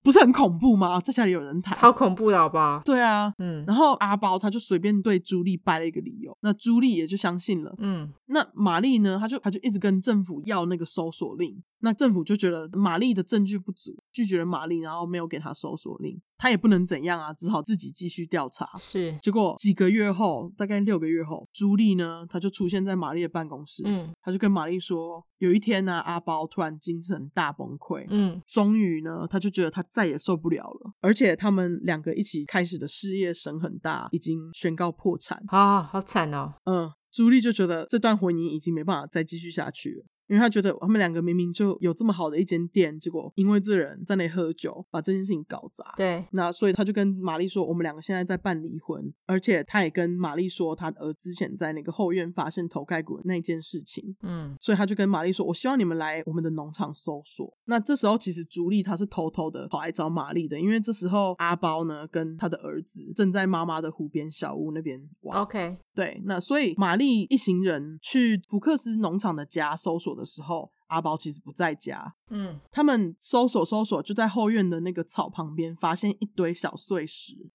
Speaker 2: 不是很恐怖吗？在家里有人台，
Speaker 1: 超恐怖的好不好？
Speaker 2: 对啊。
Speaker 1: 嗯
Speaker 2: 然后阿包他就随便对朱莉掰了一个理由，那朱莉也就相信了。
Speaker 1: 嗯
Speaker 2: 那玛丽呢，她就她就一直跟政府要那个搜索令，那政府就觉得玛丽的证据不足，拒绝了玛丽，然后没有给她搜索令，她也不能怎样啊，只好自己继续调查。
Speaker 1: 是，
Speaker 2: 结果几个月后，大概六个月后，朱莉呢，她就出现在玛丽的办公室，
Speaker 1: 嗯
Speaker 2: 她就跟玛丽说，有一天呢、啊阿包突然精神大崩溃，
Speaker 1: 嗯，
Speaker 2: 终于呢，他就觉得他再也受不了了，而且他们两个一起开始的事业神很大，已经宣告破产。
Speaker 1: 啊、好惨哦，
Speaker 2: 嗯，朱莉就觉得这段婚姻已经没办法再继续下去了。因为她觉得他们两个明明就有这么好的一间店，结果因为这人在那里喝酒，把这件事情搞砸。
Speaker 1: 对，
Speaker 2: 那所以他就跟玛丽说，我们两个现在在办离婚，而且他也跟玛丽说，他儿之前在那个后院发现头盖骨的那件事情。
Speaker 1: 嗯
Speaker 2: 所以他就跟玛丽说：“我希望你们来我们的农场搜索。”那这时候其实朱莉她是偷偷的跑来找玛丽的，因为这时候阿包呢跟他的儿子正在妈妈的湖边小屋那边玩。
Speaker 1: ，OK，
Speaker 2: 对，那所以玛丽一行人去福克斯农场的家搜索的时候，阿包其实不在家。
Speaker 1: 嗯
Speaker 2: 他们搜索搜索，就在后院的那个草旁边发现一堆小碎石，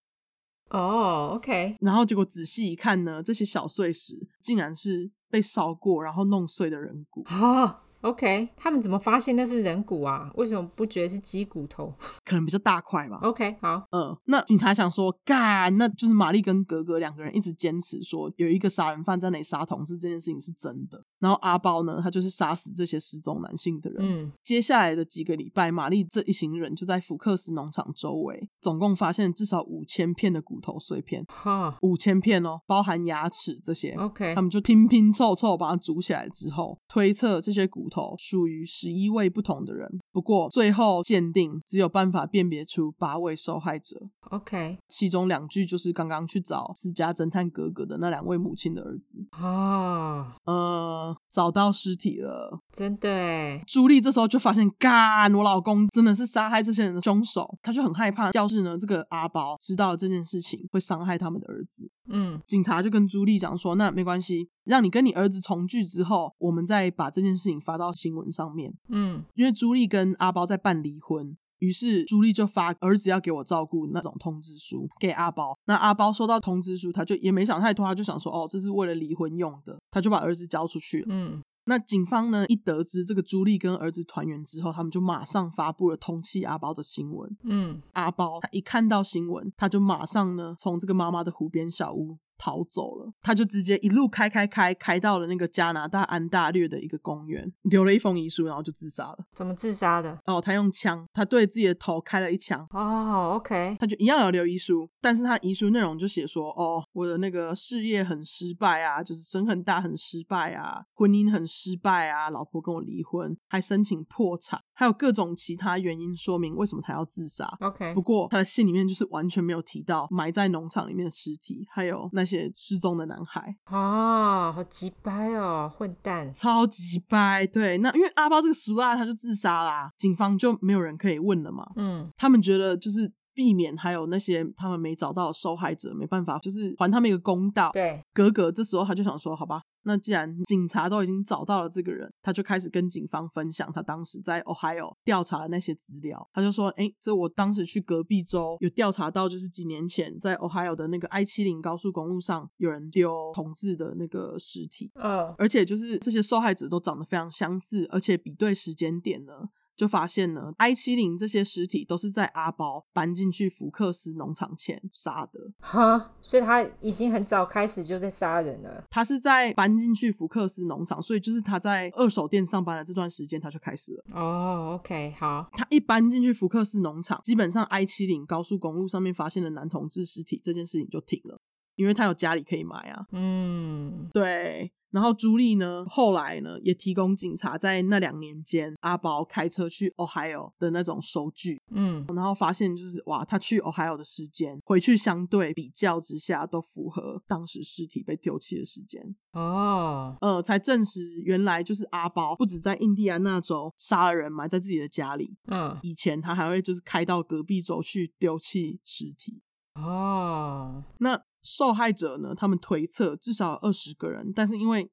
Speaker 1: 哦，OK，
Speaker 2: 然后结果仔细一看呢，这些小碎石竟然是被烧过然后弄碎的人骨。
Speaker 1: 哦。OK，他们怎么发现那是人骨啊？为什么不觉得是鸡骨头
Speaker 2: 可能比较大块吧，
Speaker 1: ？OK，好，
Speaker 2: 嗯，那警察想说，干，那就是玛丽跟格格两个人一直坚持说，有一个杀人犯在那里杀同志这件事情是真的。然后阿包呢，他就是杀死这些失踪男性的人。
Speaker 1: 嗯
Speaker 2: 接下来的几个礼拜，玛丽这一行人就在福克斯农场周围，总共发现至少五千片的骨头碎片，
Speaker 1: 哈、
Speaker 2: 五千片哦，包含牙齿这些。
Speaker 1: o k
Speaker 2: 他们就拼拼凑凑把它组起来之后，推测这些骨头属于十一位不同的人。不过最后鉴定只有办法辨别出八位受害者，
Speaker 1: OK，
Speaker 2: 其中两具就是刚刚去找私家侦探格格的那两位母亲的儿子。
Speaker 1: 哦，
Speaker 2: 呃，找到尸体了。
Speaker 1: 真的哎，
Speaker 2: 朱莉这时候就发现，干，我老公真的是杀害这些人的凶手，她就很害怕。要是呢，这个阿包知道了这件事情，会伤害他们的儿子。
Speaker 1: 嗯
Speaker 2: 警察就跟朱莉讲说，那没关系，让你跟你儿子重聚之后，我们再把这件事情发到新闻上面。
Speaker 1: 嗯
Speaker 2: 因为朱莉跟阿包在办离婚，于是朱莉就发儿子要给我照顾那种通知书给阿包。那阿包收到通知书，他就也没想太多，他就想说，哦，这是为了离婚用的，他就把儿子交出去了。
Speaker 1: 嗯，
Speaker 2: 那警方呢，一得知这个朱莉跟儿子团圆之后，他们就马上发布了通缉阿包的新闻。
Speaker 1: 嗯，
Speaker 2: 阿包，他一看到新闻，他就马上呢从这个妈妈的湖边小屋逃走了，他就直接一路开开开开到了那个加拿大安大略的一个公园，留了一封遗书，然后就自杀了。
Speaker 1: 怎么自杀的？
Speaker 2: 哦，他用枪，他对自己的头开了一枪。
Speaker 1: 哦，OK，
Speaker 2: 他就一样有留遗书，但是他遗书内容就写说，哦，我的那个事业很失败啊，就是生很大很失败啊，婚姻很失败啊，老婆跟我离婚，还申请破产，还有各种其他原因说明为什么他要自杀。
Speaker 1: OK，
Speaker 2: 不过他的信里面就是完全没有提到埋在农场里面的尸体，还有那些失踪的男孩，
Speaker 1: 哦，好鸡掰哦，混蛋！
Speaker 2: 超级掰。对，那因为阿包这个俗辣他就自杀啦，警方就没有人可以问了嘛。
Speaker 1: 嗯
Speaker 2: 他们觉得就是避免还有那些他们没找到的受害者没办法，就是还他们一个公道，。
Speaker 1: 对，
Speaker 2: 格格这时候他就想说，好吧，那既然警察都已经找到了这个人，他就开始跟警方分享他当时在 Ohio 调查的那些资料。他就说，哎，这我当时去隔壁州有调查到，就是几年前在 Ohio 的那个 I 七零高速公路上有人丢同志的那个尸体，
Speaker 1: 嗯
Speaker 2: 而且就是这些受害者都长得非常相似，而且比对时间点呢。就发现呢，I 七零这些尸体都是在阿包搬进去福克斯农场前杀的。
Speaker 1: 哈，所以他已经很早开始就在杀人了。
Speaker 2: 他是在搬进去福克斯农场，所以就是他在二手店上班的这段时间，他就开始了。
Speaker 1: 哦，OK，好，
Speaker 2: 他一搬进去福克斯农场，基本上 I 七零高速公路上面发现的男同志尸体这件事情就停了，因为他有家里可以买啊。
Speaker 1: 嗯
Speaker 2: 对，然后朱莉呢，后来呢也提供警察在那两年间阿包开车去 Ohio 的那种收据，
Speaker 1: 嗯
Speaker 2: 然后发现就是哇，他去 Ohio 的时间回去相对比较之下都符合当时尸体被丢弃的时间。
Speaker 1: 哦，
Speaker 2: 呃，才证实原来就是阿包不止在印第安纳州杀了人，埋在自己的家里，
Speaker 1: 嗯
Speaker 2: 以前他还会就是开到隔壁州去丢弃尸体。
Speaker 1: 哦，
Speaker 2: 那受害者呢？他们推测至少二十个人，但是因为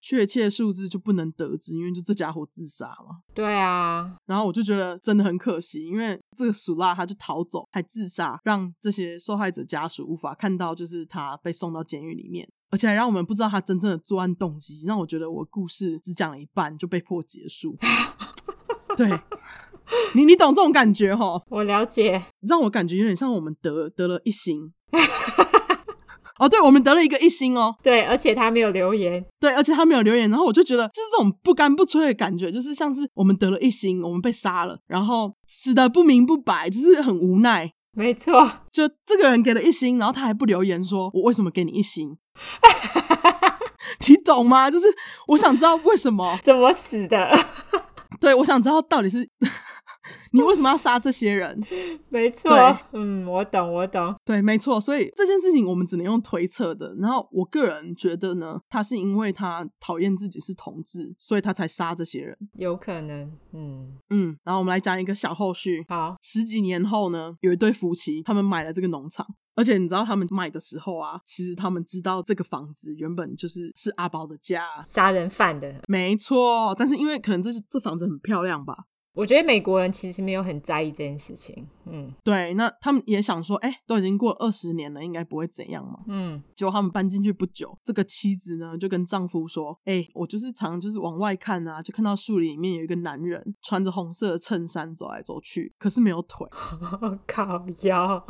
Speaker 2: 确切数字就不能得知，因为就这家伙自杀嘛。
Speaker 1: 对啊，
Speaker 2: 然后我就觉得真的很可惜，因为这个苏拉他就逃走，还自杀，让这些受害者家属无法看到，就是他被送到监狱里面，而且还让我们不知道他真正的作案动机，让我觉得我故事只讲了一半就被迫结束。 对，你你懂这种感觉哈？
Speaker 1: 我了解，
Speaker 2: 让我感觉有点像我们得得了一星。哦，对，我们得了一个一星哦。
Speaker 1: 对，而且他没有留言，
Speaker 2: 对，而且他没有留言，然后我就觉得就是这种不干不吹的感觉，就是像是我们得了一星，我们被杀了，然后死的不明不白，就是很无奈。
Speaker 1: 没错，
Speaker 2: 就这个人给了一星，然后他还不留言说我为什么给你一星，你懂吗？就是我想知道为什么，
Speaker 1: 怎么死的？
Speaker 2: 对我想知道到底是 你为什么要杀这些人？
Speaker 1: 没错
Speaker 2: 对，
Speaker 1: 嗯，我懂，我懂，
Speaker 2: 对，没错，所以这件事情我们只能用推测的。然后我个人觉得呢，他是因为他讨厌自己是同志，所以他才杀这些人。
Speaker 1: 有可能，嗯，
Speaker 2: 嗯，然后我们来讲一个小后续。
Speaker 1: 好，
Speaker 2: 十几年后呢，有一对夫妻，他们买了这个农场，而且你知道他们买的时候啊，其实他们知道这个房子原本就是是阿宝的家，
Speaker 1: 杀人犯的，
Speaker 2: 没错。但是因为可能这这房子很漂亮吧，
Speaker 1: 我觉得美国人其实没有很在意这件事情，嗯
Speaker 2: 对，那他们也想说，哎，都已经过了二十年了，应该不会怎样嘛。
Speaker 1: 嗯，
Speaker 2: 结果他们搬进去不久，这个妻子呢就跟丈夫说：“哎、我就是常常就是往外看啊，就看到树林里面有一个男人穿着红色的衬衫走来走去，可是没有腿。
Speaker 1: 靠腰，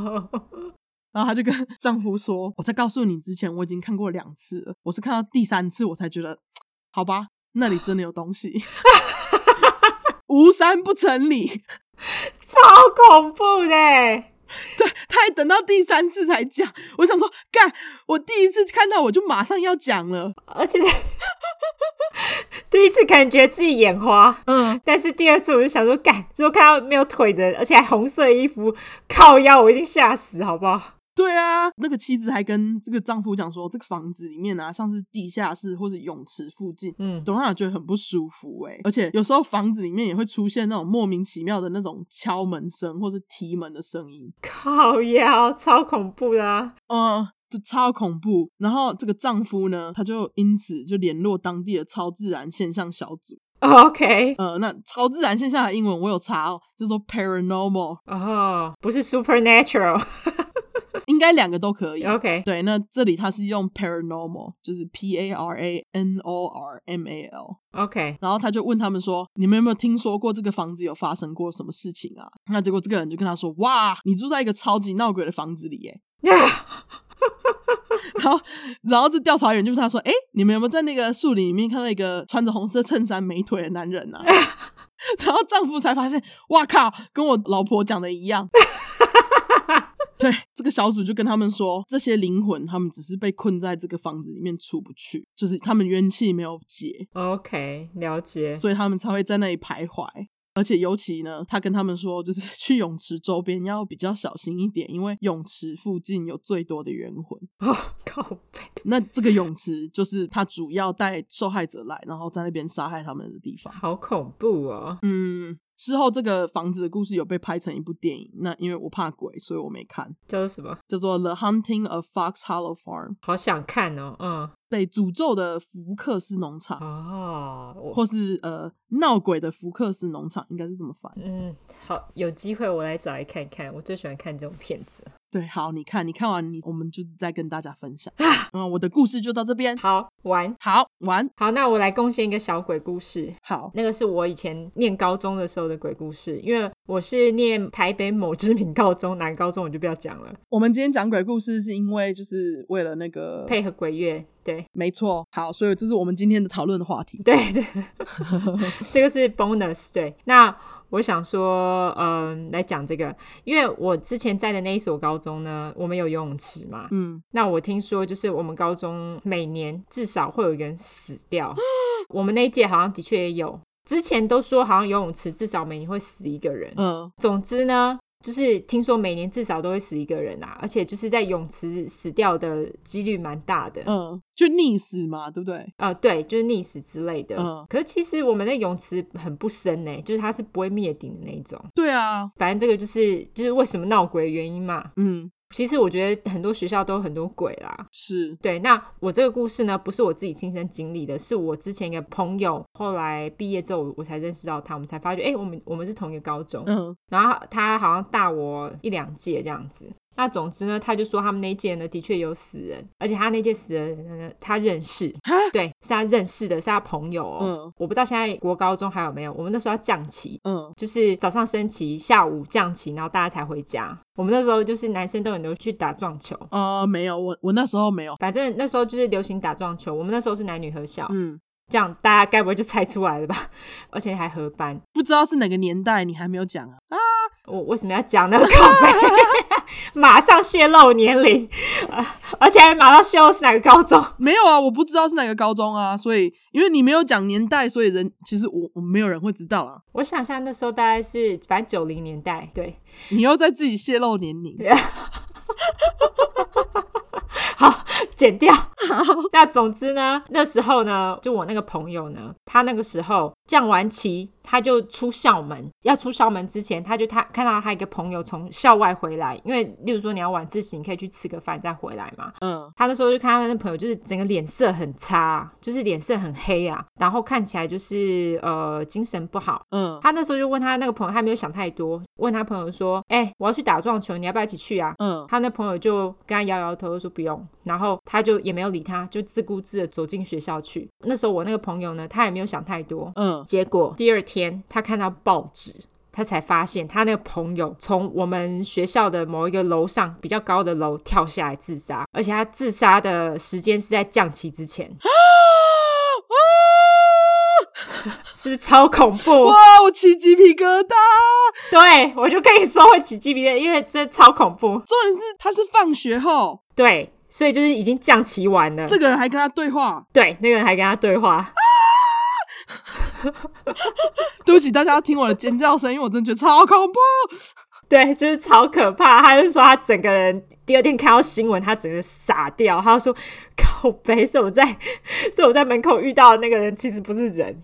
Speaker 2: 然后她就跟丈夫说：‘我在告诉你之前，我已经看过两次了，我是看到第三次我才觉得，好吧，那里真的有东西。’” 无三不成理，
Speaker 1: 超恐怖 的，欸
Speaker 2: 对，他还等到第三次才讲。我想说，干，我第一次看到我就马上要讲了。
Speaker 1: 而且 第一次感觉自己眼花，
Speaker 2: 嗯，
Speaker 1: 但是第二次我就想说，干，如果看到没有腿的，而且还红色衣服，靠腰，我一定吓死，好不好？
Speaker 2: 对啊，那个妻子还跟这个丈夫讲说，这个房子里面啊，像是地下室或者泳池附近，
Speaker 1: 嗯，
Speaker 2: 都让人觉得很不舒服哎、而且有时候房子里面也会出现那种莫名其妙的那种敲门声或是踢门的声音，
Speaker 1: 靠腰，超恐怖的、啊，
Speaker 2: 嗯。就超恐怖，然后这个丈夫呢，他就因此就联络当地的超自然现象小组。
Speaker 1: OK，
Speaker 2: 呃，那超自然现象的英文我有查哦，就说 paranormal，
Speaker 1: 哦、不是 supernatural，OK，、
Speaker 2: 应该两个都可以。
Speaker 1: OK
Speaker 2: 对，那这里它是用 paranormal，就是 p a r a n o r m a l。
Speaker 1: OK，
Speaker 2: 然后他就问他们说：“你们有没有听说过这个房子有发生过什么事情啊？”那结果这个人就跟他说：“哇，你住在一个超级闹鬼的房子里耶。”然后，然后这调查员就问他说：“哎，你们有没有在那个树林里面看到一个穿着红色衬衫没腿的男人啊？” 然后丈夫才发现，哇靠，跟我老婆讲的一样。对，这个小组就跟他们说，这些灵魂他们只是被困在这个房子里面出不去，就是他们冤气没有解。
Speaker 1: OK，了解。
Speaker 2: 所以他们才会在那里徘徊。而且尤其呢，他跟他们说，就是去泳池周边要比较小心一点，因为泳池附近有最多的冤魂。
Speaker 1: 哦，靠背。
Speaker 2: 那这个泳池就是他主要带受害者来，然后在那边杀害他们的地方。
Speaker 1: 好恐怖哦！
Speaker 2: 嗯，之后这个房子的故事有被拍成一部电影。那因为我怕鬼，所以我没看，
Speaker 1: 叫做什么？
Speaker 2: 叫做《The Hunting of Fox Hollow Farm》，
Speaker 1: 好想看哦，嗯，
Speaker 2: 被诅咒的福克斯农场，
Speaker 1: 哦，我
Speaker 2: 或是呃闹鬼的福克斯农场，应该是这么翻。
Speaker 1: 嗯，好，有机会我来找来看看，我最喜欢看这种片子。
Speaker 2: 对，好，你看，你看完你，我们就是再跟大家分享。嗯，我的故事就到这边。
Speaker 1: 好玩，
Speaker 2: 好，完，
Speaker 1: 好，那我来贡献一个小鬼故事。
Speaker 2: 好，
Speaker 1: 那个是我以前念高中的时候的鬼故事，因为我是念台北某知名高中，男高中我就不要讲了，
Speaker 2: 我们今天讲鬼故事是因为就是为了那个，
Speaker 1: 配合鬼乐，对
Speaker 2: 没错，好，所以这是我们今天的讨论的话题。
Speaker 1: 对 对，这个是 bonus。对，那我想说，嗯、来讲这个，因为我之前在的那一所高中呢，我们有游泳池嘛，
Speaker 2: 嗯，
Speaker 1: 那我听说，就是我们高中每年至少会有一个人死掉，我们那一届好像的确也有。之前都说好像游泳池至少每年会死一个人。
Speaker 2: 呃，
Speaker 1: 总之呢，就是听说每年至少都会死一个人啊，而且就是在泳池死掉的几率蛮大的。
Speaker 2: 呃，就溺死嘛，对不对？
Speaker 1: 呃，对，就是溺死之类的。
Speaker 2: 嗯
Speaker 1: 可是其实我们那泳池很不深呢、欸就是它是不会灭顶的那一种。
Speaker 2: 对啊，
Speaker 1: 反正这个就是就是为什么闹鬼的原因嘛。
Speaker 2: 嗯，
Speaker 1: 其实我觉得很多学校都有很多鬼啦，
Speaker 2: 是，
Speaker 1: 对，那我这个故事呢，不是我自己亲身经历的，是我之前一个朋友，后来毕业之后我才认识到他，我们才发觉，哎、我们我们是同一个高中，
Speaker 2: 嗯
Speaker 1: 然后他好像大我一两届这样子。那总之呢，他就说他们那一届呢的确有死人，而且他那届死的人呢，他认识，对，是他认识的，是他朋友哦。
Speaker 2: 嗯
Speaker 1: 我不知道现在国高中还有没有，我们那时候要降旗，
Speaker 2: 嗯，
Speaker 1: 就是早上升旗，下午降旗，然后大家才回家。我们那时候就是男生都很流去打撞球，
Speaker 2: 呃，没有，我我那时候没有，
Speaker 1: 反正那时候就是流行打撞球。我们那时候是男女合校，
Speaker 2: 嗯，
Speaker 1: 这样大家该不会就猜出来了吧？ 而且还合班，
Speaker 2: 不知道是哪个年代，你还没有讲啊？啊，
Speaker 1: 我为什么要讲那个靠背？ 马上泄露年龄，啊而且还马上泄露是哪个高中。
Speaker 2: 没有啊，我不知道是哪个高中啊，所以因为你没有讲年代，所以人其实我我没有人会知道啦。
Speaker 1: 我想象那时候大概是反正九零年代，对，
Speaker 2: 你又在自己泄露年龄，
Speaker 1: 好剪掉。那总之呢，那时候呢，就我那个朋友呢，他那个时候降完旗，他就出校门，要出校门之前，他就他看到他一个朋友从校外回来，因为例如说你要晚自习，你可以去吃个饭再回来嘛。
Speaker 2: 嗯，
Speaker 1: 他那时候就看他那朋友，就是整个脸色很差，就是脸色很黑啊，然后看起来就是呃精神不好。
Speaker 2: 嗯
Speaker 1: 他那时候就问他那个朋友，他没有想太多，问他朋友说：“哎、我要去打撞球，你要不要一起去啊？”
Speaker 2: 嗯，
Speaker 1: 他那朋友就跟他摇摇头，说不用，然后他就也没有理他，就自顾自的走进学校去。那时候我那个朋友呢，他也没有想太多，
Speaker 2: 嗯，
Speaker 1: 结果第二天他看到报纸，他才发现他那个朋友从我们学校的某一个楼上比较高的楼跳下来自杀，而且他自杀的时间是在降旗 之前，是不是超恐怖？
Speaker 2: 哇，我起鸡皮疙瘩。
Speaker 1: 对我就跟你说会起鸡皮疙瘩，因为真的超恐怖。
Speaker 2: 重点是他是放学后，
Speaker 1: 对，所以就是已经降旗完了，
Speaker 2: 这个人还跟他对话。
Speaker 1: 对那个人还跟他对话。
Speaker 2: 对不起，大家要听我的尖叫声，因为我真的觉得超恐怖。
Speaker 1: 对，就是超可怕。他就说他整个人第二天看到新闻，他整个傻掉。他就说：“靠北，是我在，是我在门口遇到的那个人，其实不是人。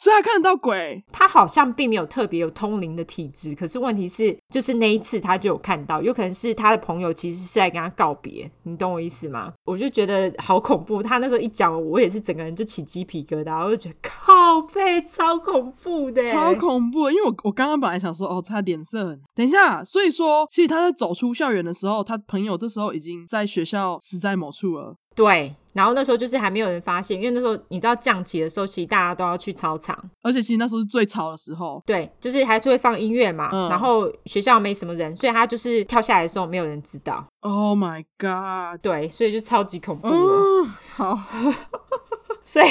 Speaker 2: 所以他看得到鬼，
Speaker 1: 他好像并没有特别有通灵的体质，可是问题是，就是那一次他就有看到，有可能是他的朋友其实是在跟他告别，你懂我意思吗？我就觉得好恐怖。他那时候一讲，我也是整个人就起鸡皮疙瘩，我就觉得靠背超恐怖的，欸
Speaker 2: 超恐怖的。因为我我刚刚本来想说，哦，他脸色很……等一下，所以说，其实他在走出校园的时候，他朋友这时候已经在学校死在某处了。
Speaker 1: 对，然后那时候就是还没有人发现，因为那时候你知道降旗的时候，其实大家都要去操场，
Speaker 2: 而且其实那时候是最吵的时候，
Speaker 1: 对，就是还是会放音乐嘛。
Speaker 2: 嗯
Speaker 1: 然后学校没什么人，所以他就是跳下来的时候没有人知道，
Speaker 2: Oh my god！
Speaker 1: 哦对，所以就超级恐怖的。
Speaker 2: 嗯，好，
Speaker 1: 所以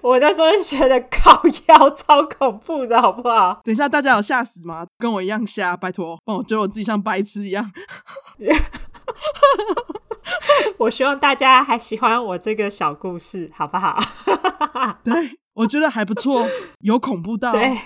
Speaker 1: 我那时候就觉得靠腰超恐怖的，好不好？
Speaker 2: 等一下大家有吓死吗？跟我一样吓，拜托，帮我觉得我自己像白痴一样。
Speaker 1: 我希望大家还喜欢我这个小故事，好不好？
Speaker 2: 对，我觉得还不错，有恐怖到，
Speaker 1: 对，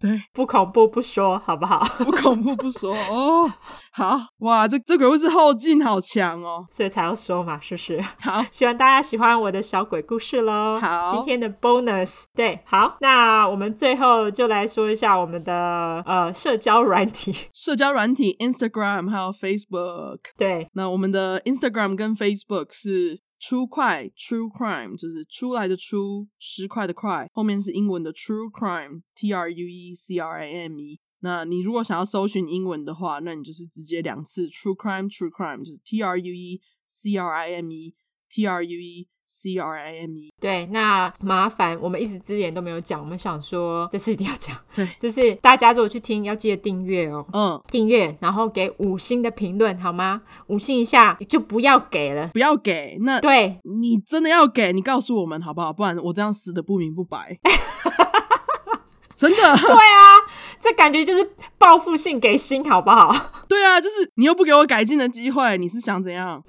Speaker 2: 对，
Speaker 1: 不恐怖不说，好不好？
Speaker 2: 不恐怖不说哦。好哇，这这鬼故事后劲好强哦。
Speaker 1: 所以才要说嘛，是不是？
Speaker 2: 好，
Speaker 1: 希望大家喜欢我的小鬼故事喽。
Speaker 2: 好
Speaker 1: 今天的 bonus 对，好，那我们最后就来说一下我们的呃社交软体。
Speaker 2: 社交软体 Instagram 还有 Facebook，
Speaker 1: 对，
Speaker 2: 那我们的 Instagram 跟 Facebook 是。出快 True Crime 就是出来的出，失快的快，后面是英文的 True Crime，T R U E C R I M E。那你如果想要搜寻英文的话，那你就是直接两次 True Crime True Crime，就是 T R U E C R I M E T R U E C R I M E。
Speaker 1: 对，那麻烦我们一直之前都没有讲，我们想说这次一定要讲，
Speaker 2: 对，
Speaker 1: 就是大家如果去听，要记得订阅哦。
Speaker 2: 嗯，
Speaker 1: 订阅，然后给五星的评论好吗？五星一下就不要给了。
Speaker 2: 不要给。那
Speaker 1: 对，
Speaker 2: 你真的要给，你告诉我们好不好？不然我这样死的不明不 白。真的，
Speaker 1: 对啊，这感觉就是报复性给星，好不好？
Speaker 2: 对啊，就是你又不给我改进的机会，你是想怎样？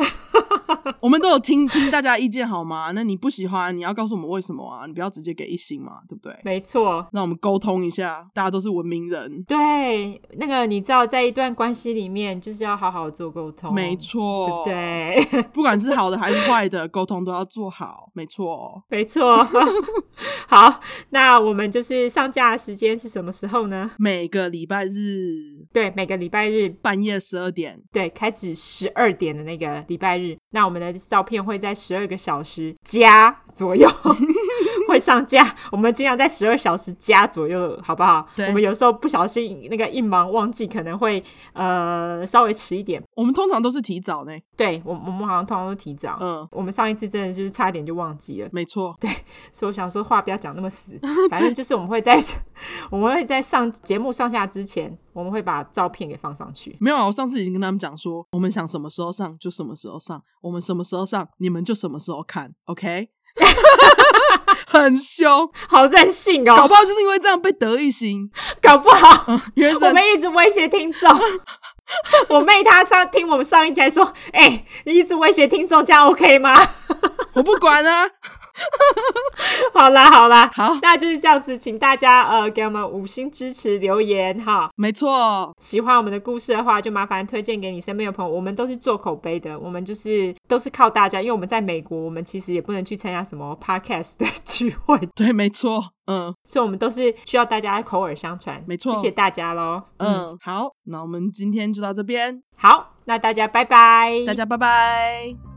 Speaker 2: 我们都有听听大家意见好吗？那你不喜欢，你要告诉我们为什么啊？你不要直接给一星嘛，对不对？
Speaker 1: 没错，
Speaker 2: 让我们沟通一下，大家都是文明人，
Speaker 1: 对，那个你知道，在一段关系里面，就是要好好做沟通，
Speaker 2: 没，错，
Speaker 1: 哦对不对，
Speaker 2: 不管是好的还是坏的，沟通都要做好，没错。
Speaker 1: 没错。 好，那我们就是上架的时间是什么时候呢？
Speaker 2: 每个礼拜日
Speaker 1: 对，每个礼拜日，
Speaker 2: 半夜十二点，
Speaker 1: 对，开始十二点的那个礼拜日，那我们的照片会在十二个小时加左右 会上架。我们经常在十二小时加左右，好不好？
Speaker 2: 对
Speaker 1: 我们有时候不小心那个一忙忘记，可能会呃稍微迟一点。
Speaker 2: 我们通常都是提早呢，
Speaker 1: 对我，我们好像通常都提早。
Speaker 2: 嗯，
Speaker 1: 我们上一次真的就是差点就忘记了，
Speaker 2: 没错，
Speaker 1: 所以我想说话不要讲那么 死，反正就是我们会在 我们会在上节目上架之前，我们会把照片给放上去。
Speaker 2: 没有啊，我上次已经跟他们讲说，我们想什么时候上就什么时候上，我们什么时候上你们就什么时候看，OK？很凶，
Speaker 1: 好任性
Speaker 2: 搞
Speaker 1: 哦，
Speaker 2: 不好就是因为这样被得一心。
Speaker 1: 搞不好。
Speaker 2: 原
Speaker 1: 我
Speaker 2: 神
Speaker 1: 们一直威胁听众。 我妹她上听我们上一集还说，哎、你一直威胁听众，这样 OK 吗？
Speaker 2: 我不管啊，
Speaker 1: 好啦好啦，
Speaker 2: 好，
Speaker 1: 那就是这样子，请大家呃给我们五星支持留言哈。
Speaker 2: 没错，
Speaker 1: 喜欢我们的故事的话，就麻烦推荐给你身边的朋友。我们都是做口碑的，我们就是都是靠大家，因为我们在美国，我们其实也不能去参加什么 podcast 的聚会，
Speaker 2: 对，没错，嗯
Speaker 1: 所以我们都是需要大家口耳相传。
Speaker 2: 没错
Speaker 1: 谢谢大家喽。嗯，
Speaker 2: 嗯，好，那我们今天就到这边，
Speaker 1: 好，那大家拜拜，
Speaker 2: 大家拜拜。